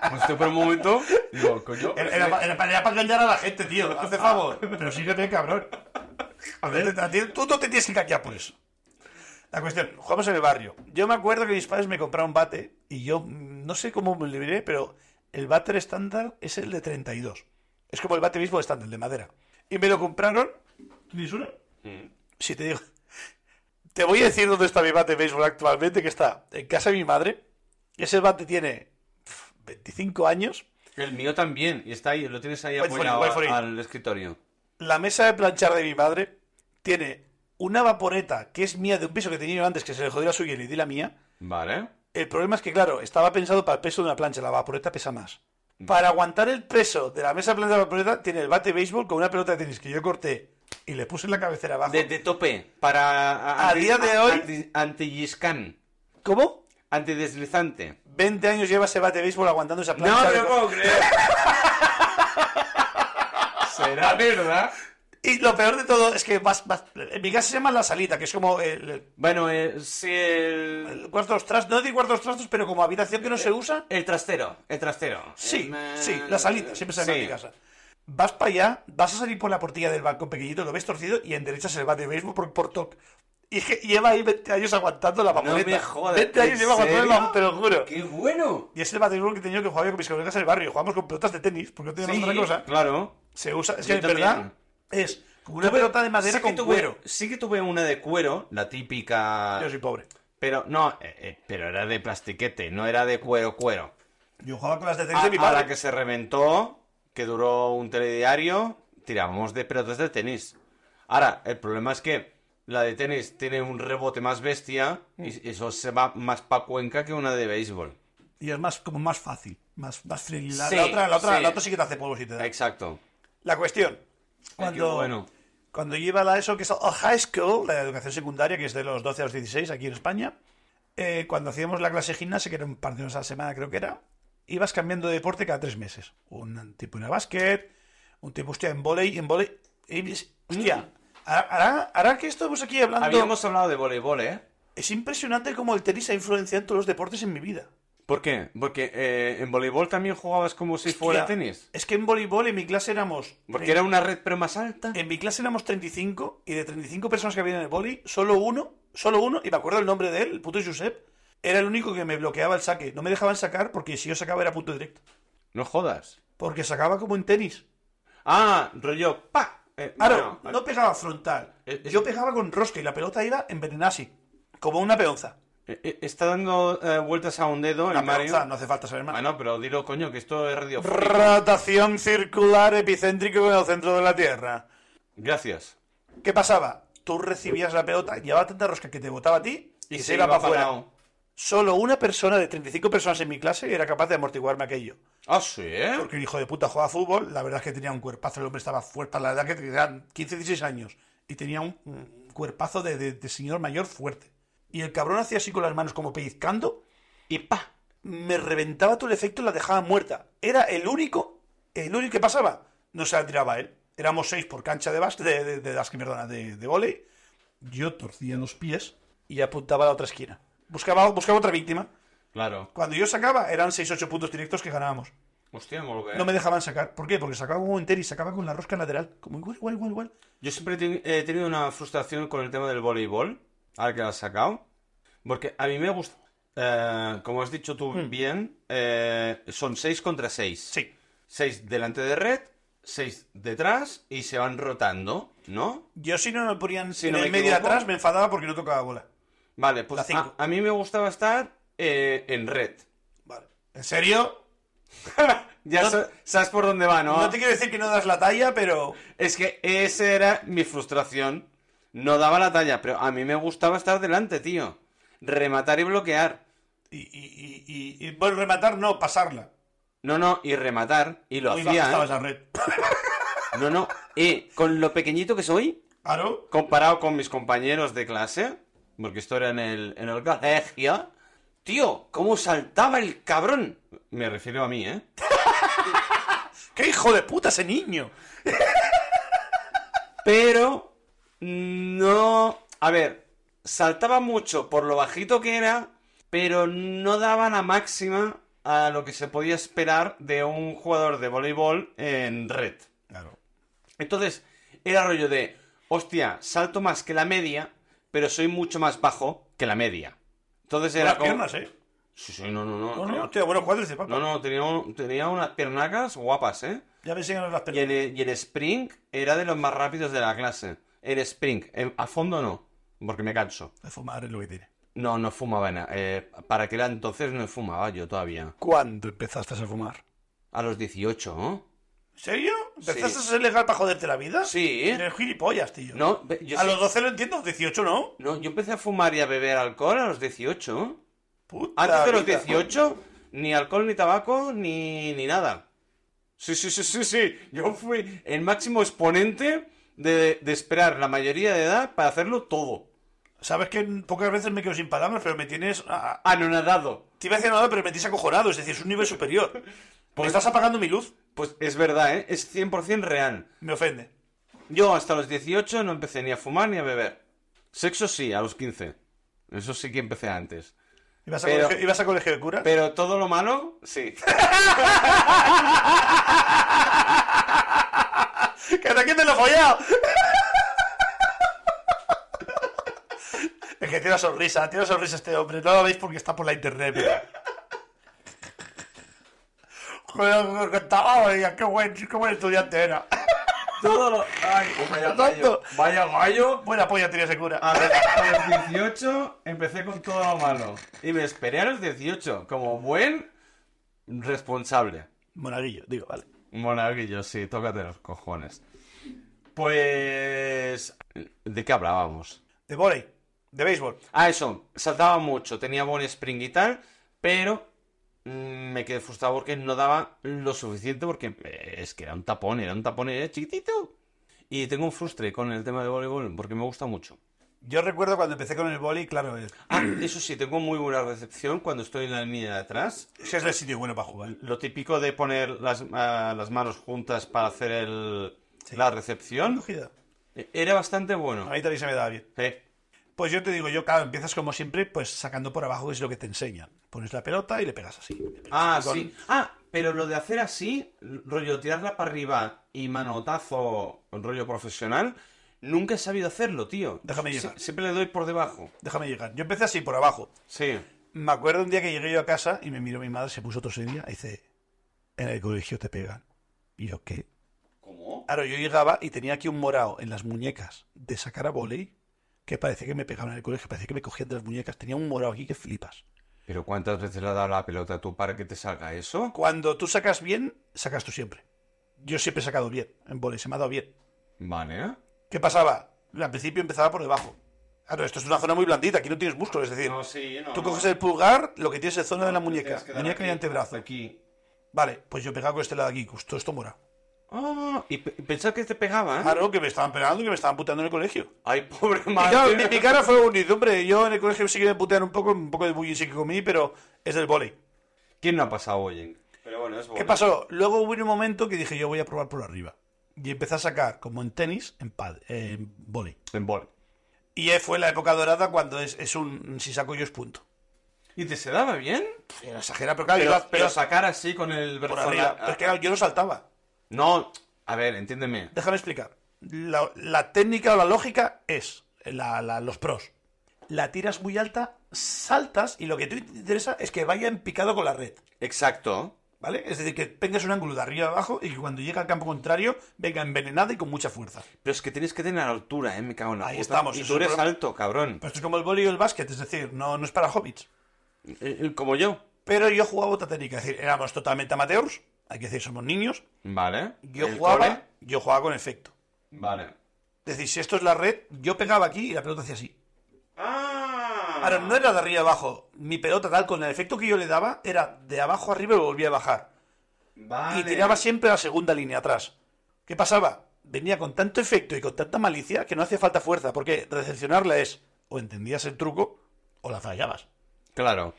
S1: Pues estoy por un momento. Digo, coño.
S2: Era, era pa- era pa- era para engañar a la gente, *laughs* tío, hace favor. Pero síguete, cabrón. A ver, a ti- tú no te tienes que engañar por eso. La cuestión, jugamos en el barrio. Yo me acuerdo que mis padres me compraron un bate y yo mm, no sé cómo me libré, pero el bater estándar es el de 32. Es como el bate mismo estándar, el de madera. Y me lo compraron. ¿Tienes una? Si Mm. te digo. Te voy a decir dónde está mi bate de béisbol actualmente, que está en casa de mi madre. Ese bate tiene pf, 25 años.
S1: El mío también, y está ahí, lo tienes ahí
S2: Wait for it,
S1: apoyado
S2: wait for it.
S1: a- al escritorio.
S2: La mesa de planchar de mi madre tiene una vaporeta que es mía de un piso que tenía yo antes, que se le jodió la suya y le di la mía.
S1: Vale.
S2: El problema es que, claro, estaba pensado para el peso de una plancha, la vaporeta pesa más. Para aguantar el peso de la mesa de plancha de la vaporeta, tiene el bate de béisbol con una pelota de tenis que yo corté y le puse en la cabecera abajo.
S1: De, de tope, para...
S2: A día de hoy-
S1: anti- Antilliscán,
S2: ¿Cómo?
S1: antideslizante.
S2: 20 años lleva ese bate de béisbol aguantando esa
S1: No
S2: plancha.
S1: te
S2: de-
S1: lo puedo
S2: *laughs*
S1: creer. Será verdad.
S2: Y lo peor de todo es que vas, vas- en mi casa se llama la salita, que es como el,
S1: Bueno, es el,
S2: el cuarto de los trastos, no digo cuarto de los trastos, pero como habitación que no se usa.
S1: el trastero, el trastero.
S2: Sí,
S1: Eh,
S2: sí, la salita, siempre se llama en
S1: sí.
S2: mi casa. Vas para allá, vas a salir por la portilla del balcón pequeñito, lo ves torcido y enderezas el bate de béisbol por, por toc. Y je- lleva ahí 20 años aguantando la
S1: No
S2: papeleta.
S1: me jodas.
S2: 20 años
S1: ¿en
S2: lleva aguantando la
S1: serio?
S2: te lo juro.
S1: ¡Qué bueno!
S2: Y es el bate de béisbol que he tenido que jugar yo con mis colegas en el barrio. Jugamos con pelotas de tenis, porque no teníamos otra cosa.
S1: claro.
S2: Se usa, es que
S1: Yo
S2: en verdad
S1: también.
S2: es como una
S1: Tuve-
S2: pelota de madera
S1: sí que
S2: con
S1: tuve-
S2: cuero.
S1: Sí que tuve una de cuero, la típica...
S2: Yo soy pobre.
S1: Pero no, eh, eh, pero era de plastiquete, no era de cuero, cuero.
S2: Yo jugaba con las de tenis
S1: A,
S2: de mi
S1: a
S2: padre.
S1: la Ah, que se reventó, que duró un telediario, tirábamos de pelotas de tenis. Ahora, el problema es que la de tenis tiene un rebote más bestia
S2: Mm.
S1: y eso se va más pa' cuenca que una de béisbol.
S2: Y es más como más fácil, más, más friendly. La,
S1: Sí,
S2: la otra, la otra,
S1: sí.
S2: la otra sí que te hace polvo si te da.
S1: Exacto.
S2: La cuestión. Cuando,
S1: qué bueno.
S2: cuando lleva la ESO, que es a high school, la educación secundaria, que es de los 12 a los 16 aquí en España, eh, cuando hacíamos la clase de gimnasia, que era un par de horas a la semana creo que era, ibas cambiando de deporte cada tres meses. Un tipo era básquet, un tipo, hostia, en volei, en volei... Hostia, ahora- ahora, ahora que estamos aquí hablando...
S1: Mm. Habíamos hablado de voleibol, ¿eh?
S2: Es impresionante cómo el tenis ha influenciado en todos los deportes en mi vida.
S1: ¿Por qué? Porque eh, en voleibol también jugabas como si fuera
S2: Hostia,
S1: tenis.
S2: Es que en voleibol en mi clase éramos...
S1: Porque era una red pero más alta.
S2: En mi clase éramos 35 y de 35 personas que habían en el boli, solo uno, solo uno, y me acuerdo el nombre de él, el puto Josep, era el único que me bloqueaba el saque. No me dejaban sacar porque si yo sacaba era punto directo.
S1: No jodas.
S2: Porque sacaba como en tenis.
S1: Ah, rollo, pa. Eh,
S2: Claro,
S1: bueno,
S2: no pegaba frontal.
S1: Eh, eh.
S2: Yo pegaba con rosca y la pelota iba envenenada así, como una peonza.
S1: eh, eh, está dando eh, vueltas a un dedo
S2: Una
S1: el Mario.
S2: peonza, no hace falta saber más.
S1: Bueno, pero dilo, coño, que esto es radio.
S2: Rotación circular epicéntrica en el centro de la Tierra.
S1: Gracias.
S2: ¿Qué pasaba? Tú recibías la pelota, llevaba tanta rosca que te botaba a ti y, se, iba, para
S1: pa'l
S2: afuera.
S1: lado.
S2: Solo una persona de 35 personas en mi clase era capaz de amortiguarme aquello.
S1: Ah, sí, ¿eh?
S2: Porque el hijo de puta jugaba fútbol, la verdad es que tenía un cuerpazo, el hombre estaba fuerte para la edad que tenía 15, 16 años. Y tenía un, un cuerpazo de, de- de señor mayor fuerte. Y el cabrón hacía así con las manos como pellizcando,
S1: Y pa.
S2: me reventaba todo el efecto y la dejaba muerta. Era el único, el único que pasaba. No se la tiraba a él. Éramos seis por cancha de básquet, de, de, de básquet, perdona, de, de vóley. Yo torcía los pies y apuntaba a la otra esquina. Buscaba, buscaba otra víctima.
S1: Claro.
S2: Cuando yo sacaba, eran 6-8 puntos directos que ganábamos.
S1: Hostia, molt bé.
S2: No me dejaban sacar. ¿Por qué? Porque sacaba como entero y sacaba con la rosca lateral. Como igual, igual, igual, igual.
S1: Yo siempre he teni- he tenido una frustración con el tema del voleibol, ahora que lo has sacado. Porque a mí me gusta. eh, como has dicho tú bien, eh, son 6 contra 6.
S2: Hmm. Sí.
S1: 6 delante de red, 6 detrás y se van rotando, ¿no?
S2: Yo si no me ponían
S1: Si
S2: en
S1: no
S2: el
S1: me
S2: medio de
S1: equivoco.
S2: atrás, me enfadaba porque no tocaba bola.
S1: Vale,
S2: La
S1: pues
S2: cinco.
S1: a, a mí me gustaba estar eh, en red.
S2: Vale. ¿En serio?
S1: Ya
S2: No-
S1: sa- sabes por dónde va, ¿no?
S2: No te quiero decir que no das la talla, pero...
S1: Es que esa era mi frustración. No daba la talla, pero a mí me gustaba estar delante, tío. Rematar y bloquear.
S2: Y, y, y, y- y, bueno, rematar no, pasarla.
S1: No, no, y rematar. Y lo
S2: Muy baja
S1: hacía.
S2: estaba
S1: ¿eh?
S2: esa red.
S1: No, no. Y con lo pequeñito que soy,
S2: Claro.
S1: comparado con mis compañeros de clase, porque esto era en el, en el colegio, tío, ¿cómo saltaba el cabrón? Me refiero a mí, ¿eh?
S2: ¡Qué hijo de puta ese niño!
S1: Pero no, a ver, saltaba mucho por lo bajito que era, pero no daba la máxima a lo que se podía esperar de un jugador de voleibol en red.
S2: Claro.
S1: Entonces, era rollo de, hostia, salto más que la media, pero soy mucho más bajo que la media. Entonces
S2: Las
S1: era como...
S2: piernas, ¿eh?
S1: Sí, sí, no, no, no.
S2: No,
S1: tenía-
S2: no, hostia, bueno, cuádriceps, papá.
S1: no, no, tenía, un- tenía unas piernacas guapas, ¿eh?
S2: Ya me enseñan las
S1: Y
S2: piernas.
S1: en, y en Spring era de los más rápidos de la clase. en Spring. En- a fondo no, porque me canso.
S2: De fumar es lo que tiene.
S1: No, no fumaba nada. Eh, para que era entonces no fumaba yo todavía.
S2: ¿Cuándo empezaste a fumar?
S1: A los 18, ¿no?
S2: ¿En serio? ¿Empezaste
S1: Sí.
S2: a ser legal para joderte la vida?
S1: Sí.
S2: Eres gilipollas, tío.
S1: No, ve- yo,
S2: a
S1: sí-
S2: los 12 lo entiendo, 18 no.
S1: no, yo empecé a fumar y a beber alcohol a los 18.
S2: Puta
S1: Antes de los
S2: vida.
S1: 18, ni alcohol, ni tabaco, ni, ni nada. Sí, sí, sí, sí, sí. Yo fui el máximo exponente de, de esperar la mayoría de edad para hacerlo todo.
S2: Sabes que pocas veces me quedo sin palabras, pero me tienes. a- a-
S1: Anonadado.
S2: Te iba a decir nada, pero me tienes acojonado, es decir, es un
S1: *laughs*
S2: nivel superior. Porque estás apagando mi luz,
S1: Pues es verdad, ¿eh? Es 100% real.
S2: me ofende.
S1: Yo hasta los 18 no empecé ni a fumar ni a beber. Sexo sí, a los 15. Eso sí que empecé antes.
S2: ¿Ibas a,
S1: Pero-
S2: colegio, ibas a colegio de cura?
S1: Pero todo lo malo, sí.
S2: ¡Que hasta aquí te lo he follado! es que tiene una sonrisa, tiene una sonrisa este hombre. No lo veis porque está por la internet. pero- Joder, lo que contaba, oiga, qué buen, qué buen estudiante era.
S1: *laughs* Todo lo... Ay,
S2: vaya gallo.
S1: Vaya gallo.
S2: Buena polla tenía ese cura.
S1: A ver, a los 18 empecé con todo lo malo. Y me esperé a los 18 como buen responsable.
S2: Monaguillo, digo, vale.
S1: Monaguillo, sí, tócate los cojones. Pues... ¿De qué hablábamos?
S2: De volei, de béisbol.
S1: Ah, eso, saltaba mucho, tenía buen spring y tal, pero mm, me quedé frustrado porque no daba lo suficiente porque eh, es que era un tapón, era un tapón era chiquitito. Y tengo un frustre con el tema de voleibol porque me gusta mucho.
S2: Yo recuerdo cuando empecé con el boli, claro, es,
S1: Ah, eso sí, tengo muy buena recepción cuando estoy en la línea de atrás.
S2: es que es el sitio bueno para jugar.
S1: Lo típico de poner las, ah, las manos juntas para hacer el,
S2: Sí.
S1: la recepción
S2: Cogida.
S1: eh, era bastante bueno.
S2: A mí también se me daba bien.
S1: Eh,
S2: Pues yo te digo, yo, claro, empiezas como siempre, pues sacando por abajo, que es lo que te enseñan. Pones la pelota y le pegas así. Le pegas
S1: Ah,
S2: con-
S1: sí. Ah, pero lo de hacer así, rollo tirarla para arriba y manotazo, rollo profesional, nunca he sabido hacerlo, tío.
S2: Déjame
S1: Sie-
S2: llegar.
S1: siempre le doy por debajo.
S2: Déjame llegar. Yo empecé así por abajo.
S1: Sí.
S2: Me acuerdo un día que llegué yo a casa y me miró mi madre, se puso tosería y dice, en el colegio te pegan. Y yo, ¿qué?
S1: ¿Cómo?
S2: Claro, yo llegaba y tenía aquí un morado en las muñecas de sacar a volei, que parecía que me pegaban en el colegio, parecía que me cogían de las muñecas. Tenía un morado aquí que flipas.
S1: ¿Pero cuántas veces le ha dado la pelota tú para que te salga eso?
S2: Cuando tú sacas bien, sacas tú siempre. Yo siempre he sacado bien en volei, se me ha dado bien.
S1: Vale, ¿eh?
S2: ¿Qué pasaba? Al principio empezaba por debajo. Claro, esto es una zona muy blandita, aquí no tienes músculo, es decir,
S1: sí, no.
S2: tú coges el pulgar, lo que tienes es zona de la muñeca, muñeca y antebrazo.
S1: Aquí.
S2: Vale, pues yo pegaba con este lado aquí, justo esto morado.
S1: Ah, y pe- y pensar que
S2: este
S1: te pegaba, ¿eh?
S2: Claro, que me estaban pegando, que me estaban puteando en el colegio.
S1: Ay, pobre
S2: *laughs* Y
S1: madre.
S2: claro, mi, mi cara fue bonita, hombre, yo en el colegio sí que me putean un poco, un poco de bullying sí que comí, pero es del volei.
S1: ¿Quién no ha pasado, oye? Pero bueno, es bueno.
S2: ¿Qué pasó? Luego hubo un momento que dije, yo voy a probar por arriba. Y empecé a sacar, como en tenis, en, pad, en volei.
S1: En bol.
S2: Y eh, fue la época dorada cuando es, es un, si saco yo es punto.
S1: ¿Y te se daba bien?
S2: Era exagerado, Eh, pero claro,
S1: Pero,
S2: yo iba-
S1: pero
S2: iba-
S1: sacar así con el
S2: por
S1: brazo
S2: arriba.
S1: a-
S2: Pero es que claro, yo no saltaba.
S1: No, a ver, entiéndeme.
S2: Déjame explicar. La, la técnica o la lógica es la- la- los pros. La tiras muy alta, saltas y lo que te interesa es que vaya en picado con la red.
S1: Exacto.
S2: ¿Vale? Es decir, que tengas un ángulo de arriba a abajo y que cuando llegue al campo contrario venga envenenada y con mucha fuerza.
S1: Pero es que tienes que tener altura, eh, me cago en la
S2: Ahí
S1: puta.
S2: estamos,
S1: Y
S2: eso
S1: tú
S2: es
S1: eres
S2: un problema.
S1: alto, cabrón.
S2: Pero esto es como el vóley y el básquet, es decir, no, no es para hobbits.
S1: Eh, eh, Como yo.
S2: Pero yo jugaba otra técnica, es decir, éramos totalmente amateurs, hay que decir, somos niños.
S1: Vale.
S2: Yo
S1: El
S2: jugaba,
S1: cole.
S2: yo jugaba con efecto.
S1: Vale.
S2: Es decir, si esto es la red, yo pegaba aquí y la pelota hacía así.
S1: Ah.
S2: Ahora, no era de arriba abajo. Mi pelota, tal, con el efecto que yo le daba, era de abajo arriba y volvía a bajar.
S1: Vale.
S2: Y tiraba siempre a la segunda línea atrás. ¿Qué pasaba? Venía con tanto efecto y con tanta malicia que no hacía falta fuerza, porque recepcionarla es o entendías el truco o la fallabas.
S1: Claro.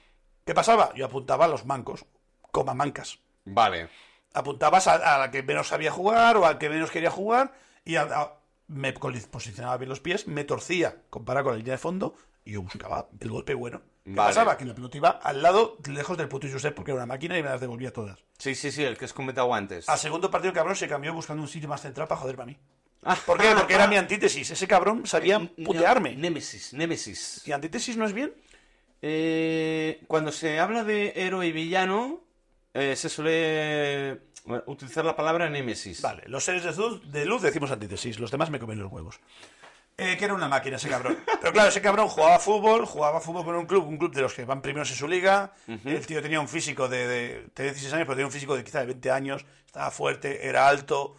S2: ¿Qué pasaba? Yo apuntaba a los mancos, coma mancas.
S1: Vale.
S2: Apuntabas a, a la que menos sabía jugar o al que menos quería jugar y a- a- me col- posicionaba bien los pies, me torcía comparado con la línea de fondo y yo buscaba el golpe bueno. ¿Qué
S1: Vale.
S2: pasaba? Que la pelota iba al lado, lejos del puto Josep, porque era una máquina y me las devolvía todas.
S1: Sí, sí, sí, el que has comentado antes.
S2: Al segundo partido, cabrón, se cambió buscando un sitio más central para joderme a mí. ¿Por qué? Porque era mi antítesis. Ese cabrón sabía
S1: Ne-
S2: putearme.
S1: Némesis, Némesis.
S2: ¿Y antítesis no es bien?
S1: Eh, cuando se habla de héroe y villano, eh, se suele bueno, utilizar la palabra Némesis.
S2: Vale, los seres de luz, de luz decimos antítesis, los demás me comen los huevos. Eh, que era una máquina
S1: *laughs*
S2: ese cabrón. Pero claro, ese cabrón jugaba fútbol, jugaba fútbol con un club, un club de los que van primeros en su liga. El tío tenía un físico de, de- Tenía 16 años, pero tenía un físico de quizá de 20 años. Estaba fuerte, era alto,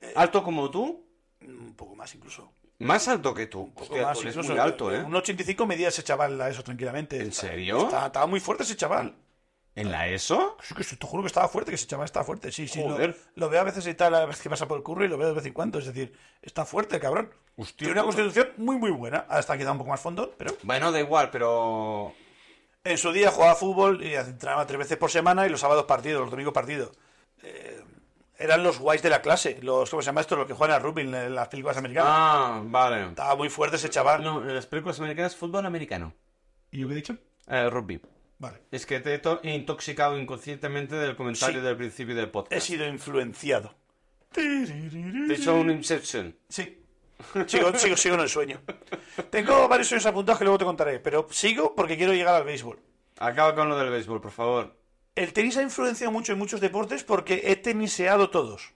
S1: Eh, ¿Alto como tú?
S2: un poco más incluso.
S1: Más alto que tú.
S2: Un poco
S1: Hostia,
S2: Pues más
S1: tú eres
S2: incluso.
S1: muy alto, ¿eh?
S2: Un 85 medía ese chaval a eso tranquilamente.
S1: ¿En
S2: Estaba-
S1: serio?
S2: Estaba, estaba muy fuerte ese chaval.
S1: ¿En la ESO?
S2: Sí, que sí, te juro que estaba fuerte, que ese chaval está fuerte. Sí, sí. lo-
S1: Joder.
S2: Lo, veo a veces y tal, a veces que pasa por el curro y lo veo de vez en cuando. Es decir, está fuerte el cabrón.
S1: Hostia,
S2: Tiene una
S1: puta.
S2: constitución muy, muy buena. Ahora está quedado un poco más fondo, pero.
S1: Bueno, da igual, pero...
S2: En su día jugaba fútbol y entrenaba tres veces por semana y los sábados partidos, los domingos partidos. Eh, eran los guays de la clase, los, ¿cómo se llama esto? Los que juegan al rugby en la- en las películas americanas.
S1: Ah, vale.
S2: Estaba muy fuerte ese chaval.
S1: No, en las películas americanas, fútbol americano.
S2: ¿Y yo qué he dicho?
S1: Eh, rugby.
S2: Vale.
S1: Es que te he to- intoxicado inconscientemente del comentario
S2: Sí.
S1: del principio del
S2: He
S1: podcast.
S2: sido influenciado.
S1: Te he hecho un inception.
S2: Sí. Sigo, sigo, sigo en el sueño. Tengo varios sueños apuntados que luego te contaré, pero sigo porque quiero llegar al béisbol.
S1: Acaba con lo del béisbol, por favor.
S2: El tenis ha influenciado mucho en muchos deportes porque he teniseado todos.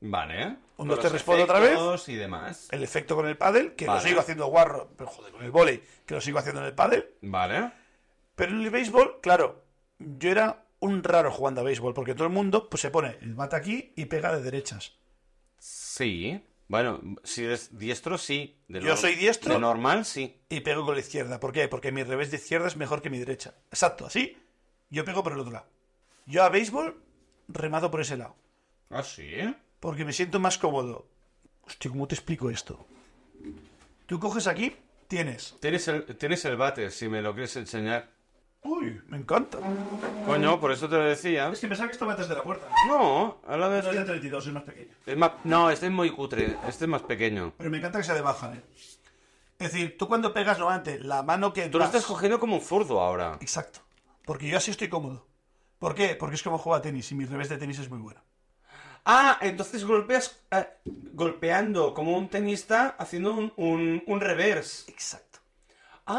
S1: Vale.
S2: Un,
S1: Con
S2: dos,
S1: los
S2: tres, respondo otra vez.
S1: efectos y demás.
S2: El efecto con el pádel, que lo
S1: Vale.
S2: sigo haciendo guarro, pero joder, con el volei, que lo sigo haciendo en el pádel.
S1: Vale.
S2: Pero en el béisbol, claro, yo era un raro jugando a béisbol, porque todo el mundo pues, se pone el bate aquí y pega de derechas.
S1: Sí. Bueno, si eres diestro, sí. De
S2: Yo soy diestro.
S1: De normal, sí.
S2: Y pego con la izquierda. ¿Por qué? Porque mi revés de izquierda es mejor que mi derecha. Exacto, así yo pego por el otro lado. Yo a béisbol remato por ese lado,
S1: Ah, sí.
S2: porque me siento más cómodo. Hostia, ¿cómo te explico esto? Tú coges aquí, tienes.
S1: Tienes el, tienes el bate, si me lo quieres enseñar.
S2: Uy, me encanta.
S1: Coño, por eso te lo decía.
S2: Es que pensaba que esto va desde la puerta.
S1: No, a la
S2: Pero es de
S1: vez.
S2: 32, es más pequeño.
S1: Es más- No, este es muy cutre. Este es más pequeño.
S2: Pero me encanta que sea de baja, ¿eh? Es decir, tú cuando pegas normalmente la mano que.
S1: Tú lo
S2: das-
S1: estás cogiendo como un zurdo ahora.
S2: Exacto. Porque yo así estoy cómodo. ¿Por qué? Porque es como juego a tenis y mi revés de tenis es muy bueno.
S1: Ah, entonces golpeas eh, golpeando como un tenista haciendo un, un, un reverse.
S2: Exacto.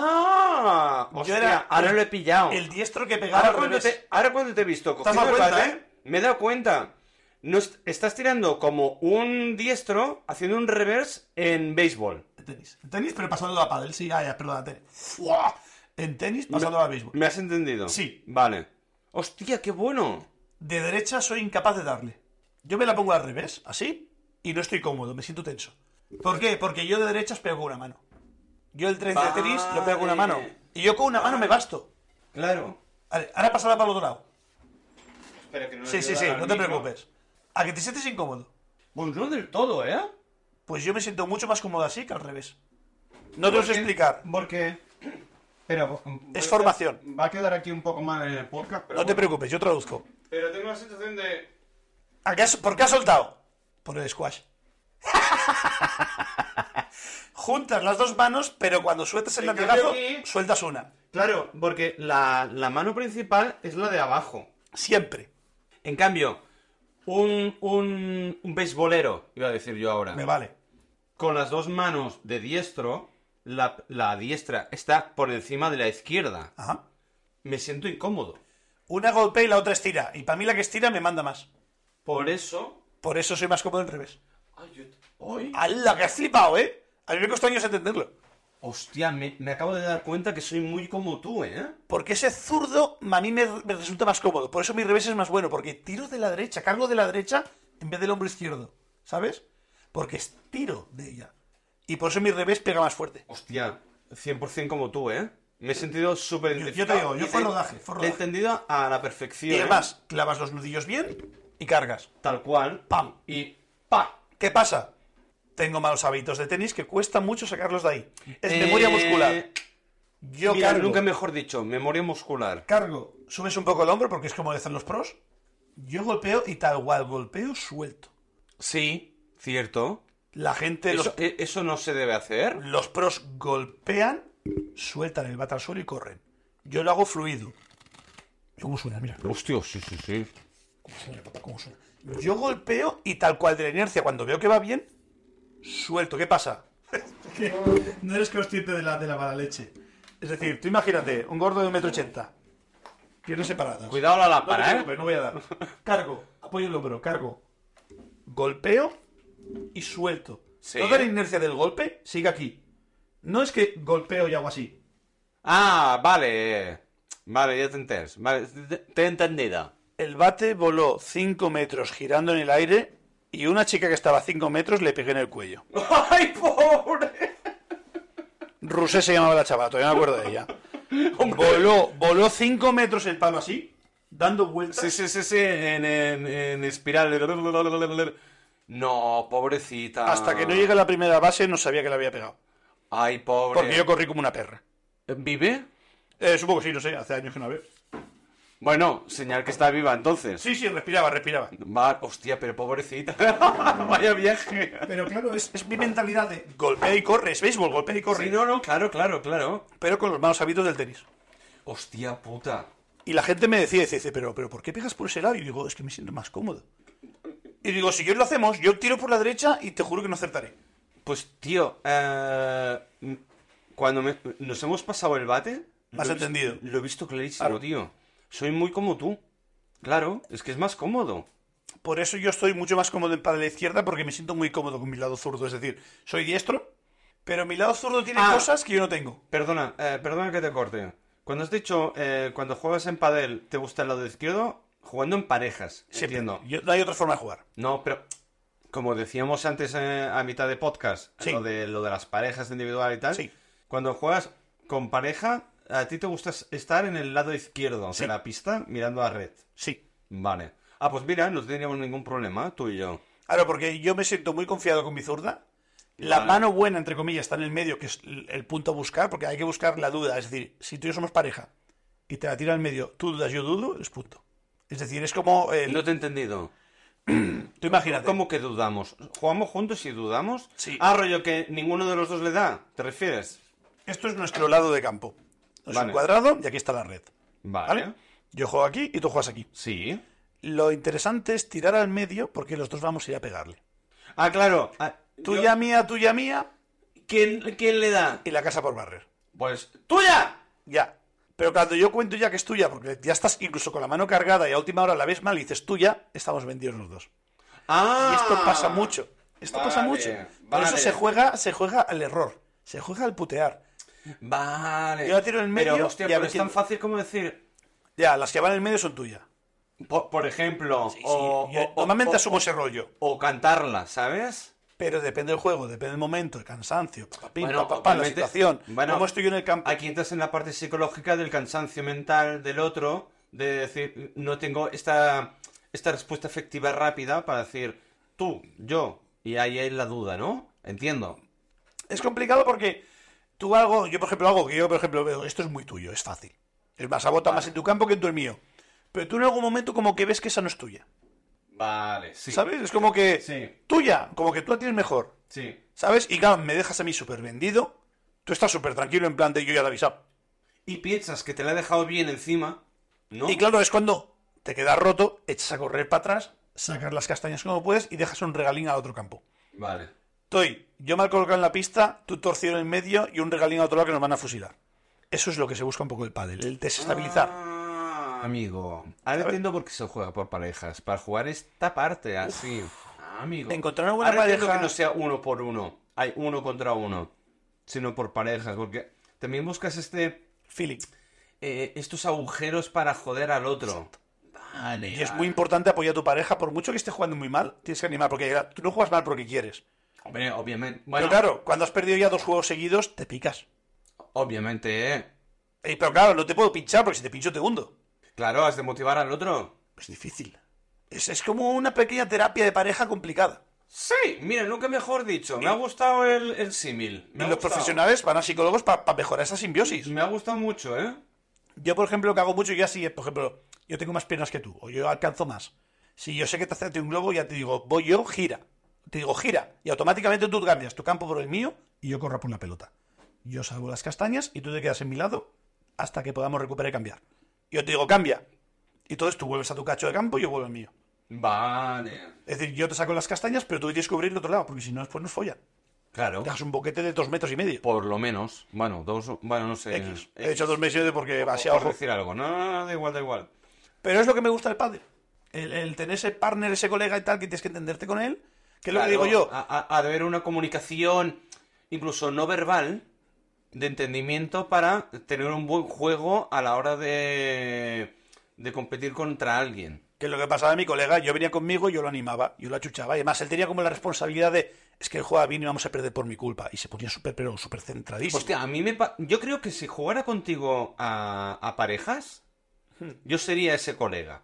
S1: Ah,
S2: Yo
S1: hostia,
S2: era-
S1: ahora lo he pillado.
S2: El diestro que pegaba
S1: ahora,
S2: al
S1: cuando
S2: revés.
S1: te, ahora cuando te he visto
S2: has
S1: cogiendo
S2: dado
S1: el
S2: cuenta, ¿eh?
S1: bate, me he dado cuenta. No es- estás tirando como un diestro haciendo un reverse en béisbol.
S2: En tenis. En tenis, pero pasando a pádel. Sí, ah, ya, perdón, a tenis. ¡Fua! En tenis, pasando a béisbol.
S1: ¿Me has entendido?
S2: Sí.
S1: Vale. Hostia, qué bueno.
S2: De derecha soy incapaz de darle. Yo me la pongo al revés, así, y no estoy cómodo, me siento tenso. ¿Por qué? Porque yo de derechas pego con una mano. Yo el tren de tenis lo pego con una mano.
S1: Vale.
S2: Y yo con una mano me basto.
S1: Claro.
S2: Vale, ahora pasada para el otro lado.
S1: Espera, que no
S2: Sí,
S1: le
S2: sí,
S1: doy
S2: sí,
S1: al
S2: no te
S1: micro.
S2: preocupes. ¿A que te sientes incómodo?
S1: Pues no del todo, ¿eh?
S2: Pues yo me siento mucho más cómodo así que al revés. No te lo sé explicar.
S1: Porque. Pero.
S2: Es formación.
S1: Va a quedar aquí un poco mal en el podcast, pero.
S2: No te
S1: bueno.
S2: preocupes, yo traduzco.
S1: Pero tengo la sensación de.
S2: ¿A qué has- ¿Por qué has soltado? Por el squash. *laughs* Juntas las dos manos, pero cuando sueltas el
S1: En cambio
S2: latigazo,
S1: aquí-
S2: sueltas una.
S1: Claro, porque la, la mano principal es la de abajo.
S2: Siempre.
S1: En cambio, un, un, un beisbolero, iba a decir yo ahora,
S2: Me vale.
S1: con las dos manos de diestro, la, la diestra está por encima de la izquierda.
S2: Ajá.
S1: Me siento incómodo.
S2: Una golpea y la otra estira. Y para mí la que estira me manda más.
S1: Por eso...
S2: Por eso soy más cómodo al revés.
S1: Ay, yo- Hoy...
S2: ¡Hala, que has flipado, eh! A mí me costó años entenderlo.
S1: Hostia, me, me acabo de dar cuenta que soy muy como tú, ¿eh?
S2: Porque ese zurdo a mí me, me resulta más cómodo. Por eso mi revés es más bueno. Porque tiro de la derecha, cargo de la derecha en vez del hombro izquierdo. ¿Sabes? Porque es tiro de ella. Y por eso mi revés pega más fuerte.
S1: Hostia, 100% como tú, ¿eh? Me he sentido súper
S2: Yo- yo te
S1: identificado.
S2: digo, yo
S1: Y
S2: fue
S1: te-
S2: rodaje, fue
S1: te
S2: rodaje.
S1: he entendido a la perfección.
S2: Y
S1: ¿eh?
S2: además, clavas los nudillos bien y cargas.
S1: Tal cual.
S2: Pam.
S1: Y pa.
S2: ¿Qué pasa? Tengo malos hábitos de tenis que cuesta mucho sacarlos de ahí. Es memoria muscular. Yo
S1: Eh, Mira,
S2: cargo.
S1: nunca mejor dicho, memoria muscular.
S2: Cargo, subes un poco el hombro porque es como dicen los pros. Yo golpeo y tal cual golpeo suelto.
S1: Sí, cierto.
S2: La gente,
S1: Eso,
S2: los,
S1: e- eso no se debe hacer.
S2: los pros golpean, sueltan el bate al suelo y corren. Yo lo hago fluido. Mira ¿Cómo suena? Mira,
S1: Hostia, sí, sí, sí.
S2: cómo suena, papá, cómo suena. Yo golpeo y tal cual de la inercia, cuando veo que va bien, suelto. ¿Qué *laughs* pasa? no eres consciente de la, de la mala leche. Es decir, tú imagínate, un gordo de 1,80m. Piernas separadas.
S1: Cuidado la
S2: No te
S1: lámpara, ¿eh?
S2: preocupes, no voy a dar. Cargo, apoyo el hombro, cargo. Golpeo y suelto.
S1: Sí.
S2: Toda la inercia del golpe sigue aquí. No es que golpeo y hago así.
S1: Ah, vale. Vale, ya te entendés. Vale, te, te he
S2: *laughs*
S1: entendido.
S2: El bate voló 5 metros girando en el aire y una chica que estaba a 5 metros le pegué en el cuello.
S1: ¡Ay, pobre!
S2: Rusé se llamaba la chavala, todavía me acuerdo
S1: *laughs*
S2: de ella. Voló, voló 5 metros el palo así, dando vueltas.
S1: Sí, sí, sí, sí, en, en, en espiral. No, pobrecita.
S2: Hasta que no llegué a la primera base no sabía que la había pegado.
S1: Ay, pobre.
S2: Porque yo corrí como una perra.
S1: ¿Vive?
S2: Eh, supongo que sí, no sé, hace años que no la veo.
S1: Bueno, señal que está viva entonces.
S2: Sí, sí, respiraba, respiraba.
S1: Va- hostia, pero
S2: *laughs*
S1: pobrecita. Vaya viaje.
S2: Pero claro, es, es mi mentalidad de Ah. golpea y corre, es béisbol, golpea y corre.
S1: Sí, no, no, claro, claro, claro.
S2: Pero con los malos hábitos del tenis.
S1: Hostia puta.
S2: Y la gente me decía, dice, dice, pero, pero ¿por qué pegas por ese lado? Y digo, es que me siento más cómodo. Y digo, si yo lo hacemos, yo tiro por la derecha y te juro que no acertaré.
S1: Pues tío, eh, cuando me- nos hemos pasado el bate,
S2: Más
S1: lo he vis-
S2: entendido.
S1: Lo he visto clarísimo,
S2: Claro.
S1: tío. Soy muy como tú. Claro, es que es más cómodo.
S2: Por eso yo estoy mucho más cómodo en para la izquierda porque me siento muy cómodo con mi lado zurdo. Es decir, soy diestro, pero mi lado zurdo tiene
S1: Ah.
S2: cosas que yo no tengo.
S1: Perdona, eh, perdona que te corte. Cuando has dicho, eh, cuando juegas en padel, te gusta el lado izquierdo, jugando en parejas.
S2: Siempre.
S1: Entiendo.
S2: Yo- no hay otra forma de jugar.
S1: No, pero como decíamos antes eh, a mitad de podcast,
S2: Sí.
S1: lo, de, lo de las parejas individuales y tal,
S2: Sí.
S1: cuando juegas con pareja, a ti te gusta estar en el lado izquierdo
S2: Sí.
S1: de la pista mirando a red.
S2: Sí.
S1: Vale. Ah, pues mira, no teníamos ningún problema, tú y yo.
S2: Ahora, porque yo me siento muy confiado con mi zurda. La
S1: Vale.
S2: mano buena, entre comillas, está en el medio, que es l- el punto a buscar, porque hay que buscar la duda. Es decir, si tú y yo somos pareja y te la tira al medio, tú dudas, yo dudo, es punto. Es decir, es como... el-
S1: No te he entendido.
S2: Tú imagínate.
S1: ¿Cómo que dudamos? ¿Jugamos juntos y dudamos?
S2: Sí.
S1: Ah, rollo que ninguno de los dos le da, ¿te refieres?
S2: Esto es nuestro lado de campo. Es
S1: Vale.
S2: un cuadrado y aquí está la red.
S1: Vale.
S2: ¿Vale? Yo juego aquí y tú juegas aquí.
S1: Sí.
S2: Lo interesante es tirar al medio porque los dos vamos a ir a pegarle.
S1: Ah, claro. Ah, yo-
S2: Tuya mía, tuya mía
S1: ¿Quién, ¿Quién le da?
S2: y la casa por barrer.
S1: Pues, ¡tuya!
S2: Ya. Pero cuando yo cuento ya que es tuya, porque ya estás incluso con la mano cargada y a última hora la ves mal y dices tuya, estamos vendidos los dos.
S1: Ah.
S2: Y esto pasa mucho. Esto pasa
S1: Vale,
S2: mucho. Por
S1: vale.
S2: eso se juega, se juega al error. Se juega al putear.
S1: Vale.
S2: Yo la tiro en el medio
S1: Pero, hostia,
S2: y a
S1: pero
S2: ver
S1: es
S2: quién-
S1: tan fácil como decir,
S2: Ya, las que van en el medio son tuyas.
S1: por, por ejemplo, o, o- o-
S2: normalmente
S1: o-
S2: asumo ese rollo.
S1: o cantarla, ¿sabes?
S2: Pero depende del juego, depende del momento, el cansancio, papapín,
S1: Bueno,
S2: papapá, la
S1: obviamente-
S2: situación,
S1: bueno,
S2: cómo estoy yo en el campo.
S1: Aquí entras en la parte psicológica del cansancio mental del otro, de decir, no tengo esta, esta respuesta efectiva rápida para decir, tú, yo, y ahí hay la duda, ¿no? Entiendo.
S2: Es complicado porque tú algo, yo por ejemplo algo que yo por ejemplo veo, esto es muy tuyo, es fácil. Es más, abota más en tu campo que en tu el mío. Pero tú en algún momento como que ves que esa no es tuya.
S1: Vale, sí.
S2: ¿Sabes? Es como que
S1: Sí.
S2: tuya, como que tú la tienes mejor.
S1: Sí.
S2: ¿Sabes? Y claro, me dejas a mí súper vendido. Tú estás súper tranquilo en plan de yo ya te he avisado.
S1: Y piensas que te la he dejado bien encima, ¿no?
S2: Y claro, es cuando te quedas roto, echas a correr para atrás, sacas las castañas como puedes y dejas un regalín al otro campo.
S1: Vale.
S2: Estoy yo mal colocado en la pista, tú torcido en el medio y un regalín a otro lado que nos van a fusilar. Eso es lo que se busca un poco el pádel, el desestabilizar.
S1: Ah, amigo. Ahora entiendo por qué se juega por parejas. Para jugar esta parte así. Ah, amigo.
S2: Encontrar una buena
S1: Ahora entiendo
S2: pareja-
S1: que no sea uno por uno. Hay uno contra uno. Sino por parejas. Porque también buscas este.
S2: Feeling.
S1: eh, estos agujeros para joder al otro.
S2: Y es muy importante apoyar a tu pareja, por mucho que esté jugando muy mal, tienes que animar, porque claro, tú no juegas mal porque quieres.
S1: Hombre, obviamente. Bueno,
S2: Pero claro, cuando has perdido ya dos juegos seguidos, te picas.
S1: obviamente, eh.
S2: Eh, pero claro, no te puedo pinchar porque si te pincho te hundo.
S1: Claro, has de motivar al otro.
S2: Es difícil. Es, es como una pequeña terapia de pareja complicada.
S1: Sí, mira, nunca mejor dicho. Me ha gustado el, el símil.
S2: Y
S1: Me ha
S2: los
S1: gustado.
S2: profesionales van a psicólogos para mejorar esa simbiosis.
S1: Me ha gustado mucho, ¿eh?
S2: Yo, por ejemplo, lo que hago mucho ya sí es, por ejemplo, yo tengo más piernas que tú, o yo alcanzo más. Si yo sé que te hace a ti un globo, ya te digo, voy yo, gira. Te digo, gira. Y automáticamente tú cambias tu campo por el mío y yo corro por la pelota. Yo salvo las castañas y tú te quedas en mi lado hasta que podamos recuperar y cambiar. Yo te digo, cambia. Y entonces tú vuelves a tu cacho de campo y yo vuelvo al mío.
S1: Vale.
S2: Es decir, yo te saco las castañas, pero tú tienes que cubrir el otro lado, porque si no, después nos follan.
S1: Claro.
S2: Dejas un boquete de dos metros y medio.
S1: Por lo menos. Bueno, dos. Bueno, no sé.
S2: X. He
S1: X.
S2: hecho dos meses porque
S1: O-
S2: así a
S1: por
S2: ojo.
S1: decir algo. No, no, no, da igual, da igual.
S2: Pero es lo que me gusta del padre. El, el tener ese partner, ese colega y tal, que tienes que entenderte con él. Que es lo
S1: Claro,
S2: que
S1: Ah.
S2: digo yo.
S1: Ha, ha- ha de haber una comunicación, incluso no verbal, de entendimiento para tener un buen juego a la hora de, de competir contra alguien.
S2: Que es lo que pasaba a mi colega, yo venía conmigo, yo lo animaba, yo lo achuchaba. Y además él tenía como la responsabilidad de, es que él juega bien y vamos a perder por mi culpa. Y se ponía súper, pero súper centradísimo.
S1: Hostia, a mí me... pa- Yo creo que si jugara contigo a, a parejas,
S2: Hmm.
S1: yo sería ese colega.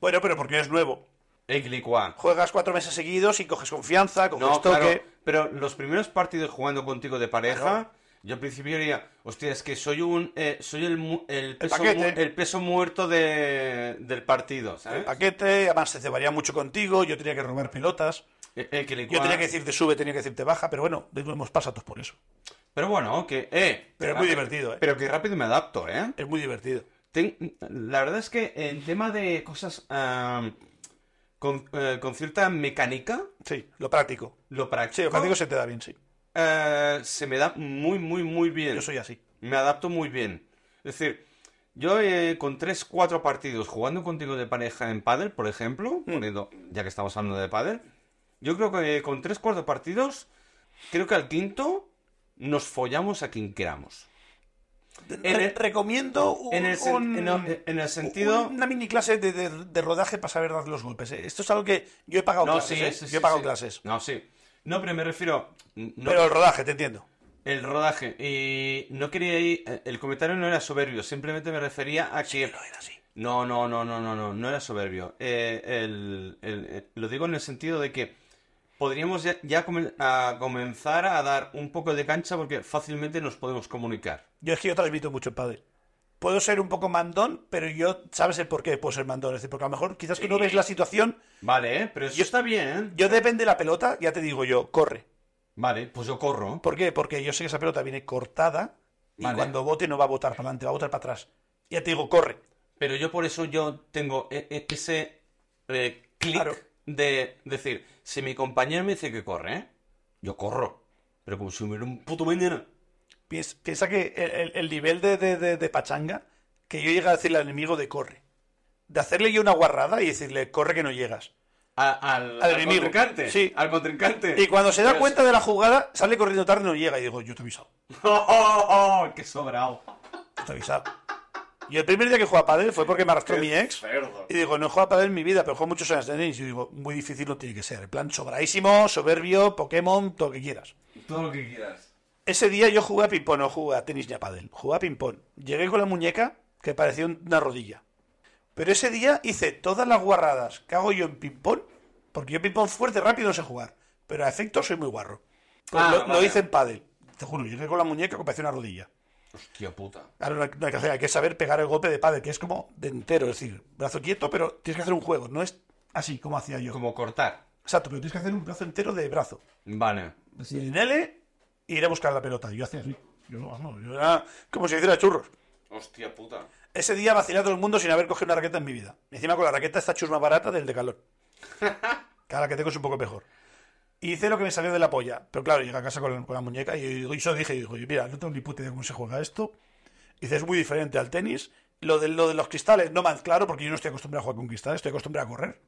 S2: Bueno, pero porque es nuevo.
S1: El Licuán.
S2: Juegas cuatro meses seguidos y coges confianza, coges
S1: No,
S2: toque.
S1: claro, pero los primeros partidos jugando contigo de pareja,
S2: Claro.
S1: yo al principio diría, hostia, es que soy un eh, soy el, mu- el peso,
S2: paquete.
S1: mu- el peso muerto de, del partido, ¿sabes?
S2: El paquete, además se cebaría mucho contigo, yo tenía que robar pelotas.
S1: Eh, eh, que le
S2: Yo
S1: cua-
S2: tenía que decirte sube, tenía que decirte baja, pero bueno, hemos pasado todos por eso.
S1: Pero bueno, que eh,
S2: Pero es muy divertido, ¿eh?
S1: Pero que rápido me adapto, ¿eh?
S2: Es muy divertido.
S1: Ten- La verdad es que en tema de cosas ah, con, eh, con cierta mecánica,
S2: Sí, lo práctico.
S1: lo
S2: Sí,
S1: práctico
S2: lo práctico se te da bien, sí.
S1: eh, se me da muy, muy, muy bien.
S2: Yo soy así.
S1: Me adapto muy bien. Es decir, yo eh, con 3, 4 partidos jugando contigo de pareja en pádel, por ejemplo, poniendo- ya que estamos hablando de pádel, yo creo que eh, con 3, 4 partidos, creo que al quinto nos follamos a quien queramos. En el-
S2: recomiendo un-
S1: En el, sen-
S2: un-
S1: en el- en el sentido...
S2: una mini clase de, de- de rodaje para saber dar los golpes. ¿eh? Esto es algo que yo he pagado
S1: No,
S2: clases.
S1: sí,
S2: ¿eh?
S1: sí,
S2: yo
S1: sí,
S2: he pagado
S1: sí.
S2: clases.
S1: No, sí. No, pero me refiero... no-
S2: Pero el rodaje, te entiendo.
S1: El rodaje. Y no quería ir... eh, El comentario no era soberbio, simplemente me refería a que...
S2: Pero era así.
S1: No, no, no, no, no, no, no era soberbio. Eh, el- el- eh, lo digo en el sentido de que podríamos ya, ya comen- a comenzar a dar un poco de cancha porque fácilmente nos podemos comunicar.
S2: Yo es que yo transmito mucho en pádel. Puedo ser un poco mandón, pero yo sabes el por qué puedo ser mandón. Es decir, porque a lo mejor quizás que no ves la situación.
S1: Vale, ¿eh? pero eso está bien.
S2: Yo depende de la pelota, ya te digo yo, corre.
S1: Vale, pues yo corro.
S2: ¿Por qué? Porque yo sé que esa pelota viene cortada y
S1: Vale.
S2: cuando bote no va a botar para adelante, va a botar para atrás. Ya te digo, corre.
S1: Pero yo por eso yo tengo e- e- ese eh, clic
S2: Claro.
S1: de decir, si mi compañero me dice que corre, yo corro. Pero como si hubiera un puto mañana.
S2: Piens- Piensa que el, el- el nivel de, de- de- de pachanga que yo llegué a decirle al enemigo de corre. De hacerle yo una guarrada y decirle, corre que no llegas.
S1: A- al,
S2: Al enemigo.
S1: contrincante.
S2: Sí.
S1: Al contrincante.
S2: Y cuando se da
S1: Pero-
S2: cuenta de la jugada, sale corriendo tarde y no llega. Y digo, yo te he avisado,
S1: *laughs* ¡Oh, oh, oh! ¡Qué sobrado!
S2: yo te he avisado. Y el primer día que jugaba a pádel fue porque me arrastró mi ex. Y digo, no he jugado a pádel en mi vida, pero juego muchos años de tenis. Y digo, muy difícil no tiene que ser. En plan, sobradísimo, soberbio, Pokémon, todo lo que quieras.
S1: Todo lo que quieras.
S2: Ese día yo jugué a ping-pong, no jugué a tenis ni a pádel, jugué a ping-pong. Llegué con la muñeca que parecía una rodilla. Pero ese día hice todas las guarradas que hago yo en ping-pong, porque yo ping-pong fuerte, rápido no sé jugar, pero a efecto soy muy guarro. Pues
S1: Ah,
S2: lo, lo
S1: vale.
S2: hice en pádel, te juro, llegué con la muñeca que parecía una rodilla.
S1: Hostia puta.
S2: Ahora no hay, no hay que hacer, hay que saber pegar el golpe de pádel, que es como de entero, es decir, brazo quieto, pero tienes que hacer un juego, no es así como hacía yo.
S1: Como cortar.
S2: Exacto, pero tienes que hacer un brazo entero de brazo.
S1: Vale.
S2: Es decir, en L, e ir a buscar la pelota. Yo hacía así. Yo, vamos, yo era como si hiciera churros.
S1: Hostia puta.
S2: Ese día vacilé a todo el mundo sin haber cogido una raqueta en mi vida. Encima con la raqueta esta chusma barata del de calor. Que ahora que tengo es un poco mejor. Y hice lo que me salió de la polla. Pero claro, llegué a casa con, con la muñeca y, digo- y yo dije, digo, mira, no tengo ni puta idea cómo se juega esto. Dice, es muy diferente al tenis. Lo de, lo de los cristales no me claro porque yo no estoy acostumbrado a jugar con cristales, estoy acostumbrado a correr.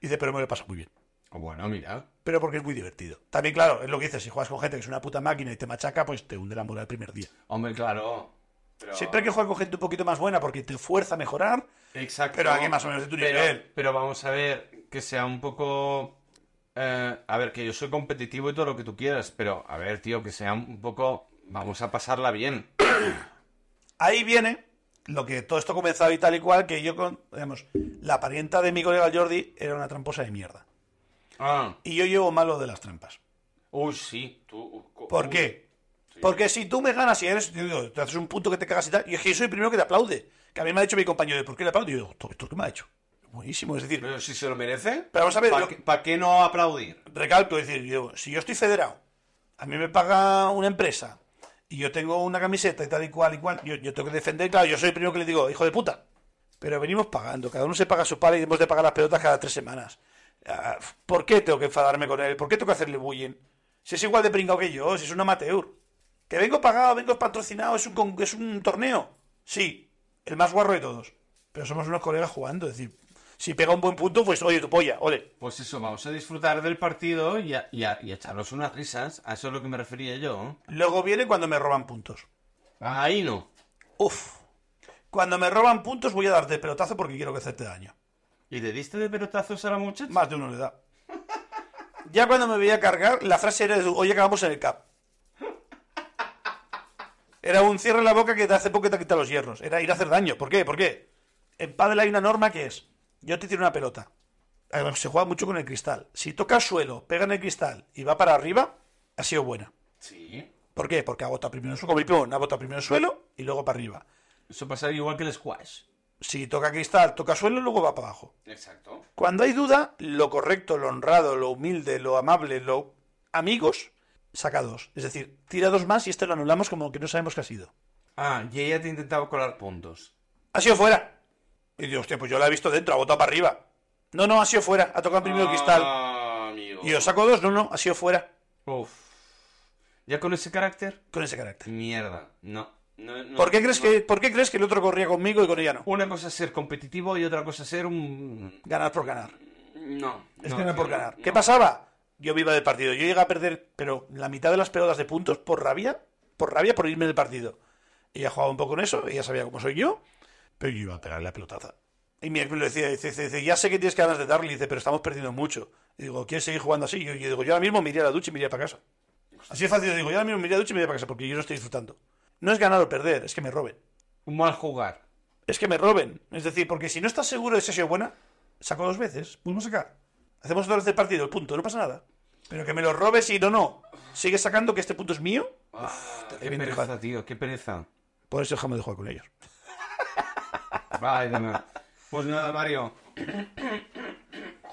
S2: Dice, pero me lo pasa muy bien
S1: Bueno, mira.
S2: pero porque es muy divertido. También, claro, es lo que dices, si juegas con gente que es una puta máquina y te machaca, pues te hunde la moral el primer día.
S1: Hombre, claro. Pero-
S2: Siempre hay que jugar con gente un poquito más buena porque te fuerza a mejorar.
S1: Exacto.
S2: Pero alguien más o menos de tu
S1: Pero-
S2: nivel.
S1: Pero vamos a ver, que sea un poco... eh, a ver, que yo soy competitivo y todo lo que tú quieras, pero a ver, tío, que sea un poco... Vamos a pasarla bien.
S2: Ahí viene lo que todo esto comenzado y tal y cual, que yo con, digamos, la parienta de mi colega el Jordi era una tramposa de mierda.
S1: Ah.
S2: Y yo llevo malo de las trampas.
S1: Uy, sí. Tú,
S2: ¿Por qué? Porque si tú me ganas y eres, te digo, te haces un punto que te cagas y tal, y es que yo soy el primero que te aplaude. Que a mí me ha dicho mi compañero, ¿por qué le aplaudo? Y yo, "Esto- ¿esto qué me ha hecho? Buenísimo, es decir,
S1: Pero si se lo merece.
S2: Pero vamos a ver,
S1: ¿Para
S2: lo-
S1: qué, pa' qué no aplaudir?
S2: recalco, es decir, yo, si yo estoy federado, a mí me paga una empresa y yo tengo una camiseta y tal y cual y cual, yo, yo tengo que defender, claro, yo soy el primero que le digo, hijo de puta, pero venimos pagando, cada uno se paga su pala y hemos de pagar las pelotas cada tres semanas. Ah, ¿Por qué tengo que enfadarme con él? ¿Por qué tengo que hacerle bullying? Si es igual de pringao que yo, si es un amateur. Que vengo pagado, vengo patrocinado, es un, con- es un torneo. Sí, el más guarro de todos. Pero somos unos colegas jugando, es decir, si pega un buen punto, pues oye tu polla, ole.
S1: Pues eso, vamos a disfrutar del partido y, a, y a- y a echarnos unas risas. A eso es lo que me refería yo.
S2: Luego viene cuando me roban puntos. Ah.
S1: Ahí no.
S2: Uf. Cuando me roban puntos voy a darte pelotazo porque quiero que hacerte daño.
S1: ¿Y le diste de pelotazos a la muchacha?
S2: Más de uno le da. Ya cuando me veía cargar, la frase era de, hoy acabamos en el cap. Era un cierre en la boca que te hace poco que te quita los hierros. Era ir a hacer daño. ¿Por qué? ¿Por qué? En pádel hay una norma que es, yo te tiro una pelota. Además, se juega mucho con el cristal. Si toca suelo, pega en el cristal y va para arriba, ha sido buena.
S1: Sí.
S2: ¿Por qué? Porque ha botado primero el suelo, como el pibón, ha botado primero el suelo y luego para arriba.
S1: Eso pasa igual que el squash.
S2: Si toca cristal, toca suelo, luego va para abajo.
S1: Exacto.
S2: Cuando hay duda, lo correcto, lo honrado, lo humilde, lo amable, lo amigos, saca dos. Es decir, tira dos más y este lo anulamos como que no sabemos qué ha sido.
S1: Ah, y ella te intentaba colar puntos.
S2: Ha sido fuera. Y digo, hostia, pues yo la he visto dentro, ha botado para arriba. No, no, ha sido fuera, ha tocado primero el cristal.
S1: Ah, amigo.
S2: Y yo saco dos, no, no, ha sido fuera.
S1: Uf. ¿Ya con ese carácter?
S2: Con ese carácter.
S1: Mierda. No. No, no,
S2: ¿Por qué, crees
S1: no.
S2: que, ¿Por qué crees que el otro corría conmigo y con ella no?
S1: Una cosa es ser competitivo y otra cosa es ser un...
S2: Ganar por ganar.
S1: No.
S2: Es
S1: no,
S2: ganar
S1: tío,
S2: por
S1: no,
S2: ganar.
S1: no.
S2: ¿Qué pasaba? Yo viva del partido. Yo llegué a perder, pero la mitad de las pelotas de puntos por rabia, por rabia por irme del partido. Ella jugaba un poco con eso, ella sabía cómo soy yo, pero yo iba a pegarle la pelotaza. Y mi ex me lo decía, dice, dice, dice, ya sé que tienes ganas de darle, dice, pero estamos perdiendo mucho. Y digo, ¿quieres seguir jugando así? Y Yo, yo digo, yo ahora mismo me iría a la ducha y me iría para casa. Así es fácil, yo digo, yo ahora mismo me iría a la ducha y me iría para casa porque yo no estoy disfrutando. No es ganar o perder, es que me roben.
S1: Un mal jugar.
S2: Es que me roben. Es decir, porque si no estás seguro de si ha sido buena, saco dos veces. Pudimos sacar. Hacemos otra vez el partido, el punto, no pasa nada. Pero que me lo robes y no, no. Sigues sacando que este punto es mío.
S1: qué
S2: bien
S1: pereza,
S2: dejado.
S1: tío. Qué pereza.
S2: Por eso dejamos de jugar con ellos.
S1: Vale, nada. Pues nada, Mario.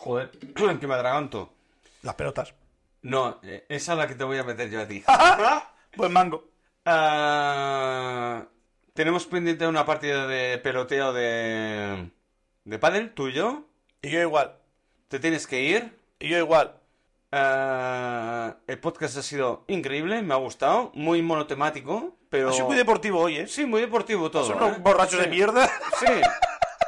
S1: Joder, que me atraganto.
S2: Las pelotas.
S1: No, eh, esa es la que te voy a meter yo a
S2: *laughs*
S1: ti.
S2: Buen mango.
S1: Ah, tenemos pendiente una partida de peloteo de. de pádel, tú y yo.
S2: Y yo igual.
S1: Te tienes que ir.
S2: Y yo igual.
S1: Ah, el podcast ha sido increíble, me ha gustado. Muy monotemático, pero.
S2: Ha sido muy deportivo hoy, ¿eh?
S1: Sí, muy deportivo todo.
S2: Son
S1: ¿eh?
S2: unos borrachos
S1: Sí.
S2: de mierda. *laughs*
S1: Sí.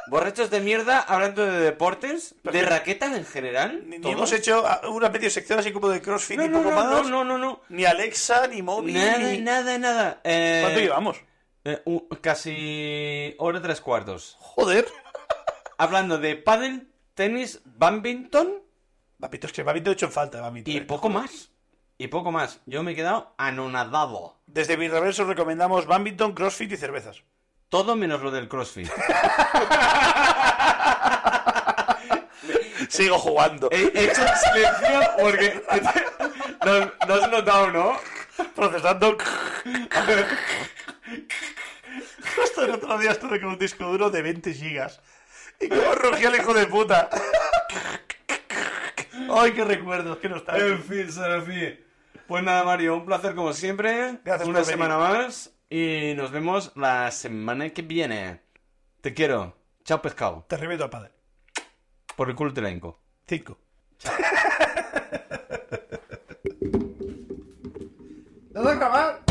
S1: Borrachos de mierda hablando de deportes, de
S2: Perfecto.
S1: raquetas en general.
S2: Ni, ni
S1: todos.
S2: hemos hecho ah, una medio sección así como de crossfit
S1: No,
S2: y
S1: no,
S2: poco
S1: no,
S2: más.
S1: no, no, no,
S2: Ni Alexa, ni
S1: no.
S2: móvil.
S1: Nada,
S2: ni-
S1: nada, nada. Eh,
S2: ¿Cuánto llevamos?
S1: eh, u- casi hora y tres cuartos.
S2: Joder.
S1: Hablando de pádel, tenis, badminton
S2: Papito, es que me hecho en falta. Babito,
S1: y
S2: eh.
S1: poco más. Y poco más. Yo me he quedado anonadado.
S2: Desde mi reverso recomendamos badminton, crossfit y cervezas.
S1: Todo menos lo del CrossFit.
S2: *laughs* Sigo jugando.
S1: He hecho silencio porque... *laughs* no, has notado, ¿no?
S2: Procesando. Justo el otro día estuve con un disco duro de 20 gigas. Y cómo rugía el hijo de puta. Ay, qué recuerdos, qué nostalgia.
S1: En fin, Serafí. Pues nada, Mario, un placer como siempre.
S2: Gracias
S1: Una
S2: por venir.
S1: semana más. Y nos vemos la semana que viene. Te quiero. Chao, pescado.
S2: Te reviento al padre.
S1: Por el culo te la hinco.
S2: Cinco. ¿Lo vas a grabar?